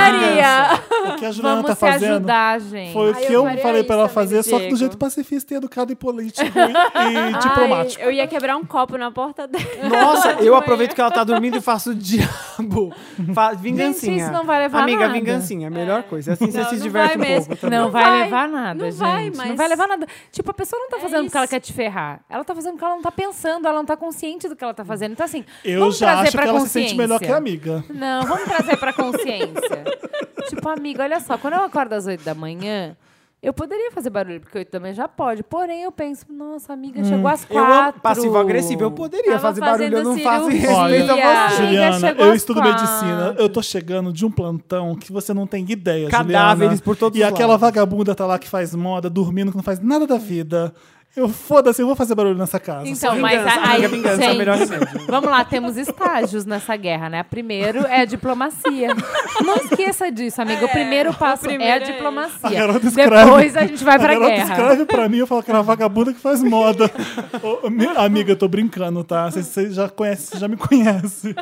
Adoraria.
o que a Juliana
vamos
tá
se
fazendo.
ajudar, gente.
Foi o
Ai,
que
eu
eu,
faria
falei pra ela
isso também,
fazer, só que do
Diego.
jeito pacifista e educado e político
[LAUGHS]
e, e diplomático.
Ai, eu ia quebrar um copo na porta dela.
Nossa,
De
eu
manhã.
aproveito que ela tá dormindo e faço o [LAUGHS] diabo. Fa vingancinha.
isso não vai levar a
Amiga,
nada.
vingancinha, a melhor coisa. Assim você
Então, Não,
se
não vai
diverte um
mesmo.
pouco. também.
Não,
Não
vai,
vai,
levar nada,
não
gente.
vai,
Não
mas-
vai levar nada. Tipo, a pessoa não tá
É
fazendo porque ela
isso.
quer te ferrar. Ela tá fazendo porque ela não tá pensando, ela não tá consciente do que ela tá fazendo. Então, assim,
Eu
vamos
já
trazer
acho que
pra
ela se sente melhor que a
consciência.
amiga.
Não, vamos trazer pra consciência. [LAUGHS] tipo, amiga, olha só, quando eu acordo às 8 da manhã, eu poderia fazer barulho, porque 8 da manhã já pode. Porém, eu penso, nossa, amiga,
Hum.
chegou às
Eu
4.
amo passivo-agressivo. Eu poderia
Tava
fazer barulho, eu
fazendo
não faço Então, em
cirurgia.
respeito a
Olha,
você.
Amiga,
Juliana,
chegou
eu
às
estudo
quatro.
medicina, eu tô chegando de um plantão que você não tem ideia,
Cadáveres
Juliana.
por todos
E
os
aquela
lados.
vagabunda tá lá que faz moda, dormindo, que não faz nada da vida. Eu foda-se, eu vou fazer barulho nessa casa.
Então,
Vingança,
mas a- aí,
amiga, vingança, é o
gente,
melhor remédio.
vamos lá, temos estágios nessa guerra, né? Primeiro é a diplomacia. Não esqueça disso, amiga. O primeiro passo é a
primeiro é
a
diplomacia.
garota escreve.
Depois a gente vai é pra
garota
guerra.
escreve pra mim, eu falo que era uma vagabunda que faz
[LAUGHS]
moda. Ô, mi- amiga, eu tô brincando, tá? Você- Você já conhece, você já me
[LAUGHS]
conhece.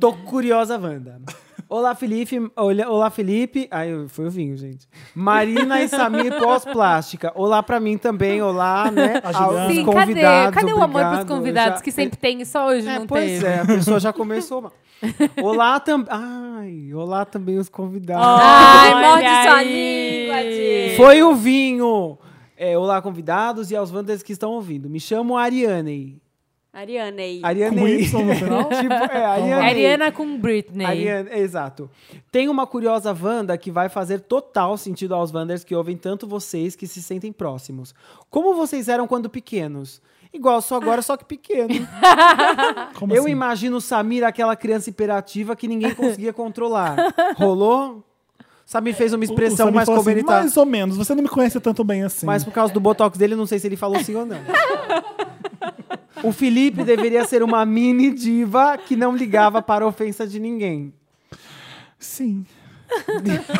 Tô curiosa, Wanda. Olá, Felipe. Olha, olá, Felipe. Ai, eu- foi o vinho, gente. Marina e Samir pós-plástica. Olá pra mim também. Olá, né?
A
aos
Juliana.
Sim, cadê?
convidados,
Cadê o amor
obrigado.
pros convidados
Já-
que sempre tem e só hoje
É,
não
pois
teve?
é, a pessoa já começou mal. Olá também. Ai, olá também os convidados.
Ai,
Olha
morde sua
aí.
língua, Diego.
Foi o vinho! É, olá, convidados e aos Wanders que estão ouvindo. Me chamo Ariane.
Ariane.
Ariane.
Com Y
[LAUGHS]
no final?
tipo, é, Ariane.
Ariana com Britney.
Ariane, é, exato. Tem uma curiosa Wanda que vai fazer total sentido aos Wanders que ouvem tanto vocês que se sentem próximos. Como vocês eram quando pequenos? Igual só agora, só que pequeno.
[LAUGHS] Como
Eu
assim?
imagino o Samir aquela criança hiperativa que ninguém conseguia controlar. Rolou? Samir fez uma
O- o
expressão
Samir
mais
falou assim,
comunitária.
mais ou menos, você não me conhece tanto bem assim.
Mas por causa do botox dele, não sei se ele falou sim ou não. [LAUGHS] O Felipe deveria ser uma mini diva que não ligava para a ofensa de ninguém.
Sim.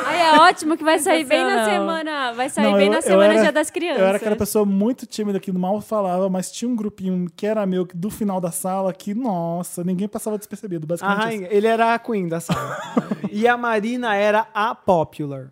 Ai, é ótimo que vai sair bem na
Sensacional.
semana. Vai sair
Não,
Tá bem
eu-
na
eu
semana
era-
Dia das Crianças.
Eu era aquela pessoa muito tímida que mal falava, mas tinha um grupinho que era meu que do final da sala que, nossa, ninguém passava despercebido,
A
basicamente. isso.
rainha, assim, ele era a queen da sala. [LAUGHS] E a Marina era a popular.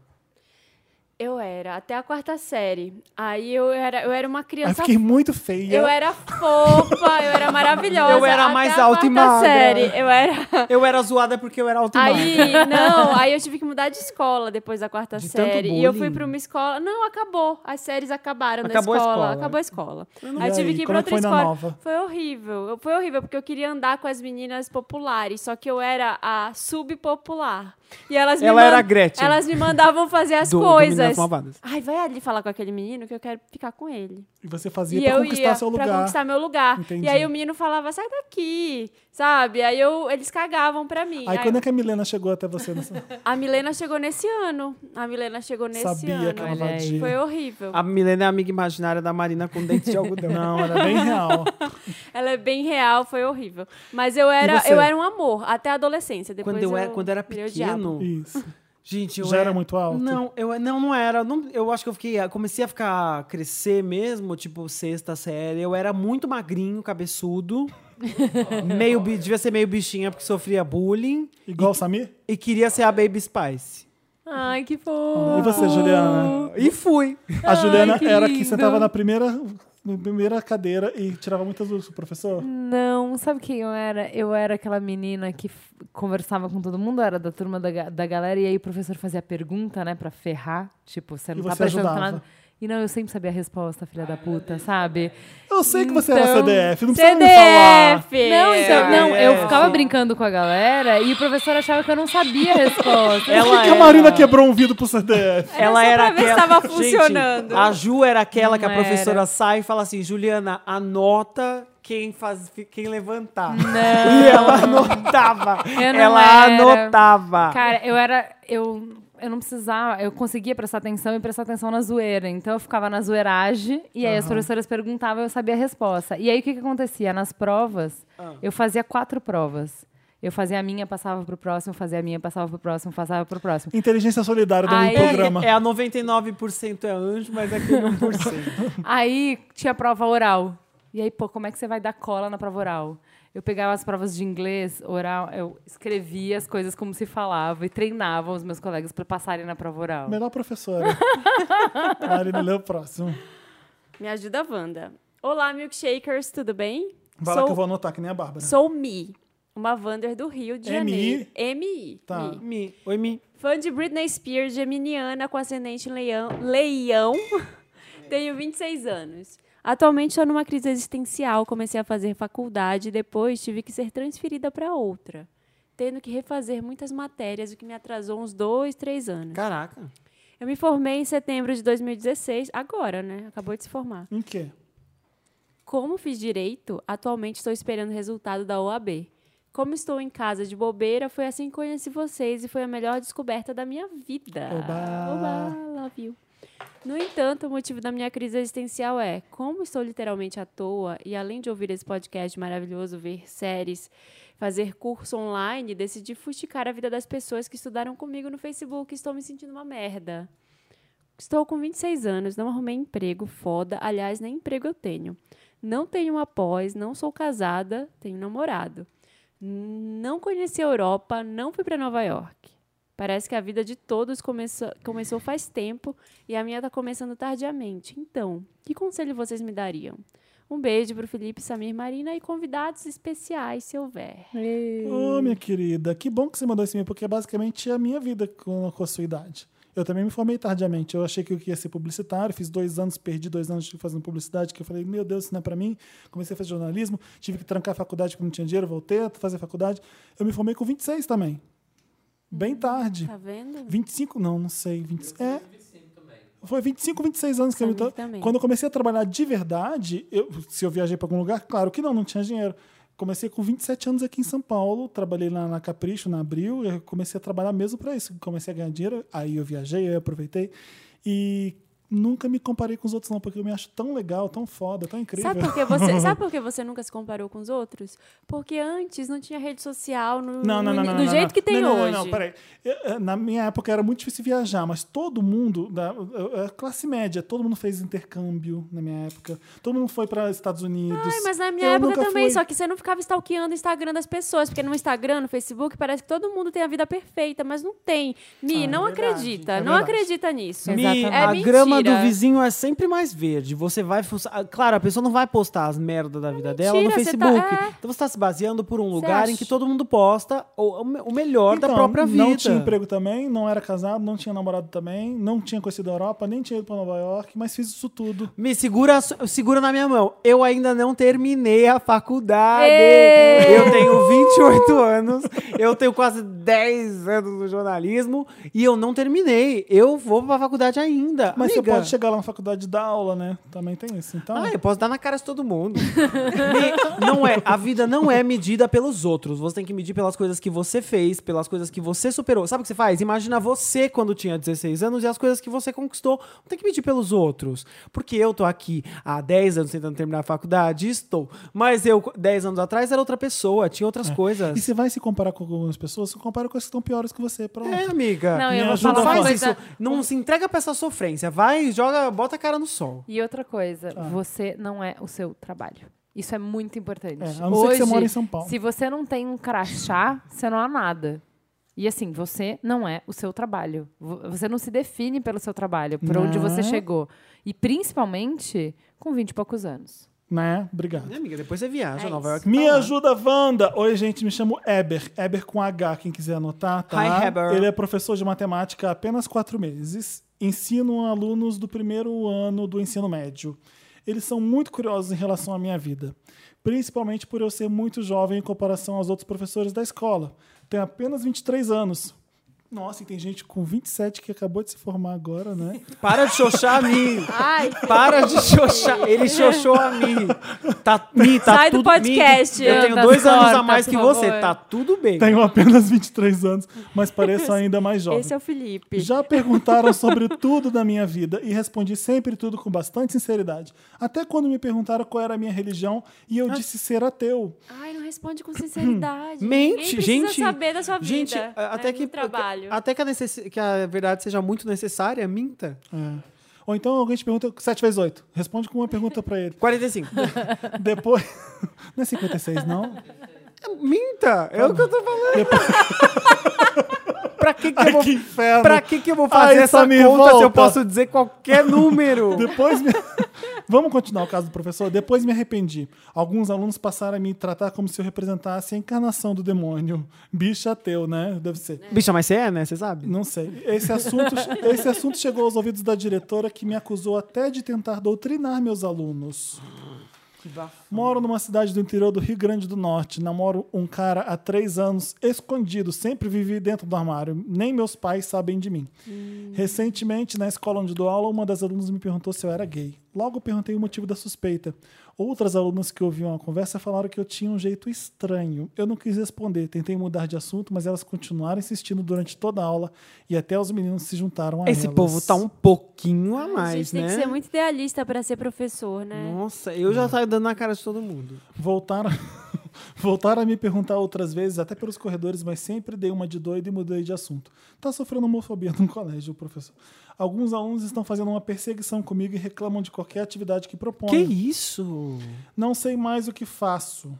Eu era, até a quarta série. Aí eu era, eu era uma
Aí eu
criança.
fiquei muito feia.
Eu [LAUGHS] era fofa, eu era maravilhosa.
Eu era
até
mais
a
alta e
quarta
magra.
série. Eu era.
Eu era zoada porque eu era alto e
Aí, [LAUGHS]
magro. [LAUGHS]
não, aí eu tive que mudar de escola depois da quarta
De tanto
série. E eu fui
bullying.
pra uma escola. Não, acabou. As séries acabaram
Acabou a
na escola.
escola.
Acabou a escola.
não
Aí eu
sei.
tive que ir
Como é
pra
que foi
outra
na
escola.
nova?
Foi horrível. Eu- Foi horrível, porque eu queria andar com as meninas populares, só que eu era a subpopular. E elas me
Ela era
man-
a Gretchen.
Elas me mandavam
[LAUGHS]
fazer as
Do- do Meninas
coisas.
Malvadas.
Ai, vai ali falar com aquele menino que eu quero ficar com ele.
E você fazia
E
pra
eu
conquistar
ia
seu
pra
lugar.
conquistar meu lugar.
Entendi.
E aí o menino falava, sai daqui, sabe? Aí eu, eles cagavam pra mim.
Aí
Aí
quando
eu-
é que a Milena chegou até
[LAUGHS]
você? Nessa...
a Milena chegou nesse ano. A Milena chegou nesse
Sabia
ano.
que ela
olha aí.
vadia.
Foi horrível.
A Milena é amiga imaginária da Marina com dente de algodão.
Não, era
[LAUGHS]
bem real.
Ela é bem real, foi horrível. Mas eu era,
você?
eu era um amor, até a adolescência. Depois
Quando eu, era, quando eu era
virei o diabo.
pequeno,
Isso.
gente, eu é-
Já era muito alto?
Não, eu é- não, não era. Não- eu acho que eu fiquei, comecei a ficar crescer mesmo, tipo sexta série. Eu era muito magrinho,
[LAUGHS]
cabeçudo, meio bi- devia ser meio bichinha porque sofria bullying
Igual o Samir?
e queria ser a Baby Spice.
Ai, que fofo.
E
Uhum.
você, Juliana?
E fui.
A Juliana
que
era que
lindo.
sentava na primeira, na primeira cadeira e tirava muitas dúvidas do professor?
Não, sabe quem eu era? Eu era aquela menina que f- conversava com todo mundo, era da turma da, ga- da galera, e aí o professor fazia a pergunta, né, pra ferrar. Tipo, você não
E
tá
você
prestando
ajudava.
nada. E não, eu sempre sabia a resposta, filha da puta, sabe?
Eu sei que você era
Então,
CDF, não precisa me falar.
CDF!
Não, então, não, eu
é,
ficava
sim.
brincando com a galera e o professor achava que eu não sabia a resposta.
Ela
Por que, que a
era-
Marina quebrou um vidro pro CDF?
Ela
pra
era
ver se
aquela.
tava
[LAUGHS] Gente,
funcionando.
a Ju era aquela que a
Não
professora
era.
sai e fala assim: Juliana, anota quem, faz, quem levantar.
Não.
E ela anotava.
Eu não
ela
era.
anotava.
Cara, eu era. Eu, eu não precisava, eu conseguia prestar atenção e prestar atenção na zoeira. Então eu ficava na zoeiragem e aí as professoras perguntavam e eu sabia a resposta. E aí o que, que acontecia? Nas provas, eu fazia quatro provas. Eu fazia a minha, passava pro próximo, fazia a minha, passava pro próximo, passava
[LAUGHS]
pro próximo.
Inteligência Solidária do
Ai,
programa.
É, é a 99% é anjo, mas aquele 1%.
[LAUGHS]
Aí tinha prova oral. E aí, pô, como é que você vai dar cola na prova oral? Eu pegava as provas de inglês, oral, eu escrevia as coisas como se falava e treinava os meus colegas para passarem na prova oral.
Melhor professora. Marina, lê o próximo.
Me ajuda, Wanda. Olá, milkshakers, tudo bem?
Vai lá que eu vou anotar, que nem a Bárbara.
sou Mi, uma Wander do Rio de
MI?
Janeiro. MI.
Tá.
Mi.
Mi. Oi, Mi.
Fã de Britney Spears, geminiana com ascendente em leão. leão. Tenho 26 anos. Atualmente estou numa crise existencial. Comecei a fazer faculdade e depois tive que ser transferida para outra, tendo que refazer muitas matérias, o que me atrasou uns dois, três anos.
Caraca.
Eu me formei em setembro de 2016, agora, né? Acabou de se formar.
Em quê?
Como fiz direito, atualmente estou esperando o resultado da OAB. Como estou em casa de bobeira, foi assim que conheci vocês e foi a melhor descoberta da minha vida.
Oba!
Oba, love you. No entanto, o motivo da minha crise existencial é como estou literalmente à toa e além de ouvir esse podcast maravilhoso, ver séries, fazer curso online, decidi fustigar a vida das pessoas que estudaram comigo no Facebook e estou me sentindo uma merda. Estou com 26 anos, não arrumei emprego, foda. Aliás, nem emprego eu tenho. Não tenho uma pós, não sou casada, tenho namorado. Não conheci a Europa, não fui para Nova York. Parece que a vida de todos começou, começou faz tempo e a minha está começando tardiamente. Então, que conselho vocês me dariam? Um beijo para o Felipe, Samir, Marina e convidados especiais, se houver.
Ô, minha querida, que bom que você mandou esse e-mail, porque é basicamente a minha vida com, com a sua idade. Eu também me formei tardiamente. Eu achei que eu ia ser publicitário, fiz dois anos, perdi dois anos de- fazendo publicidade, que eu falei, meu Deus, isso não é pra mim. Comecei a fazer jornalismo, tive que trancar a faculdade porque não tinha dinheiro, voltei a fazer faculdade. Eu me formei com 26 também. Bem tarde.
Tá vendo?
25, não, não sei. 20, é. Foi 25, 26 anos que eu me
Samir
tra-
também.
Quando eu comecei a trabalhar de verdade, eu- se eu viajei para algum lugar, claro que não, não tinha dinheiro. Comecei com 27 anos aqui em São Paulo, trabalhei lá na Capricho, na Abril, eu comecei a trabalhar mesmo para isso. Comecei a ganhar dinheiro, aí eu viajei, aí eu aproveitei. E nunca me comparei com os outros, não, porque eu me acho tão legal, tão foda, tão incrível.
Sabe por, que você, sabe por que você nunca se comparou com os outros? Porque antes não tinha rede social no,
Não, não,
no-
não, não,
é do
não,
jeito
não.
que tem
Não, não,
hoje.
Não, não, peraí. Eu, eh, Na minha época era muito difícil viajar, mas todo mundo, da eh, eh, classe média, todo mundo fez intercâmbio na minha época. Todo mundo foi para Estados Unidos.
Ai, É, mas na minha
Eu
época
nunca
também,
fui.
só que você não ficava stalkeando o Instagram das pessoas, porque no Instagram, no Facebook, parece que todo mundo tem a vida perfeita, mas não tem. Mi,
Ah, é
não
verdade,
acredita,
é
não
verdade.
acredita nisso.
Mi-
Mi,
Exatamente.
a
É
grama do
mentira.
vizinho é sempre mais verde. Você vai. fuça- ah, Claro, a pessoa não vai postar as merdas da vida dela no
mentira, você tá-
Facebook.
é.
Então você tá se baseando por um
Você
lugar em
acha?
que todo mundo posta o, o me- o melhor da própria vida.
Então, Não tinha emprego também, não era casado, não tinha namorado também, não tinha conhecido a Europa, nem tinha ido para Nova York, mas fiz isso tudo.
Me segura, segura na minha mão. Eu ainda não terminei a faculdade.
Ê!
Eu tenho 28 anos. Eu tenho quase 10 anos no jornalismo e eu não terminei. Eu vou pra faculdade ainda.
Mas
Amiga.
você pode chegar lá na faculdade e dar aula, né? Também tem isso. Então,
Ah, eu posso dar na cara de todo mundo. [LAUGHS] Me- não é, a vida não é medida pelos outros. Você tem que medir pelas coisas que você fez, pelas coisas que você superou. Sabe o que você faz? Imagina você quando tinha 16 anos e as coisas que você conquistou. Não tem que medir pelos outros. Porque eu tô aqui há 10 anos tentando terminar a faculdade, estou. Mas eu, 10 anos atrás, era outra pessoa, tinha outras
e
coisas.
você vai se comparar com algumas pessoas, se compara com as que estão piores que você. Pronto.
É, amiga.
Não,
Me
eu vou
ajuda
falar
Não
a
uma
falar.
faz
coisa.
isso. Não se entrega pra essa sofrência. Vai, joga, bota a cara no sol.
E outra coisa,
Ah.
você não é o seu trabalho. Isso é muito importante.
É, a não ser que você mora em São Paulo.
Se você não tem um crachá, você não há nada. E assim, você não é o seu trabalho. Vo- Você não se define pelo seu trabalho, por onde você
Não.
chegou. E principalmente com 20 e poucos anos.
Né? Obrigado.
Né, Amiga, depois você viaja,
É
Nova
isso.
York. tá
Me
lá.
ajuda, Wanda! Oi, gente, me chamo Eber. Eber com H, quem quiser anotar, tá?
Hi, Eber.
Ele é professor de matemática há apenas quatro meses ensinam alunos do primeiro ano do ensino médio. Eles são muito curiosos em relação à minha vida, principalmente por eu ser muito jovem em comparação aos outros professores da escola. Tenho apenas 23 anos. Nossa, e tem gente com 27 que acabou de se formar agora, né?
Para de xoxar a mim. [LAUGHS]
Ai,
Para de xoxar. Ele xoxou a mim. Tá, Mi, tá
Sai do
tudo,
podcast,
Mi, eu tenho
Anda,
dois anos a
corta,
mais que
por
você.
favor.
Tá tudo bem.
Tenho apenas 23 anos, mas pareço ainda mais jovem.
[LAUGHS] esse é o Felipe.
Já perguntaram sobre tudo da minha vida e respondi sempre tudo com bastante sinceridade. Até quando me perguntaram qual era a minha religião e eu disse ser ateu.
Ai, não responde com sinceridade.
Hum. Mente,
Ninguém precisa
gente.
saber da sua vida.
Gente, a- até
né,
que
no trabalho.
até que a, necess- que a verdade seja muito necessária, minta.
Ou então alguém te pergunta 7 vezes 8. Responde com uma pergunta pra ele.
45.
Depois. [LAUGHS] Não é 56, não?
[LAUGHS] minta. É o que eu tô falando. [LAUGHS] pra que que eu
Ai,
vou
que inferno!
Pra que, que eu vou fazer
Ai,
essa
Samir,
conta se eu
volta.
posso dizer qualquer número? [LAUGHS]
Depois me- [LAUGHS] Vamos continuar o caso do professor? Depois me arrependi. Alguns alunos passaram a me tratar como se eu representasse a encarnação do demônio. Bicho ateu, né? Deve ser.
Bicha, mas você é, né? Você sabe?
Não sei. Esse assunto, esse assunto chegou aos ouvidos da diretora, que me acusou até de tentar doutrinar meus alunos. Moro numa cidade do interior do Rio Grande do Norte. Namoro um cara há três anos, escondido. Sempre vivi dentro do armário. Nem meus pais sabem de mim. Recentemente, na escola onde dou aula, uma das alunas me perguntou se eu era gay. Logo perguntei o motivo da suspeita. Outras alunas que ouviam a conversa falaram que eu tinha um jeito estranho. Eu não quis responder. Tentei mudar de assunto, mas elas continuaram insistindo durante toda a aula e até os meninos se juntaram a
Esse
elas.
povo tá um pouquinho a
a gente
mais,
tem
né?
que ser muito idealista pra ser professor, né?
Nossa, eu já saio dando na cara de todo mundo.
voltaram, [LAUGHS] voltaram a me perguntar outras vezes, até pelos corredores, mas sempre dei uma de doido e mudei de assunto. Tá sofrendo homofobia no colégio, professor. Alguns alunos estão fazendo uma perseguição comigo e reclamam de qualquer atividade que proponho.
Que isso?
Não sei mais o que faço.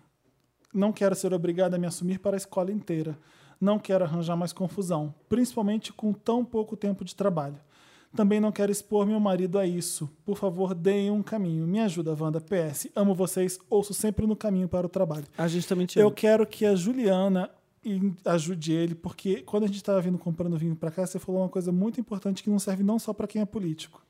Não quero ser obrigado a me assumir para a escola inteira. Não quero arranjar mais confusão, principalmente com tão pouco tempo de trabalho. Também não quero expor meu marido a isso. Por favor, deem um caminho. Me ajuda, Wanda. PS. Amo vocês. Ouço sempre no caminho para o trabalho.
A gente também te
Eu
ama.
quero que a Juliana in- ajude ele, porque quando a gente estava vindo comprando vinho para cá, você falou uma coisa muito importante que não serve não só para quem é político.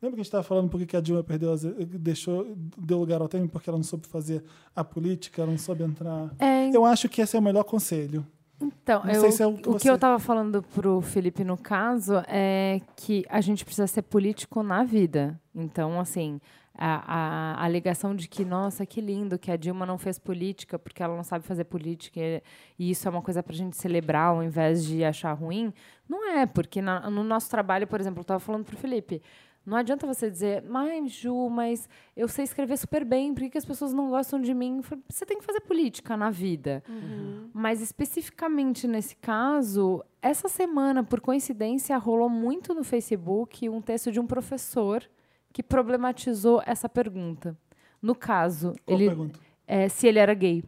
Lembra que a gente estava falando porque que a Dilma perdeu, as- deixou, deu lugar ao Temer porque ela não soube fazer a política, ela não soube entrar.
É,
Eu acho que esse é o melhor conselho.
Então,
Não
eu-
sei se é o
o,
que
que
você-
eu tava falando pro Felipe no caso é que a gente precisa ser político na vida. Então, assim, a, a, a alegação de que, nossa, que lindo que a Dilma não fez política porque ela não sabe fazer política e, e isso é uma coisa pra gente celebrar ao invés de achar ruim, não é, porque na- no nosso trabalho, por exemplo, eu tava falando pro Felipe. Não adianta você dizer, mas Ju, mas eu sei escrever super bem, por que, que as pessoas não gostam de mim? Eu falo, Você tem que fazer política na vida. Mas especificamente nesse caso, essa semana, por coincidência, rolou muito no Facebook um texto de um professor que problematizou essa pergunta. No caso,
Qual
ele,
pergunta?
é, se ele era gay.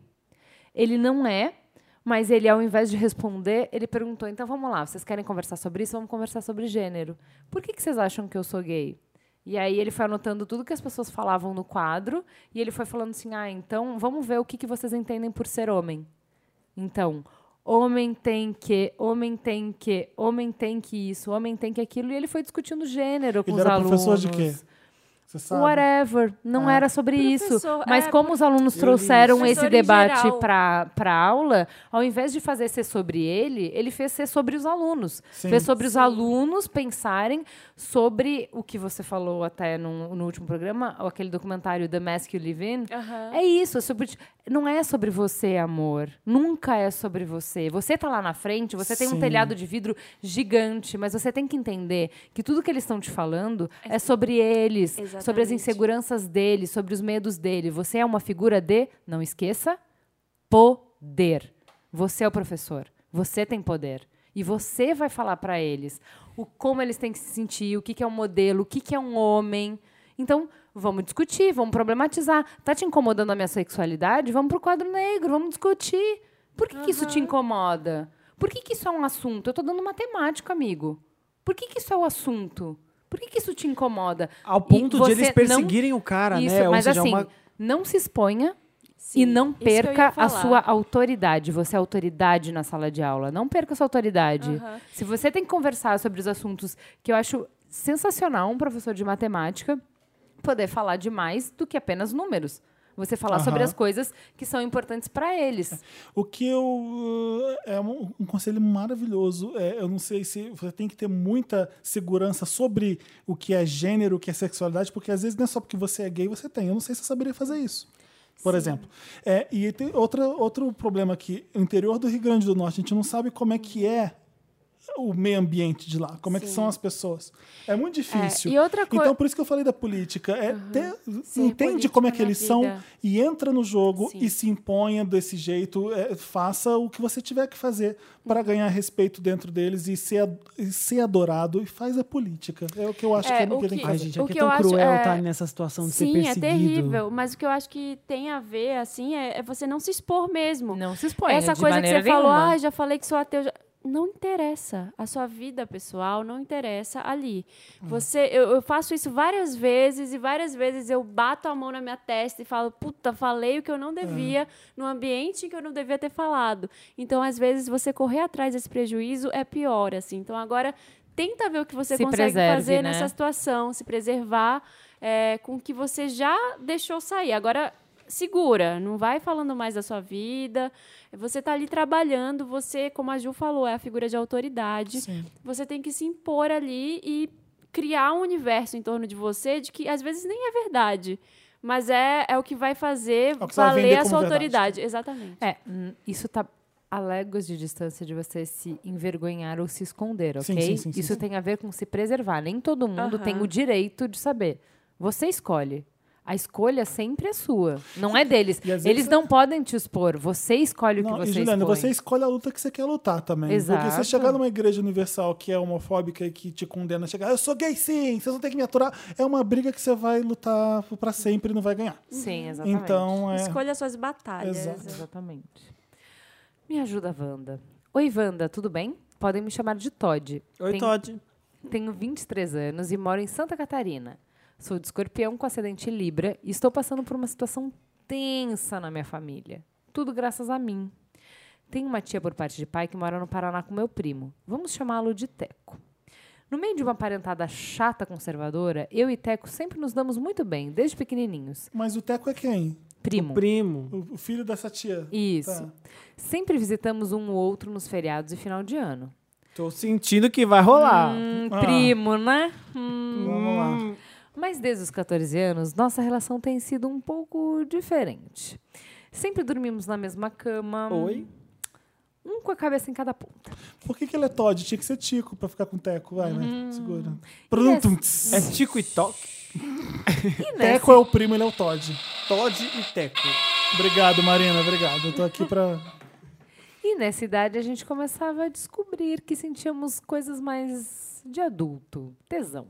Ele não é, mas ele, ao invés de responder, ele perguntou: então vamos lá, vocês querem conversar sobre isso? Vamos conversar sobre gênero. Por que, que vocês acham que eu sou gay? E aí ele foi anotando tudo que as pessoas falavam no quadro e ele foi falando assim: ah, então vamos ver o que, que vocês entendem por ser homem. Então, homem tem que, homem tem que, homem tem que isso, homem tem que aquilo. E ele foi discutindo gênero com
Ele
os
era
alunos.
professor de quê? Você sabe?
Whatever, não
Ah.
era sobre isso.
Professor,
Mas
é,
como os alunos trouxeram
Professor
esse
em
debate
geral.
para a aula, ao invés de fazer ser sobre ele, ele fez ser sobre os alunos.
Sim.
Fez sobre os alunos pensarem sobre o que você falou até no, no último programa, aquele documentário The Mask You Live In.
Aham.
É isso, é sobre, não é sobre você, amor. Nunca é sobre você. Você tá lá na frente, você tem
Sim.
um telhado de vidro gigante, mas você tem que entender que tudo que eles estão te falando é sobre eles, sobre as
Exatamente.
inseguranças dele, sobre os medos dele. Você é uma figura de, não esqueça, poder. Você é o professor. Você tem poder. E você vai falar para eles o como eles têm que se sentir, o que, que é um modelo, o que, que é um homem. Então, vamos discutir, vamos problematizar. Tá te incomodando a minha sexualidade? Vamos pro quadro negro, vamos discutir. Por que, que isso te incomoda? Por que, que isso é um assunto? Eu tô dando uma temática, amigo. Por que, que isso é o assunto? Por que, que isso te incomoda?
Ao
E
ponto de
você
eles
não
perseguirem o cara,
isso,
né? Ou
mas
seja,
assim,
uma...
não se exponha.
Sim,
e não
isso que eu ia
perca a
falar.
sua autoridade. Você é autoridade na sala de aula. Não perca a sua autoridade.
Aham.
Se você tem que conversar sobre os assuntos que eu acho sensacional um professor de matemática poder falar de mais do que apenas números. Você falar sobre
Aham.
as coisas que são importantes para eles.
O que eu. uh, É um, um conselho maravilhoso. É, eu não sei se você tem que ter muita segurança sobre o que é gênero, o que é sexualidade, porque às vezes não é só porque você é gay você tem. Eu não sei se eu saberia fazer isso. Por exemplo. É, e tem outra, outro problema aqui. O interior do Rio Grande do Norte, a gente não sabe como é que
Uhum.
é o meio ambiente de lá, como é que são as pessoas. É muito difícil.
e outra coi-
Então, por isso que eu falei da política. É ter-
Ser
entende como é que
político na
eles são
vida.
e entra no jogo
Sim.
e se imponha desse jeito, é, faça o que você tiver que fazer para ganhar respeito dentro deles e ser, ad- e ser adorado e faz a política. É o que eu acho
É,
que é o
o
que tem
que-
que
Ai,
fazer.
gente,
O
é que é
que
tão
eu acho
cruel
é-
estar nessa situação de ser
Sim, é
perseguido.
terrível. Mas o que eu acho que tem a ver, assim, é, é você não se expor mesmo.
Não se exponha
Essa
né, de
coisa que
maneira
você falou,
nenhuma.
ah, já falei que sou ateu. já-" Não interessa. A sua vida pessoal não interessa ali.
Hum.
Você, eu, eu faço isso várias vezes e várias vezes eu bato a mão na minha testa e falo, puta, falei o que eu
Hum.
não devia num ambiente que eu não devia ter falado. Então, às vezes, você correr atrás desse prejuízo é pior, assim. Então, agora, tenta ver o que você
Se
consegue
preserve,
fazer
né?
nessa situação, se preservar é, com o que você já deixou sair. Agora, segura, não vai falando mais da sua vida. Você tá ali trabalhando, você, como a Ju falou, é a figura de autoridade. Você tem que se impor ali e criar um universo em torno de você de que às vezes nem é verdade. Mas é, é o que vai fazer
É o que você vai vender
valer a
como
sua
verdade.
autoridade. Exatamente.
É, hum, isso tá a léguas de distância de você se envergonhar ou se esconder, ok?
Sim, sim, sim, sim,
isso
sim.
tem a ver com se preservar. Nem todo mundo
Aham.
tem o direito de saber. Você escolhe. A escolha sempre é sua, não é deles.
E às vezes
Eles
é-
não podem te expor. Você escolhe o
Não,
que
e
você
Juliana,
expõe.
você escolhe a luta que você quer lutar também. Porque
Exato.
se chegar numa igreja universal que é homofóbica e que te condena a chegar, eu sou gay sim, vocês não têm que me aturar, é uma briga que você vai lutar pra sempre e não vai ganhar.
Sim, exatamente.
Então, é.
Escolha suas batalhas.
Exato.
Exatamente. Me ajuda, Wanda. Oi, Wanda, tudo bem? Podem me chamar de Todd.
Oi,
Tem-
Todd.
Tenho 23 anos e moro em Santa Catarina. Sou de escorpião com ascendente Libra e estou passando por uma situação tensa na minha família. Tudo graças a mim. Tenho uma tia por parte de pai que mora no Paraná com meu primo. Vamos chamá-lo de Teco. No meio de uma parentada chata conservadora, eu e Teco sempre nos damos muito bem, desde pequenininhos.
Mas o Teco é quem?
Primo.
Primo.
O o filho dessa tia.
Isso.
Tá.
Sempre visitamos um ou outro nos feriados e final de ano.
Tô sentindo que vai rolar.
Hum,
Ah.
primo, né? Hum.
Vamos lá.
Mas desde os 14 anos, nossa relação tem sido um pouco diferente. Sempre dormimos na mesma cama.
Oi.
Um com a cabeça em cada ponta.
Por que, que ele é Todd? Tinha que ser Tico pra ficar com Teco. Vai, né? Segura.
Yes.
É Tico e Toque.
E nessa,
Teco é o primo, ele é o Todd.
Todd e Teco.
Obrigado, Marina. Obrigado. Eu tô aqui pra.
e nessa idade a gente começava a descobrir que sentíamos coisas mais de adulto, tesão.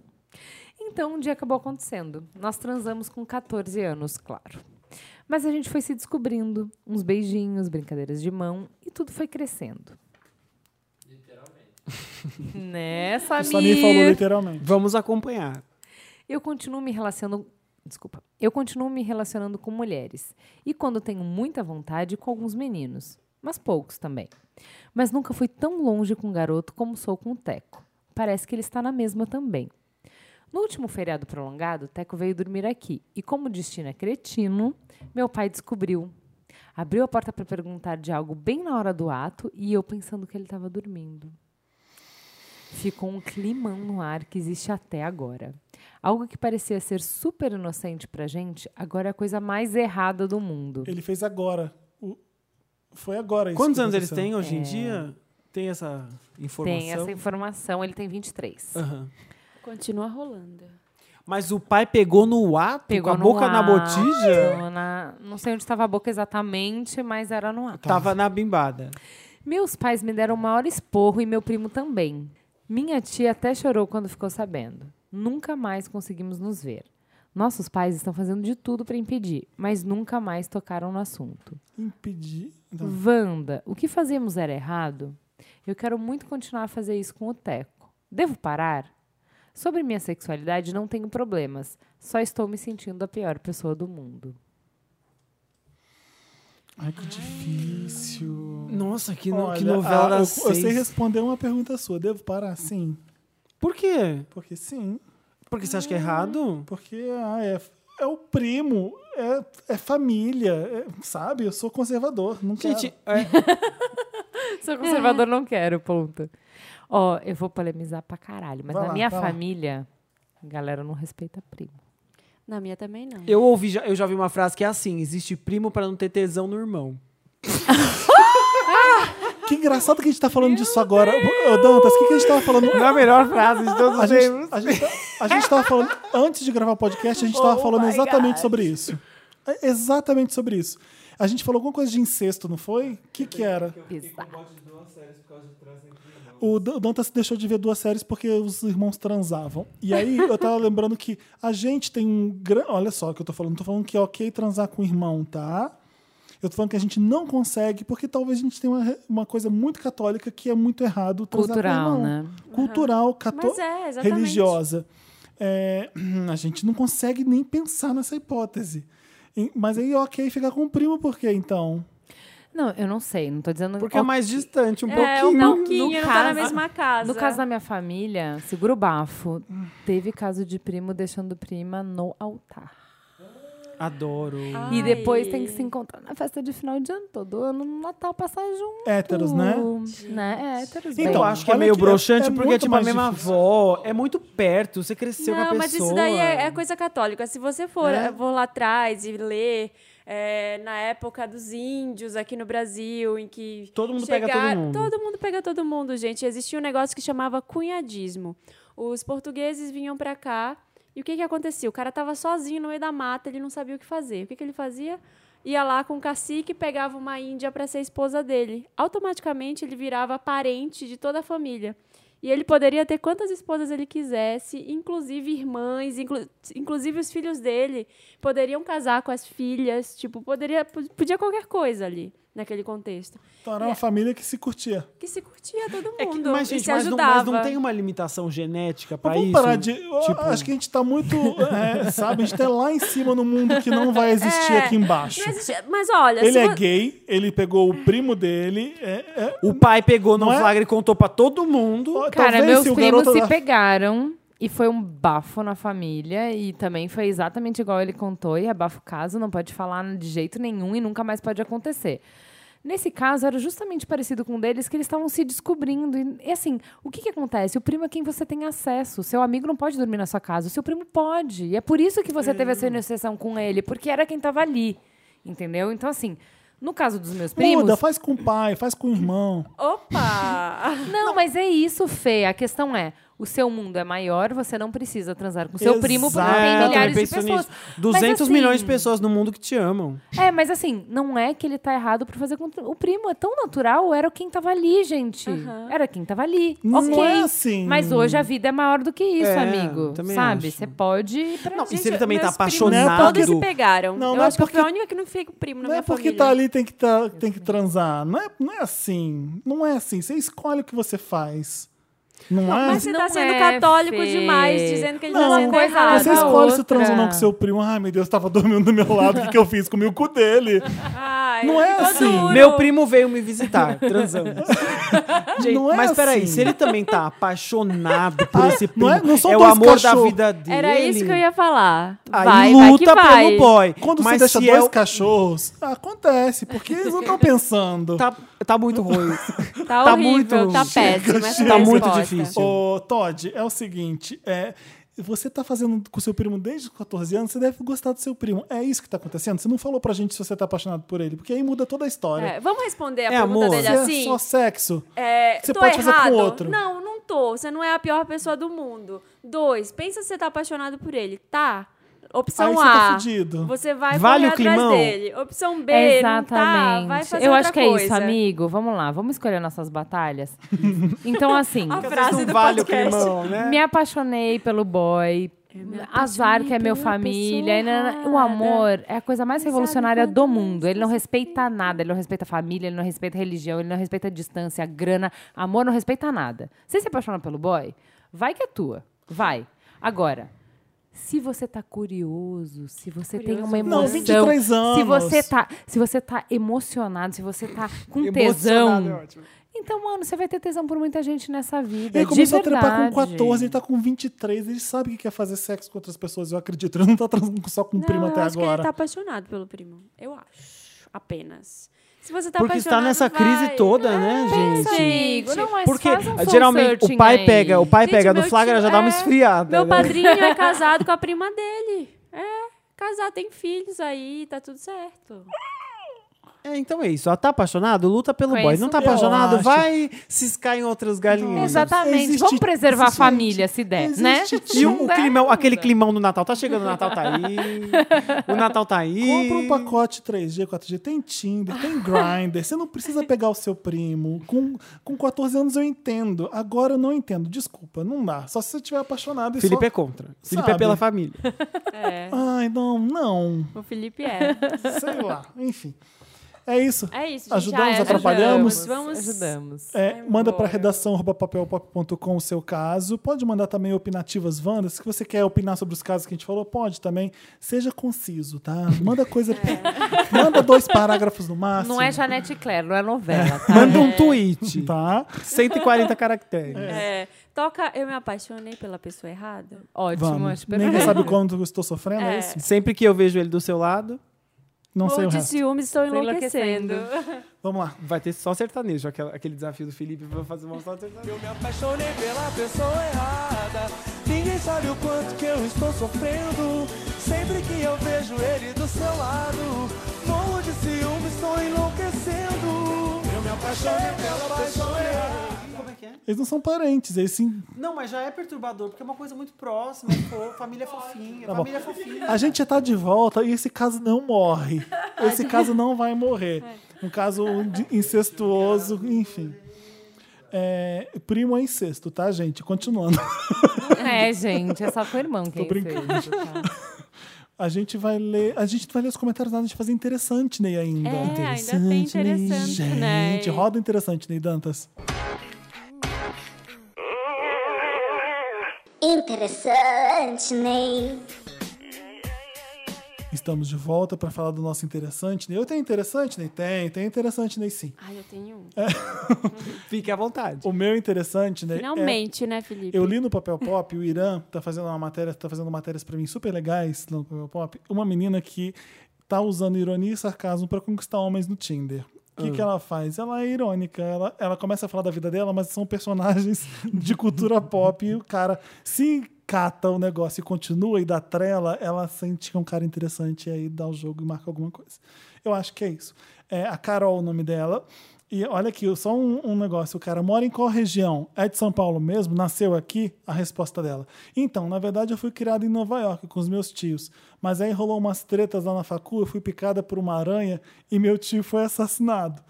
Então um dia acabou acontecendo. Nós transamos com 14 anos, claro. Mas a gente foi se descobrindo, uns beijinhos, brincadeiras de mão e tudo foi crescendo. [LAUGHS] Literalmente. Nessa
O Samir falou literalmente.
Vamos acompanhar.
Eu continuo me relacionando. Desculpa. Eu continuo me relacionando com mulheres. E quando tenho muita vontade, com alguns meninos. Mas poucos também. Mas nunca fui tão longe com um garoto como sou com o Teco. Parece que ele está na mesma também. No último feriado prolongado, Teco veio dormir aqui. E como o destino é cretino, meu pai descobriu. Abriu a porta para perguntar de algo bem na hora do ato e eu pensando que ele estava dormindo. Ficou um climão no ar que existe até agora. Algo que parecia ser super inocente pra gente, agora é a coisa mais errada do mundo.
Ele fez agora. O- Foi agora isso.
Quantos
que
anos eles
aconteceu.
têm hoje em dia? Tem essa informação?
É. Tem essa informação, ele tem 23.
Aham.
Continua rolando.
Mas o pai pegou no ato,
Pegou
com a
no
boca na
ato,
botija?
na- não sei onde estava a boca exatamente, mas era no ar.
Tava na bimbada.
Meus pais me deram o maior esporro e meu primo também. Minha tia até chorou quando ficou sabendo. Nunca mais conseguimos nos ver. Nossos pais estão fazendo de tudo para impedir, mas nunca mais tocaram no assunto.
Impedir. Então, Não.
Uhum.
Wanda, o que fazemos era errado? Eu quero muito continuar a fazer isso com o Teco. Devo parar? Sobre minha sexualidade, não tenho problemas. Só estou me sentindo a pior pessoa do mundo.
Ai, que difícil.
Nossa, que, no-
Olha,
que novela
ah,
das
eu, eu sei
seis.
responder uma pergunta sua. Devo parar? Sim.
Por quê?
Porque sim.
Porque você acha que é errado?
Porque ah, é, é o primo, é, é família, é- sabe? Eu sou conservador. Não
Gente,
quero.
é,
Sou conservador,
Uhum.
não quero, ponto. Ó, eu vou polemizar pra caralho, mas
Vai
na
lá,
minha
vai lá.
família, a galera não respeita primo.
Na minha também não.
eu ouvi, já- eu já vi uma frase que é assim: existe primo pra não ter tesão no irmão.
Que engraçado que a gente tá falando disso agora. Ô, Dantas, o que, que a gente tava falando?
Não é a melhor frase de todos
A
os tempos.
gente, a, gente, tá, a gente tava falando, antes de gravar o podcast, a gente tava falando exatamente sobre isso. É, Exatamente sobre isso. A gente falou alguma coisa de incesto, não foi? O que, que era?
Bizarro.
O Dan- o Dantas deixou de ver duas séries porque os irmãos transavam. E aí eu tava [LAUGHS] lembrando que a gente tem um grande. Olha só o que eu tô falando. Não tô falando que é ok transar com o irmão, tá? Eu tô falando que a gente não consegue, porque talvez a gente tenha uma, re- uma coisa muito católica que é muito errado transar com
Cultural,
o irmão. Uhum.
né?
Cultural,
Mas
católica,
é, exatamente.
religiosa. É, [CLEARS THROAT] a gente não consegue nem pensar nessa hipótese. E- Mas aí, ok, ficar com o primo, por quê então?
Não, eu não sei, não tô dizendo...
Porque é mais distante, um
É,
pouquinho.
um
No-
pouquinho,
no
não tá na
caso-
mesma casa.
No caso da minha família, segura o bafo,
Hum.
teve caso de primo deixando prima no altar.
Adoro.
Ah,
E depois
Ai.
tem que se encontrar na festa de final de ano, todo ano no Natal passar junto.
Héteros, né?
né? É, héteros.
Então,
bem.
eu acho que é
olha
meio
que é-
broxante,
é
porque,
muito
tipo, a
mais
mesma
difícil.
avó é muito perto. Você cresceu
não,
com a pessoa.
mas isso daí é, é coisa católica. Se você for,
É.
eu vou lá atrás e ler é, na época dos índios aqui no Brasil, em que
Todo mundo pega todo mundo.
todo mundo pega todo mundo, gente. Existia um negócio que chamava cunhadismo. Os portugueses vinham pra cá e o que que acontecia? O cara tava sozinho no meio da mata, ele não sabia o que fazer. O que que ele fazia? Ia lá com o cacique, pegava uma índia pra ser esposa dele. Automaticamente ele virava parente de toda a família. E ele poderia ter quantas esposas ele quisesse, inclusive irmãs, inclu- inclusive os filhos dele poderiam casar com as filhas, tipo, poderia podia qualquer coisa ali naquele contexto
Então
é
era uma família que se curtia.
que se curtia todo mundo.
É que- mas,
e
gente,
se
mas não,
ajudava.
mas não tem um uma limitação genética pra
Mas vamos
isso?
parar de. eu
Tipo-
Acho que a gente tá muito. é, sabe, a gente tá lá em cima no mundo que não vai existir
É,
aqui embaixo.
Não existe- Mas olha,
Ele
se
é
vo-
gay, ele pegou o primo dele. É, é-
O pai pegou no
Não é?
flagra e contou pra todo mundo.
ó,
Cara,
talvez
meus
se o
primos
garoto
se
da-
pegaram e foi um bafo na família e também foi exatamente igual ele contou e é bafo caso, não pode falar de jeito nenhum e nunca mais pode acontecer. Nesse caso, era justamente parecido com um deles que eles estavam se descobrindo. E, e assim, o que, que acontece? O primo é quem você tem acesso. O seu amigo não pode dormir na sua casa. O seu primo pode. E é por isso que você teve essa
Hum.
negociação com ele, porque era quem estava ali. Entendeu? Então, assim, no caso dos meus primos.
Muda, faz com o pai, faz com o irmão.
Opa!
Não, mas é isso, Fê. A questão é, o seu mundo é maior, você não precisa transar com seu primo, porque
Exato.
tem
É, eu
milhares de
penso
pessoas.
nisso.
Mas
200 milhões de
assim,
pessoas no mundo que te amam.
É, mas assim, não é que ele tá errado por fazer com o primo. É tão natural, era quem tava ali, gente. Era quem tava ali.
Não
ok.
é assim.
Mas hoje a vida é maior do que isso,
É,
amigo.
também
Sabe?
acho.
Você pode ir pra
Não, [LAUGHS] e
Gente,
se ele também tá
meus primos
apaixonado.
Todos se pegaram.
Não,
eu
não é
acho que eu fui a
porque-
única que não fiquei com primo na
Não
minha
é porque
família.
tá ali tem que, tá, tem que transar. Não é, não é assim. Não é assim. Você escolhe o que você faz. Não, é?
Mas você
Não
tá sendo
é,
católico
Fê.
demais, dizendo que ele
Não,
tá sendo
é
coisa
errado.
Você
a
escolhe se
outra.
transa ou não com seu primo. Ai, meu Deus, tava dormindo do meu lado. O que, que eu fiz? Comi o cu dele.
Ai,
Não é
tô
assim.
duro.
Meu primo veio me [LAUGHS] visitar, transamos. Gente,
Não é
mas peraí,
assim.
se ele também tá apaixonado por
Ah,
esse primo,
não é- não são
é o
dois
amor da
cachorro.
vida dele.
Era isso que eu ia falar.
Aí
vai,
luta
vai que vai.
pelo boy.
Quando
mas
você deixa
se
dois
é o-
cachorros, acontece, porque eles não estão pensando.
[LAUGHS] Tá, tá muito [LAUGHS] ruim.
Tá,
Tá
horrível,
muito-
tá
Chega,
péssimo. essa
Tá muito
resposta.
né?
difícil.
Ô, Todd, é o seguinte, é, você tá fazendo com seu primo desde os 14 anos, você deve gostar do seu primo. É isso que tá acontecendo? Você não falou pra gente se você tá apaixonado por ele, porque aí muda toda a história.
É, vamos responder a
É,
pergunta
amor.
dele
Você
assim?
é só sexo.
É,
Você
tô
pode fazer com
errado.
outro.
Não, não tô. Você não é a pior pessoa do mundo. Dois, pensa se você tá apaixonado por ele, tá? Opção
Aí você
A.
tá fudido.
Você vai
Vale
correr
o
atrás
climão?
dele. Opção B, não tá, vai fazer
Eu
outra
acho que
coisa.
é isso, amigo. Vamos lá, vamos escolher nossas batalhas.
[LAUGHS]
então, assim.
A
Às
frase
vezes
do
não vale o
podcast.
climão, né?
Me apaixonei pelo boy. Azar que é meu família. e nanana. O amor é a coisa mais revolucionária
é
do mundo. Ele não respeita nada. Ele não respeita família, ele não respeita religião, ele não respeita distância, grana. Amor não respeita nada. Você se apaixona pelo boy? Vai que é tua. Vai. Agora, Se você tá curioso, se você tem
Curioso.
uma emoção,
Não, 23
se
anos.
você tá, se você tá emocionado, se você tá com
Emocionado é
tesão,
ótimo.
então, mano, você vai ter tesão por muita gente nessa vida.
Ele
de
começou a trepar com
verdade.
14, ele tá com 23, ele sabe que quer fazer sexo com outras pessoas, eu acredito. Ele não tá transando só com o primo
eu
até
acho que ele
agora.
tá apaixonado pelo primo. Eu acho. Apenas. Se você tá
Porque está
apaixonado,
nessa
vai. É,
crise toda, né,
Pensa,
gente?
amigo, não, mas
Porque
faz um soul
geralmente o
searching
pai
aí.
pega, o pai
Gente,
pega no
meu
flagra
tio-
já dá
é,
uma esfriada.
Meu
né?
padrinho
[LAUGHS]
é casado com a prima dele. É, casado, tem filhos aí, tá tudo certo.
É, então é isso. Ó, tá apaixonado? Luta pelo
Com
boy.
isso
Não tá
mesmo.
apaixonado?
Eu acho.
Vai ciscar em outras galinhas.
Exatamente.
Existe-
Vamos preservar
existe-
a família se der, né?
existe-
E o, o
Não dá.
climão, aquele climão do Natal. Tá chegando o Natal, tá aí. O Natal tá aí.
Compra um pacote 3G, 4G. Tem Tinder, tem Grindr. Você não precisa pegar o seu primo. Com, com 14 anos eu entendo. Agora eu não entendo. Desculpa, não dá. Só se você estiver apaixonado e
Felipe é
só...
contra. Felipe é
Sabe. Tá.
pela família.
É,
Ai, não, não.
o Felipe é.
Sei lá. Enfim. É isso.
É isso, gente.
Ajudamos,
Ah, é,
atrapalhamos?
Vamos.
Ajudamos.
É,
Vai
manda para
embora.
redação arroba papelpop.com o seu caso. Pode mandar também opinativas Wandas. Se você quer opinar sobre os casos que a gente falou, pode também. Seja conciso, tá? Manda coisa. Manda dois parágrafos no máximo.
Não é Janete Claire, não é novela, tá?
Manda um tweet.
Tá?
140 caracteres.
É, toca Eu Me Apaixonei pela Pessoa Errada.
Ótimo,
Vamos.
acho
Ninguém
perfeito.
[LAUGHS]
sabe quanto eu estou sofrendo, é,
É.
isso?
Sempre que eu vejo ele do seu lado,
Não sei
Morro
o
de
resto.
ciúmes, estou
Tô enlouquecendo.
enlouquecendo.
Vamos lá.
vai ter só sertanejo. Aquela- Aquele desafio do Felipe vai fazer uma só sertanejo.
Eu me apaixonei pela pessoa errada. Ninguém sabe o quanto que eu estou sofrendo. Sempre que eu vejo ele do seu lado, morro de ciúme, estou enlouquecendo. Eu me apaixonei pela pessoa errada.
Como é que é?
Eles não são parentes, eles sim.
Não, mas já é perturbador, porque é uma coisa muito próxima. Pô, família fofinha,
Tá bom.
família fofinha.
A gente já tá de volta e esse caso não
[LAUGHS]
morre. Esse caso não vai morrer. Um caso de- incestuoso, enfim. É, primo é incesto, tá, gente? Continuando. [LAUGHS]
É, gente, é só com o irmão que
Tô brincando. A gente vai ler. A gente não vai ler os comentários nada, a gente vai fazer interessante, Ney, ainda.
É, ainda tem interessante, né?
Ney.
Ney.
Gente, roda o interessante, Ney Dantas.
Interessante, Ney.
Estamos de volta para falar do nosso interessante, Ney. Eu tenho interessante, Ney? Tem, tem interessante, Ney, sim.
Ai, eu tenho um.
É, Fique à vontade.
O meu interessante, Ney. é-
Finalmente, né, Felipe?
Eu li no Papel Pop, o Irã tá fazendo uma matéria, tá fazendo matérias pra mim super legais no Papel Pop, uma menina que tá usando ironia e sarcasmo pra conquistar homens no Tinder. O que, que ela faz? Ela é irônica, ela, ela começa a falar da vida dela, mas são personagens [LAUGHS] de cultura pop e o cara se cata o negócio e continua e dá trela, ela sente que é um cara interessante e aí dá o jogo e marca alguma coisa. Eu acho que é isso. É, a Carol, o nome dela, e olha aqui, só um, um negócio. O cara mora em qual região? É de São Paulo mesmo? Nasceu aqui? A resposta dela. Então, na verdade, eu fui criada em Nova York com os meus tios. Mas aí rolou umas tretas lá na facu, eu fui picada por uma aranha e meu tio foi assassinado.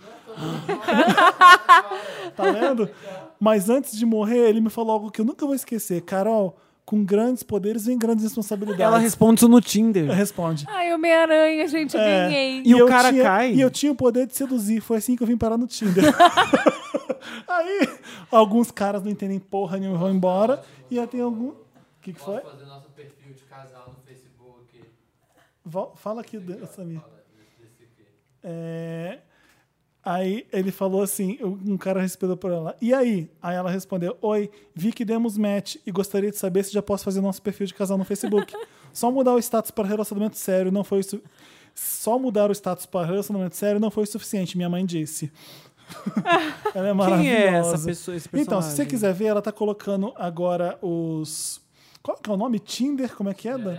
tá vendo? Mas antes de morrer, ele me falou algo que eu nunca vou esquecer. Carol, com grandes poderes vem grandes responsabilidades.
Ela responde isso no Tinder.
responde.
Ai, Homem-Aranha, gente,
É.
ganhei.
E o
eu
cara
tinha-
cai?
E eu tinha o poder de seduzir. Foi assim que eu vim parar no Tinder. [LAUGHS] Aí, alguns caras não entendem porra nenhuma e vão embora. E aí tem algum. O que, que foi?
fazer nosso perfil de casal no Facebook.
Vol- Fala aqui, Dan- Samir. É, Aí ele falou assim, um cara respondeu por ela. E aí? Aí ela respondeu: Oi, vi que demos match e gostaria de saber se já posso fazer nosso perfil de casal no
[LAUGHS]
Facebook. Só mudar o status para relacionamento sério não foi isso. Só mudar o status para relacionamento sério não foi o suficiente, minha mãe
[LAUGHS]
disse. ela é maravilhosa.
Quem é essa pessoa, esse personagem?
Então, se você quiser ver, ela tá colocando agora os. Qual que é o nome? Tinder? Como é que é, Dan?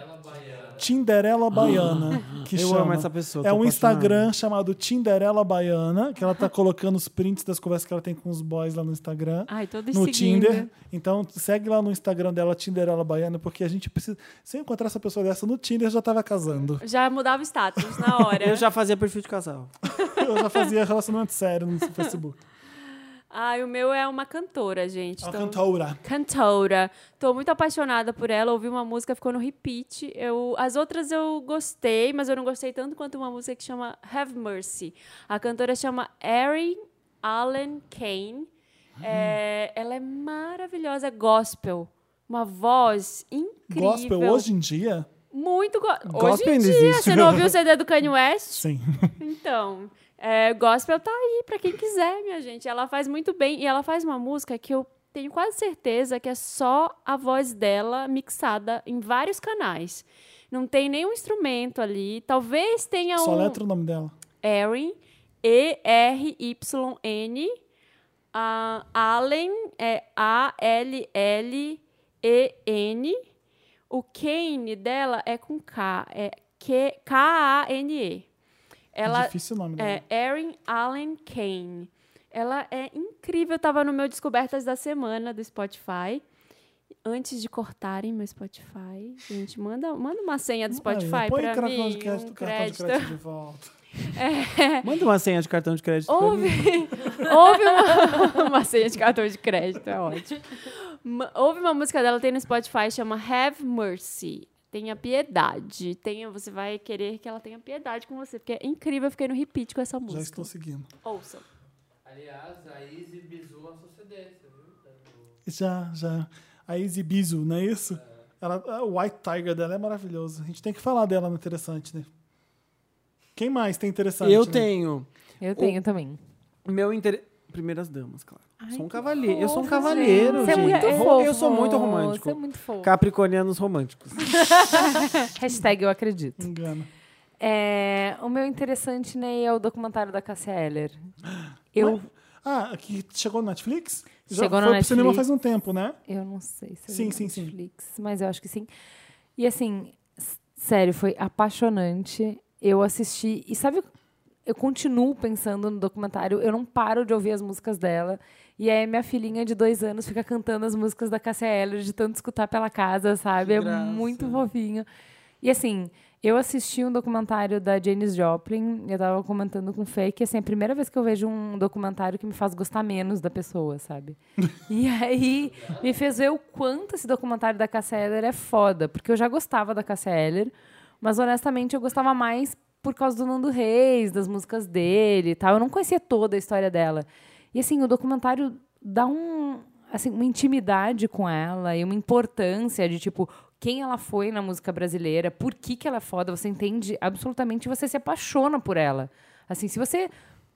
Tinderela
[GASPS]
Baiana. que
eu
chama.
amo essa pessoa,
É
tô
um
apaixonado.
Instagram chamado Tinderela Baiana, que ela
[LAUGHS]
tá colocando os prints das conversas que ela tem com os boys lá no Instagram.
Ai, todos
no
seguindo.
Tinder. Então segue lá no Instagram dela, Tinderela Baiana, porque a gente precisa. Se eu encontrar essa pessoa dessa no Tinder, eu já tava
[LAUGHS]
casando.
Já mudava o status na hora.
[LAUGHS] Eu já fazia perfil de casal.
Eu já fazia relacionamento sério no Facebook.
Ai, o meu é uma cantora, gente.
Uma
Então-
cantora.
Cantora. Tô muito apaixonada por ela. Ouvi uma música, ficou no repeat. Eu, as outras eu gostei, mas eu não gostei tanto quanto uma música que chama Have Mercy. A cantora chama Erin
Ah.
Allen Kane. É, ela é maravilhosa, é gospel. uma voz incrível.
Gospel hoje em dia?
Muito go hoje
Gospel
em
ainda
dia.
existe.
Você
né?
não ouviu o CD do Kanye West?
Sim.
Então, é, gospel tá aí pra quem quiser, minha gente. Ela faz muito bem e ela faz uma música que eu tenho quase certeza que é só a voz dela mixada em vários canais. Não tem nenhum instrumento ali. Talvez tenha
Só
um
letra o nome dela.
Erin, E R Y N, ah, Allen é A L L E N. O Kane dela é com K, é Q K A N E. Ela
Difícil o nome dela.
é Erin Allen Kane. Ela é incrível. Tava no meu Descobertas da Semana do Spotify. Antes de cortarem meu Spotify, gente, manda, manda uma senha do
Aí,
Spotify
é, põe
para
cartão
mim.
de crédito,
um
cartão de
crédito. [LAUGHS]
crédito de volta.
Manda uma senha de cartão de crédito. pra
Houve,
mim.
houve uma, [LAUGHS] uma senha de cartão de crédito, é ótimo. Ma- Houve uma música dela, tem no Spotify, chama Have Mercy. Tenha piedade. Tenha, você vai querer que ela tenha piedade com você, porque é incrível. Eu fiquei no repeat com essa
Já
música.
estou seguindo.
Ouçam.
Aliás, a Izzy Bizu lançou CD, você viu?
Já, já. A Izzy Bizu, não é isso? Ela, a White Tiger dela é maravilhosa. A gente tem que falar dela no Interessante, né? Quem mais tem Interessante?
Eu
né?
tenho.
Eu tenho também.
Meu interesse. Primeiras damas, claro. sou um
que
cavalheiro. Eu sou um
fofo,
cavalheiro.
gente. Você é
gente.
muito
eu,
fofo.
eu sou muito romântico.
Você é muito fofo.
Capricornianos românticos.
Hashtag eu acredito.
Engana.
É, o meu interessante, Ney, é o documentário da Cassia Eller. Eu,
Ah, que chegou no Netflix?
Chegou
foi
no
pro cinema
Netflix.
faz um tempo, né?
eu não sei se eu
Sim,
vi
sim,
na
sim.
Netflix, mas eu acho que sim. E assim, s- sério, foi apaixonante. Eu assisti e sabe, eu continuo pensando no documentário, eu não paro de ouvir as músicas dela. E aí minha filhinha de dois anos fica cantando as músicas da Cassia Eller de tanto escutar pela casa, sabe? É
graça.
muito fofinho. E assim, eu assisti um documentário da Janis Joplin, eu tava comentando com o Fê, que assim, é a primeira vez que eu vejo um documentário que me faz gostar menos da pessoa, sabe? [LAUGHS] e aí me fez ver o quanto esse documentário da Cassia Eller é foda, porque eu já gostava da Cassia Eller, mas honestamente eu gostava mais por causa do Nando Reis, das músicas dele e tal. Eu não conhecia toda a história dela. E assim, o documentário dá um, assim, uma intimidade com ela e uma importância de tipo quem ela foi na música brasileira, por que que ela é foda, você entende absolutamente, você se apaixona por ela. Assim, se você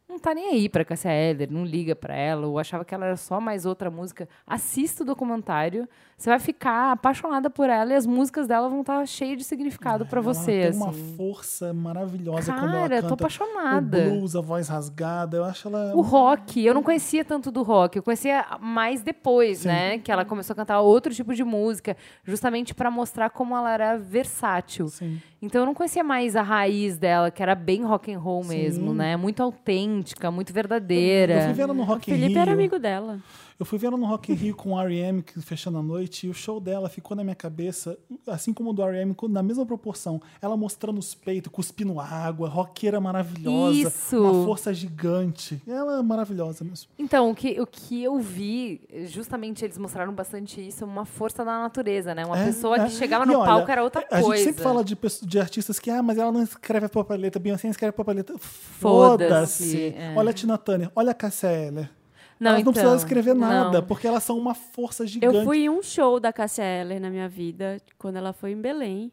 não tá nem aí pra Cassia Eller, não liga pra ela, ou achava que ela era só mais outra música, assista o documentário, você vai ficar apaixonada por ela e as músicas dela vão estar cheias de significado pra
É, Ela
você.
Tem
assim.
uma força maravilhosa quando ela
Cara,
canta.
tô apaixonada.
O blues, é a voz rasgada, eu acho ela...
O rock, eu não conhecia tanto do rock, eu conhecia mais depois,
Sim.
né? Que ela começou a cantar outro tipo de música, justamente pra mostrar como ela era versátil.
Sim.
Então eu não conhecia mais a raiz dela, que era bem rock and roll mesmo, né? Muito autêntica, muito
Eu fui
verdadeira.
ver ela no Rock in
Felipe
Rio.
era amigo dela.
Eu fui ver ela no Rock in Rio com o R.E.M., que fechando a noite, e o show dela ficou na minha cabeça, assim como o do R.E.M., com- na mesma proporção. Ela mostrando os peitos, cuspindo água, roqueira maravilhosa,
Isso.
uma força gigante. Ela é maravilhosa mesmo.
Então, o que, o que eu vi, justamente eles mostraram bastante isso, uma força da natureza, né? Uma
É,
pessoa
é.
que chegava
E
no
olha,
palco era outra
a
coisa.
gente sempre fala de, pesso- de artistas que, ah, mas ela não escreve a própria letra, Beyoncé não escreve a própria letra.
Foda-se,
Foda-se.
é.
Olha a Tina Turner, olha a Cassia Eller.
Não,
elas não
então,
precisam escrever
não.
nada, porque elas são uma força gigante.
Eu fui em um show da Cassia Eller na minha vida, quando ela foi em Belém.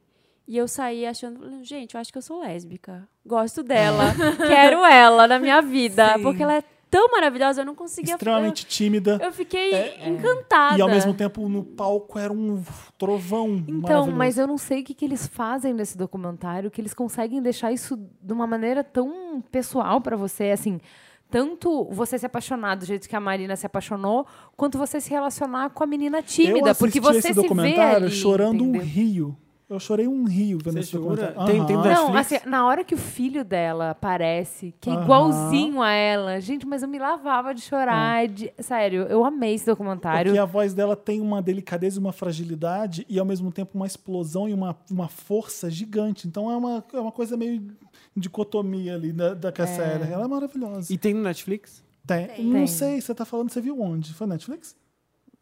E eu saí achando, gente, eu acho que eu sou lésbica. Gosto dela.
[LAUGHS]
quero ela na minha vida.
Sim.
Porque ela é tão maravilhosa, eu não conseguia
extremamente tímida.
Eu, eu fiquei
É.
encantada.
E ao mesmo tempo no palco era um trovão.
Então, mas eu não sei o que, que eles fazem nesse documentário, que eles conseguem deixar isso de uma maneira tão pessoal pra você, assim, tanto você se apaixonar do jeito que a Marina se apaixonou, quanto você se relacionar com a menina tímida,
eu
porque
assisti
você
esse
se vê
documentário
ali,
chorando um
entendeu?
rio. Eu chorei um rio vendo
Você
esse
jura?
documentário.
Tem- tem um
Aham.
da-
Não,
Netflix?
assim, na hora que o filho dela aparece, que é
Aham.
igualzinho a ela, gente, mas eu me lavava de
Ah.
chorar, de- sério, eu amei esse documentário.
Porque a voz dela tem uma delicadeza e uma fragilidade e ao mesmo tempo uma explosão e uma, uma força gigante. Então é uma, é uma coisa meio dicotomia ali da, da Cassia Eller. Ela é maravilhosa.
E tem no Netflix?
tem, Não
Tem.
sei, você tá falando, você viu onde? Foi Netflix?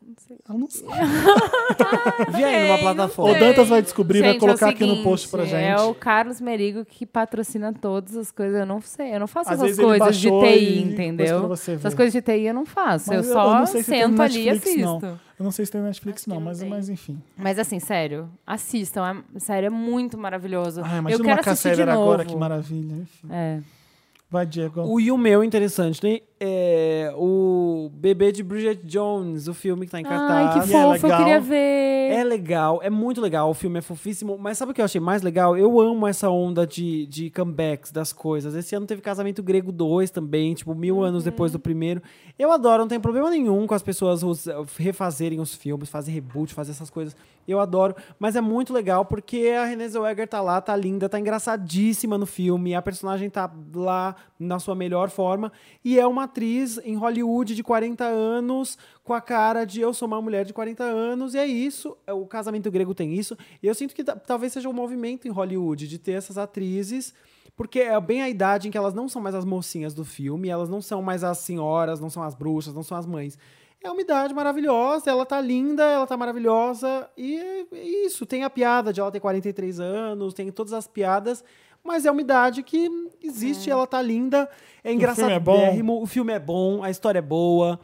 Não sei.
Ela não sabe.
Vi aí numa
sei, não
plataforma.
O Dantas vai descobrir, vai
Gente, é o
colocar aqui no
seguinte,
post pra gente.
É o Carlos Merigo que patrocina todas as coisas. Eu não sei, eu não faço
Às
essas
vezes ele
coisas de
baixou
TI,
e pôs pra
entendeu?
você
Essas
ver.
coisas de TI eu não faço. Eu
Mas
só
não sei se tem no
sento ali e
Netflix,
assisto.
Não. Eu não sei se tem no Netflix, não,
não
mas,
tem.
mas enfim.
Mas assim, sério, assistam. É, sério, é muito maravilhoso.
Ah,
eu
imagina
quero
uma
assistir de
Cassévera
novo.
agora, que maravilha. Enfim.
É.
Vai, Diego.
O, e o meu interessante, né? É o Bebê de Bridget Jones, o filme que tá em cartaz.
Ai, que
E é
fofo, eu
legal.
queria ver.
É legal, é muito legal, o filme é fofíssimo, mas sabe o que eu achei mais legal? Eu amo essa onda de, de comebacks das coisas. Esse ano teve Casamento Grego 2 também, tipo, mil anos depois do primeiro. Eu adoro, não tem problema nenhum com as pessoas os- eh, refazerem os filmes, fazer reboot, fazer essas coisas. Eu adoro, mas é muito legal porque a Renée Zellweger tá lá, tá linda, tá engraçadíssima no filme, a personagem tá lá na sua melhor forma e é uma atriz em Hollywood de 40 anos com a cara de eu sou uma mulher de 40 anos e é isso, é, o casamento grego tem isso. E eu sinto que ta- talvez seja um movimento em Hollywood de ter essas atrizes porque é bem a idade em que elas não são mais as mocinhas do filme, elas não são mais as senhoras, não são as bruxas, não são as mães. É uma idade maravilhosa, ela tá linda, ela tá maravilhosa, e é- é isso. Tem a piada de ela ter 43 anos, tem todas as piadas, mas é uma idade que existe, ela tá linda, é
filme é bom.
engraçadérrimo, o filme é bom, a história é boa.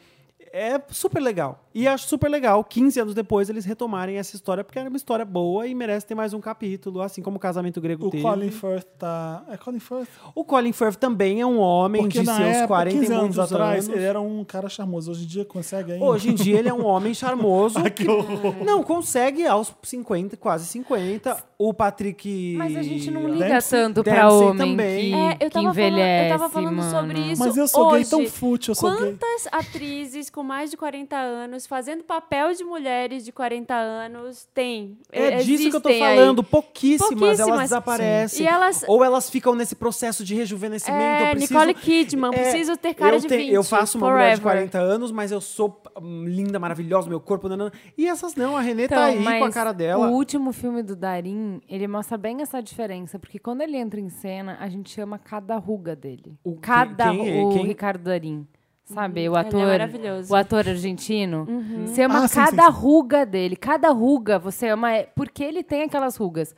É super legal. E acho super legal, 15 anos depois, eles retomarem essa história, porque era uma história boa e merece ter mais um capítulo, assim como o Casamento Grego
O
teve.
Colin Firth tá. É Colin Firth?
O Colin Firth também é um homem
Porque
de
na
seus
época,
40 e
15 anos
muitos
atrás,
anos.
ele era um cara charmoso. Hoje em dia consegue ainda.
Hoje em dia ele é um
[LAUGHS]
homem charmoso
Ah, que horror.
não consegue aos 50, quase 50. O Patrick
Mas a gente não
Dempsey-
liga tanto pra
Dempsey
homem
também.
que,
É, eu tava,
que
falando, eu
envelhece,
tava falando
mano.
sobre isso.
Mas eu sou gay
hoje.
tão fútil, eu sou gay.
Quantas atrizes com mais de 40 anos fazendo papel de mulheres de 40 anos tem?
É disso que eu tô
Existem aí.
falando. Pouquíssimas, elas
Pouquíssimas.
desaparecem.
E elas-
Ou elas ficam nesse processo de rejuvenescimento. Então, eu
É,
preciso...
Nicole Kidman,
É,
preciso ter cara
eu
de
te-
20.
Eu faço uma mulher de
forever.
40 anos, mas eu sou hum, linda, maravilhosa, meu corpo... Nanana. E essas não, a Renê
Então,
tá aí com a
mas
cara dela.
O último filme do Darim, ele mostra bem essa diferença, porque quando ele entra em cena, a gente ama cada ruga dele.
O que-
cada
quem
ru-
é-
o
quem-
Ricardo Darim. Sabe, o
Ele é
ator,
maravilhoso. Uhum.
o ator argentino, você ama
Ah, sim,
cada
sim, sim.
ruga dele, cada ruga você ama, é- porque ele tem aquelas rugas.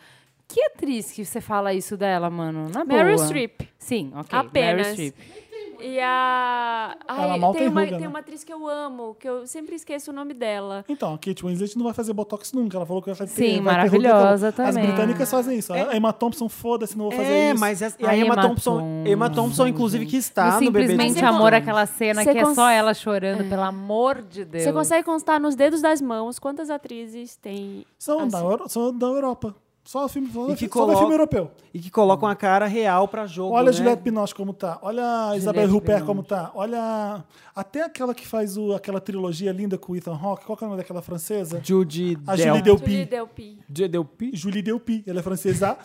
Que atriz que você fala isso dela, mano? Na boa.
Meryl Streep.
Sim, ok.
é
Apenas.
Meryl Streep.
E a. Ai,
Ela mal
tem,
tem
uma,
ruga,
tem
né?
uma atriz que eu amo, que eu sempre esqueço o nome dela.
Então, a Kate Winslet não vai fazer Botox nunca. Ela falou que vai fazer.
Sim,
vai ter ruga
maravilhosa
e acabou.
também.
As britânicas fazem isso. A Emma Thompson, foda-se, não vou fazer
É,
isso.
mas essa, e a
Ai,
Emma
Emma
Thompson, Emma Thompson, inclusive, que
No
está Tá no bebê de
Simplesmente
Você
Amor,
con-
aquela cena
você
que é só
cons-
ela chorando, pelo amor de Deus.
Você consegue constar nos dedos das mãos quantas atrizes tem.
São, da,
Assim.
Euro- são da Europa. Só filme, só,
E que
só
coloca-
filme europeu.
E que colocam a cara real pra jogo.
Olha a
né?
Juliette Binoche como tá. Olha a Isabel
Juliette
Rupert
Binoche.
como tá. Olha. Até aquela que faz o- aquela trilogia linda com o Ethan Hawke. Qual que é o nome daquela francesa?
Judy
A
Del...
Julie Delpy.
Julie Delpy.
Judy Delpy?
Julie Delpy, ela é francesa.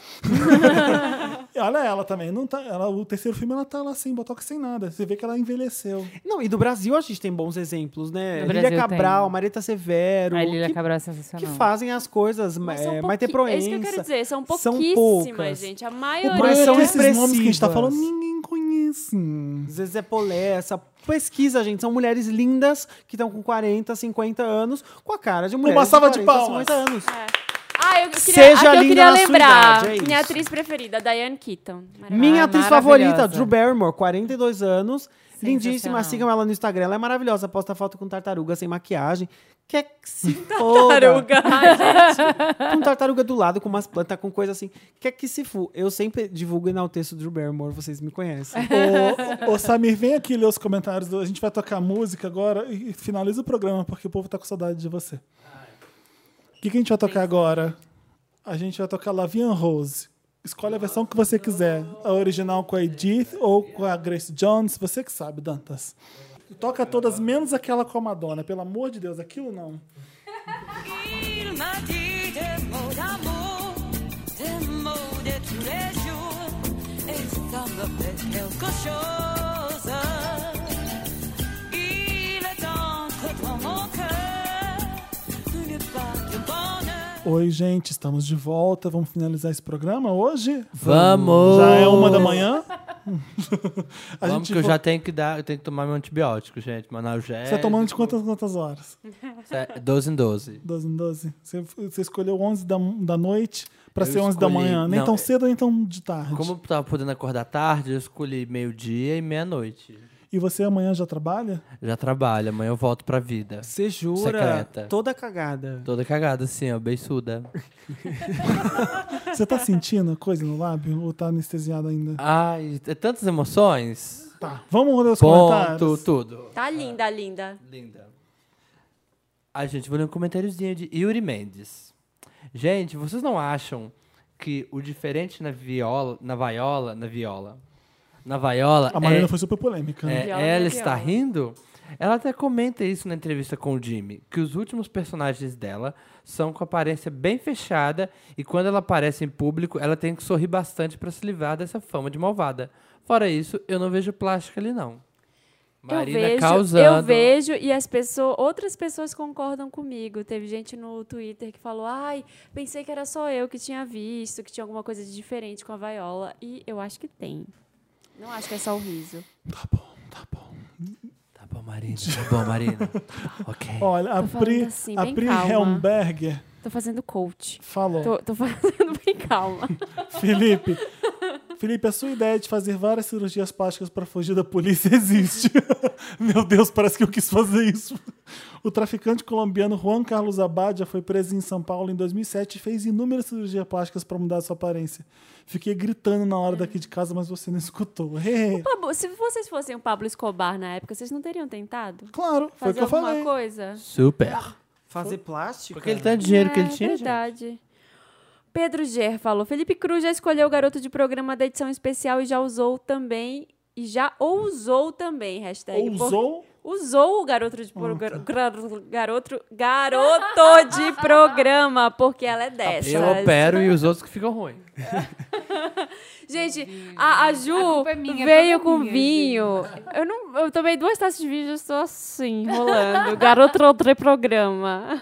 Olha ela também. Não tá, ela, o terceiro filme ela tá lá sem botox, sem nada. Você vê que ela envelheceu.
Não, e do Brasil a gente tem bons exemplos, né?
Do
Lília
Brasil
Cabral,
tem.
Marita Severo,
A Lilia
que,
Cabral é
que
sensacional.
fazem as coisas,
Tá, Mas
é,
são
Maite
pouqui-
Proença.
É isso que eu quero dizer. São
São
pouquíssimas,
poucas.
gente. A
O
maioria.
problema é que esses
Expressivas.
nomes que a gente tá falando, ninguém conhece.
Zezé é Polé, essa pesquisa, gente. São mulheres lindas que estão com 40, 50 anos, com a cara de mulher
salva
de
de
40,
palmas.
50 anos.
Ah, eu queria,
Seja
a que eu
linda
queria
na sua
lembrar.
idade, é isso.
minha atriz preferida, Diane Keaton.
Minha
Ah,
atriz
maravilhosa.
favorita, Drew Barrymore, 42 anos.
Sensacional.
Lindíssima, sigam ela no Instagram. Ela é maravilhosa. Posta foto com tartaruga sem maquiagem. Quer que se
[LAUGHS]
foda.
Tartaruga. Ai,
[LAUGHS]
gente.
Com tartaruga do lado, com umas plantas, com coisa assim. Quer que se fu. Eu sempre divulgo e enalteço o Drew Barrymore, vocês me
É.
conhecem.
Ô, ô, Samir, vem aqui ler os comentários. do- A gente vai tocar música agora e e finaliza o programa, porque o povo tá com saudade de você. O que, que a gente vai tocar agora? A gente vai tocar Lavian Rose. Escolhe a versão que você quiser. A original com a Edith ou com a Grace Jones. Você que sabe, Dantas. Toca todas, menos aquela com a Madonna. Pelo amor de Deus, aquilo não.
Il m'a dit des mots d'amour, des mots de tous les jours, et ça me fait quelque chose. Il est entre dans mon cœur une part de bonheur.
Oi, gente, estamos de volta. Vamos finalizar esse programa hoje?
Vamos!
Já é uma da manhã? [LAUGHS] A
Vamos que
gente
eu já
vo-
tenho que dar, eu tenho que tomar meu antibiótico, gente. Meu analgésico.
Você tá tomando de quantas, quantas horas?
Cé- 12 é em 12.
12 em 12? Você, você escolheu 11 da, da noite pra
Eu
ser 11 da
escolhi-
manhã. Nem
não,
tão
é-
cedo, nem tão de tarde.
Como eu tava podendo acordar tarde, eu escolhi meio-dia e meia-noite.
E você amanhã já trabalha?
Já trabalho, amanhã eu volto pra vida.
Você jura?
Secreta.
Toda cagada.
Toda cagada, assim, ó,
[LAUGHS]
beiçuda.
Você tá sentindo coisa no lábio ou tá anestesiado ainda?
Ai, é tantas emoções.
Tá. Vamos rodar os
Ah, Ponto,
comentários.
tudo.
Tá linda, linda.
Linda. A gente vou ler um comentáriozinho de Yuri Mendes. Gente, vocês não acham que o diferente na viola, na vaiola, na viola, na vaiola
A Mariana
é,
foi super polêmica. né?
é
Viola
ela
na
está
viola.
rindo? Ela até comenta isso na entrevista com o Jimmy, que os últimos personagens dela são com aparência bem fechada e quando ela aparece em público, ela tem que sorrir bastante para se livrar dessa fama de malvada. Fora isso, eu não vejo plástica ali não.
eu vejo, Eu vejo e as pessoas, outras pessoas concordam comigo. Teve gente no Twitter que falou: "Ai, pensei que era só eu que tinha visto, que tinha alguma coisa de diferente com a Viola". E eu acho que tem. Não acho que é só o riso.
Tá bom, tá bom.
Tá bom, Marina. Tá bom, Marina. [LAUGHS] ok.
Olha, a
falando
Pri,
assim,
a
bem
Pri
calma.
Helmberger
Tô fazendo coach.
falou.
Tô, [LAUGHS] tô fazendo bem calma.
Felipe, Felipe, a sua ideia de fazer várias cirurgias plásticas para fugir da polícia [LAUGHS] existe. Meu Deus, parece que eu quis fazer isso. O traficante colombiano Juan Carlos Abadia foi preso em São Paulo em 2007 e fez inúmeras cirurgias plásticas para mudar sua aparência. Fiquei gritando na
É.
hora daqui de casa, mas você não escutou. [LAUGHS] Hehe.
Pablo, se vocês fossem o Pablo Escobar na época, vocês não teriam tentado?
Claro, foi o
Fazer
que eu
alguma
falei.
coisa?
Super.
Fazer plástico?
Com aquele tanto de dinheiro que ele
É,
tinha. gente.
verdade. Pedro Ger falou: Felipe Cruz já escolheu o garoto de programa da edição especial e já usou também. E já ousou também, hashtag.
Ousou?
por- usou o garoto de programa. Garoto, garoto de
[LAUGHS]
programa, porque ela é dessa.
Eu opero e os outros que ficam ruins.
Gente, a, a Ju
culpa é minha,
veio
toda
com
minha,
vinho. Eu, não, eu tomei duas taças de vinho e já estou assim, rolando. Garoto de programa.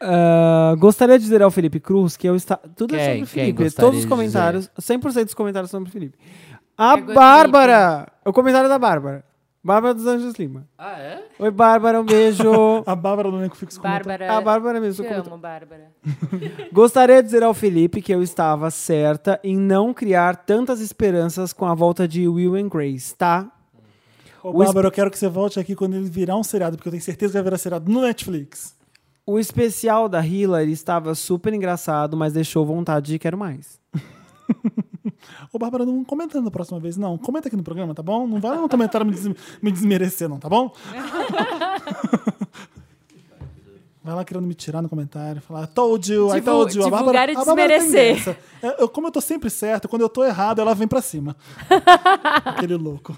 Ah, gostaria de dizer ao Felipe Cruz que eu está tudo é
Quem?
sobre o
Quem
Felipe,
gostaria
todos os
de
comentários, 100% dos comentários são sobre o Felipe. A
gostei,
Bárbara, o comentário da Bárbara. Bárbara dos Anjos Lima.
Ah, é?
Oi Bárbara, um beijo.
A Bárbara do Elenco Fixo comentou.
[LAUGHS] Bárbara.
A Bárbara mesmo
Te
comentou.
amo, Bárbara.
Gostaria de dizer ao Felipe que eu estava certa em não criar tantas esperanças com a volta de Will and Grace, tá?
Ô,
O
Bárbara, eu quero que você volte aqui quando ele virar um seriado, porque eu tenho certeza que vai virar seriado no Netflix.
O especial da Hillary estava super engraçado, mas deixou vontade de quero mais.
Ô, Bárbara, não comenta na próxima vez, não. Comenta aqui no programa, tá bom? Não vai lá no comentário me, des- me desmerecer, não, tá
[LAUGHS]
bom? Vai lá querendo me tirar no comentário, falar, told you, I
Divu-
told you. A
divulgar
Bárbara,
e
a Bárbara tem
desmerecer.
dessa. É, eu- como eu tô sempre certo, quando eu tô errado, ela vem pra
[LAUGHS]
cima. Aquele louco.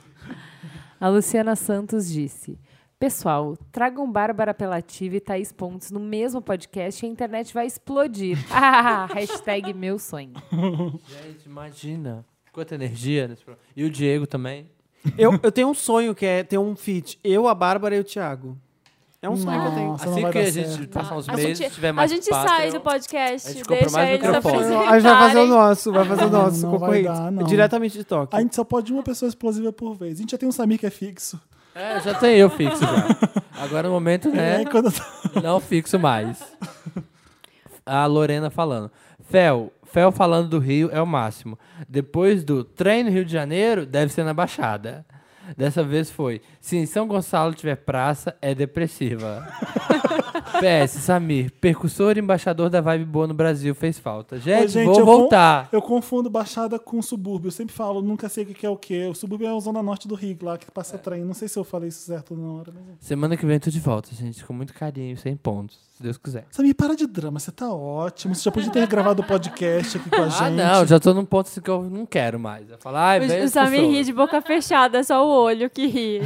A Luciana Santos disse: Pessoal, tragam Bárbara Pelativa e Thaís Pontes no mesmo podcast e a internet vai [LAUGHS] explodir. Ah, hashtag meu sonho.
Gente, imagina. Quanta energia nesse programa. E o Diego também.
Eu, eu tenho um sonho que é ter um feat. Eu, a Bárbara e o Thiago. É um sonho que eu tenho.
Nossa, não
assim
vai
que
dar
a gente
certo.
passar uns
A
meses,
gente-
tiver mais é,
A gente
espaço,
sai
eu-
do podcast,
a gente compra
deixa
mais
eles
microfone.
A gente vai fazer o
apresentarem.
nosso, vai fazer o
Não,
nosso
não vai
concorrente.
dar, não.
Diretamente de Tóquio.
A gente só pode uma pessoa explosiva por vez. A gente já tem um Samir que é fixo.
É, já tem eu fixo já. Agora no momento,
É.
né?
quando...
Não fixo mais. A Lorena falando. Fel, Fel falando do Rio é o máximo. Depois do treino Rio de Janeiro, deve ser na Baixada. Dessa vez foi. Se em São Gonçalo tiver praça, é
[LAUGHS]
depressiva. PS, Samir, percussor e embaixador da Vibe Boa no Brasil, fez falta. Gente,
Ô, gente,
vou
eu
voltar.
con- eu confundo Baixada com subúrbio. Eu sempre falo, nunca sei o que que é o que. O subúrbio é a zona norte do Rio, lá que
É.
passa trem. Não sei se eu falei isso certo na hora. Mas... é.
Semana que vem eu tô de volta, gente, com muito carinho, sem pontos, se Deus quiser.
Samir, para de drama. Você tá ótimo. Você já podia ter gravado o podcast aqui com a
[LAUGHS] Ah,
gente.
não, já tô num ponto assim que eu não quero mais. Eu falo, ai,
O,
velho.
o Samir ri de boca fechada, só o olho que ri.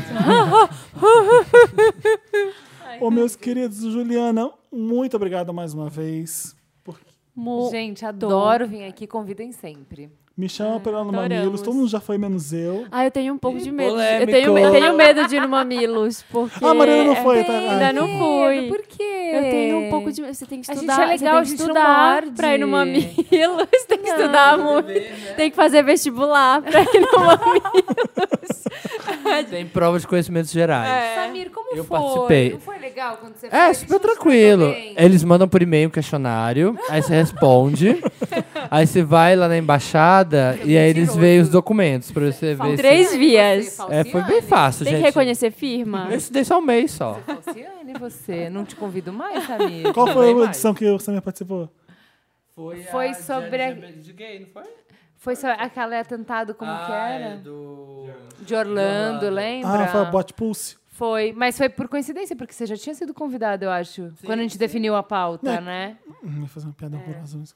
Ô, meus queridos, Juliana, muito obrigado mais uma vez.
Mo-
Gente, adoro vir aqui, convidem sempre.
Me
Ah,
chama pelo no
adoramos.
Mamilos. Todo mundo já foi, menos eu.
[LAUGHS]
Ah, eu tenho um pouco de medo. Eu
polêmico.
tenho, eu tenho medo de ir no Mamilos, porque...
Ah, Mariana não foi, tá?
Ah,
Ainda não fui.
Por quê?
Eu tenho um pouco de medo. Você tem que
A gente
estudar.
é legal, a
você tem
gente
que
não
estudar
morde.
pra ir no Mamilos. [LAUGHS] Tem que estudar muito. Tem que fazer vestibular pra ir
[LAUGHS]
no
Tem prova de conhecimentos gerais.
Samir, como
Eu
foi?
participei.
Não foi legal quando você foi?
É,
Eles
super
te
tranquilo.
respondem bem?
Eles mandam por e-mail um questionário, aí
[LAUGHS]
você responde. aí você vai lá na embaixada e aí eles veem os documentos pra você ver se.
Três
Você
vias.
É, foi bem
falciane?
fácil,
Tem que
gente.
reconhecer firma.
Eu estudei só um mês só.
Falciane, você. Não te convido mais, Samir.
Qual foi
Bem
a
mais.
edição que o Samir participou?
Foi,
Foi sobre a-
De gay, não foi? Ah, é
Foi só aquele atentado, como que era?
do...
De Orlando, lembra?
Ah, foi a Bot Pulse.
Foi, mas foi por coincidência, porque você já tinha sido convidado, eu acho, quando a gente definiu a pauta,
Não.
né?
Hum, Vou fazer uma
É.
piada horrorosa. mas-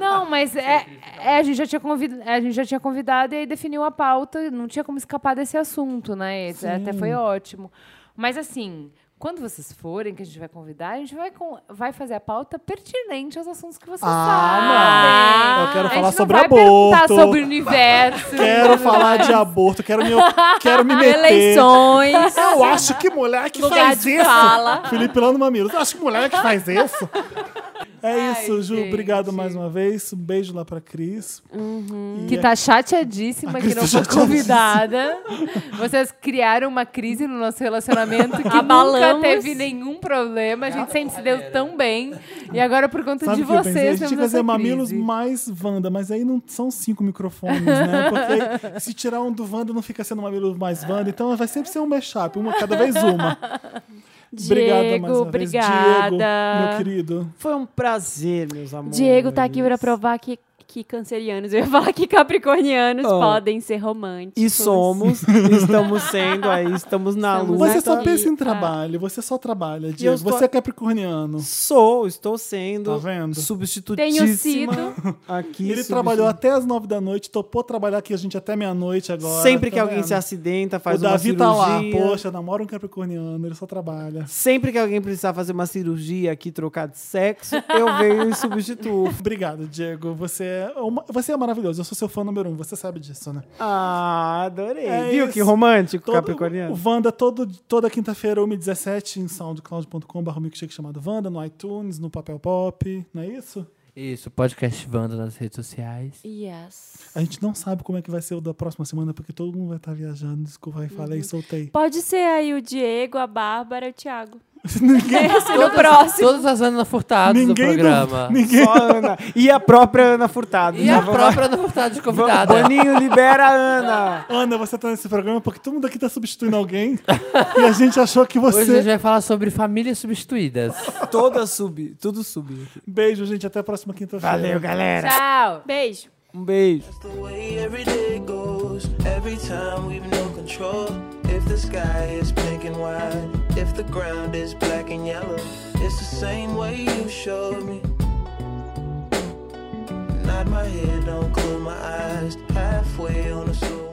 Não, mas é, é, a, gente já tinha convid... a gente já tinha convidado e aí definiu a pauta, não tinha como escapar desse assunto, né? E Até foi ótimo. Mas assim, quando vocês forem, que a gente vai convidar, a gente vai, com- vai fazer a pauta pertinente aos assuntos que vocês
Ah,
sabem.
não. Eu quero
a
falar
gente
sobre
não vai perguntar
aborto.
sobre o universo. [LAUGHS]
Quero falar
[LAUGHS]
de aborto, quero me, quero me meter.
Eleições.
Eu acho que mulher que
Lugar
faz
de
isso.
fala.
Felipe lá no Mamilos. Eu acho que mulher que faz isso. É isso, Ju.
gente.
Obrigado mais uma vez. Um beijo lá pra Cris. E é
Que tá chateadíssima que não foi
Cristo tá
convidada. Vocês criaram uma crise no nosso relacionamento que nunca
Abalamos.
teve nenhum problema. A gente sempre se deu tão bem. E agora, por conta
Sabe
de
o que eu pensei? A
vocês,
gente tinha que
temos
fazer
essa
mamilos
crise.
mais Wanda, mas aí não são cinco microfones, né? Porque aí, se tirar um do Wanda, não fica sendo mamilos mais Wanda. Então vai sempre ser um mashup, uma cada vez uma. obrigado mais uma
Diego,
vez, Diego, meu
obrigada.
querido.
Foi um prazer, meus amores.
Diego tá aqui pra provar que, que cancerianos, eu ia falar que capricornianos
Oh.
podem ser românticos.
E somos, estamos sendo aí, estamos na
Estamos
luz.
Você só
tá-
pensa em
Ah.
trabalho, você só trabalha,
eu
Diego.
estou-
Você é capricorniano.
Sou, estou sendo
Tá vendo?
substitutíssima
Tenho sido.
aqui.
Ele
substitu-
trabalhou até as nove da noite, topou trabalhar aqui a gente até meia-noite agora.
Sempre que
tá
alguém
vendo?
se acidenta,
O
faz uma
Davi tá lá,
cirurgia.
poxa, namora um capricorniano, ele só trabalha.
Sempre que alguém precisar fazer uma cirurgia aqui, trocar de sexo, eu venho e substituo.
Obrigado, Diego. Você é, uma- você é maravilhoso. Eu sou seu fã número um. Você sabe disso, né?
Ah, adorei.
É
Viu
isso.
que romântico,
Todo-
capricorniano?
O Wanda, todo, toda quinta-feira, 1h17, em soundcloud.com.br, um milkshake chamado Wanda, no iTunes, no Papel Pop, não é isso?
Isso, podcast Wanda nas redes sociais.
Yes.
A gente não sabe como é que vai ser o da próxima semana, porque todo mundo vai estar viajando. Desculpa, aí
Uhum.
falei, soltei. [LAUGHS]
Pode ser aí o Diego, a Bárbara, o Thiago.
ninguém
No próximo.
Todas as Ana Furtado do
ninguém,
programa.
do, ninguém
[LAUGHS] Só a Ana. E a própria Ana Furtado. né?
E a própria Ana Furtado de convidada. né?
Boninho, libera a Ana.
Ana, você tá nesse programa porque todo mundo aqui tá substituindo alguém. [LAUGHS] e a gente achou que
Hoje a
você.
gente vai falar sobre famílias substituídas.
Toda sub, tudo sub.
Beijo, gente. Até a próxima quinta-feira.
Valeu, galera.
Tchau.
Beijo.
Um beijo.
the way every day goes. Every time we've no control. If the sky is pink and white, if the ground is black and yellow, it's the same way you showed me. Nod my head, don't close my eyes. Halfway on the slow.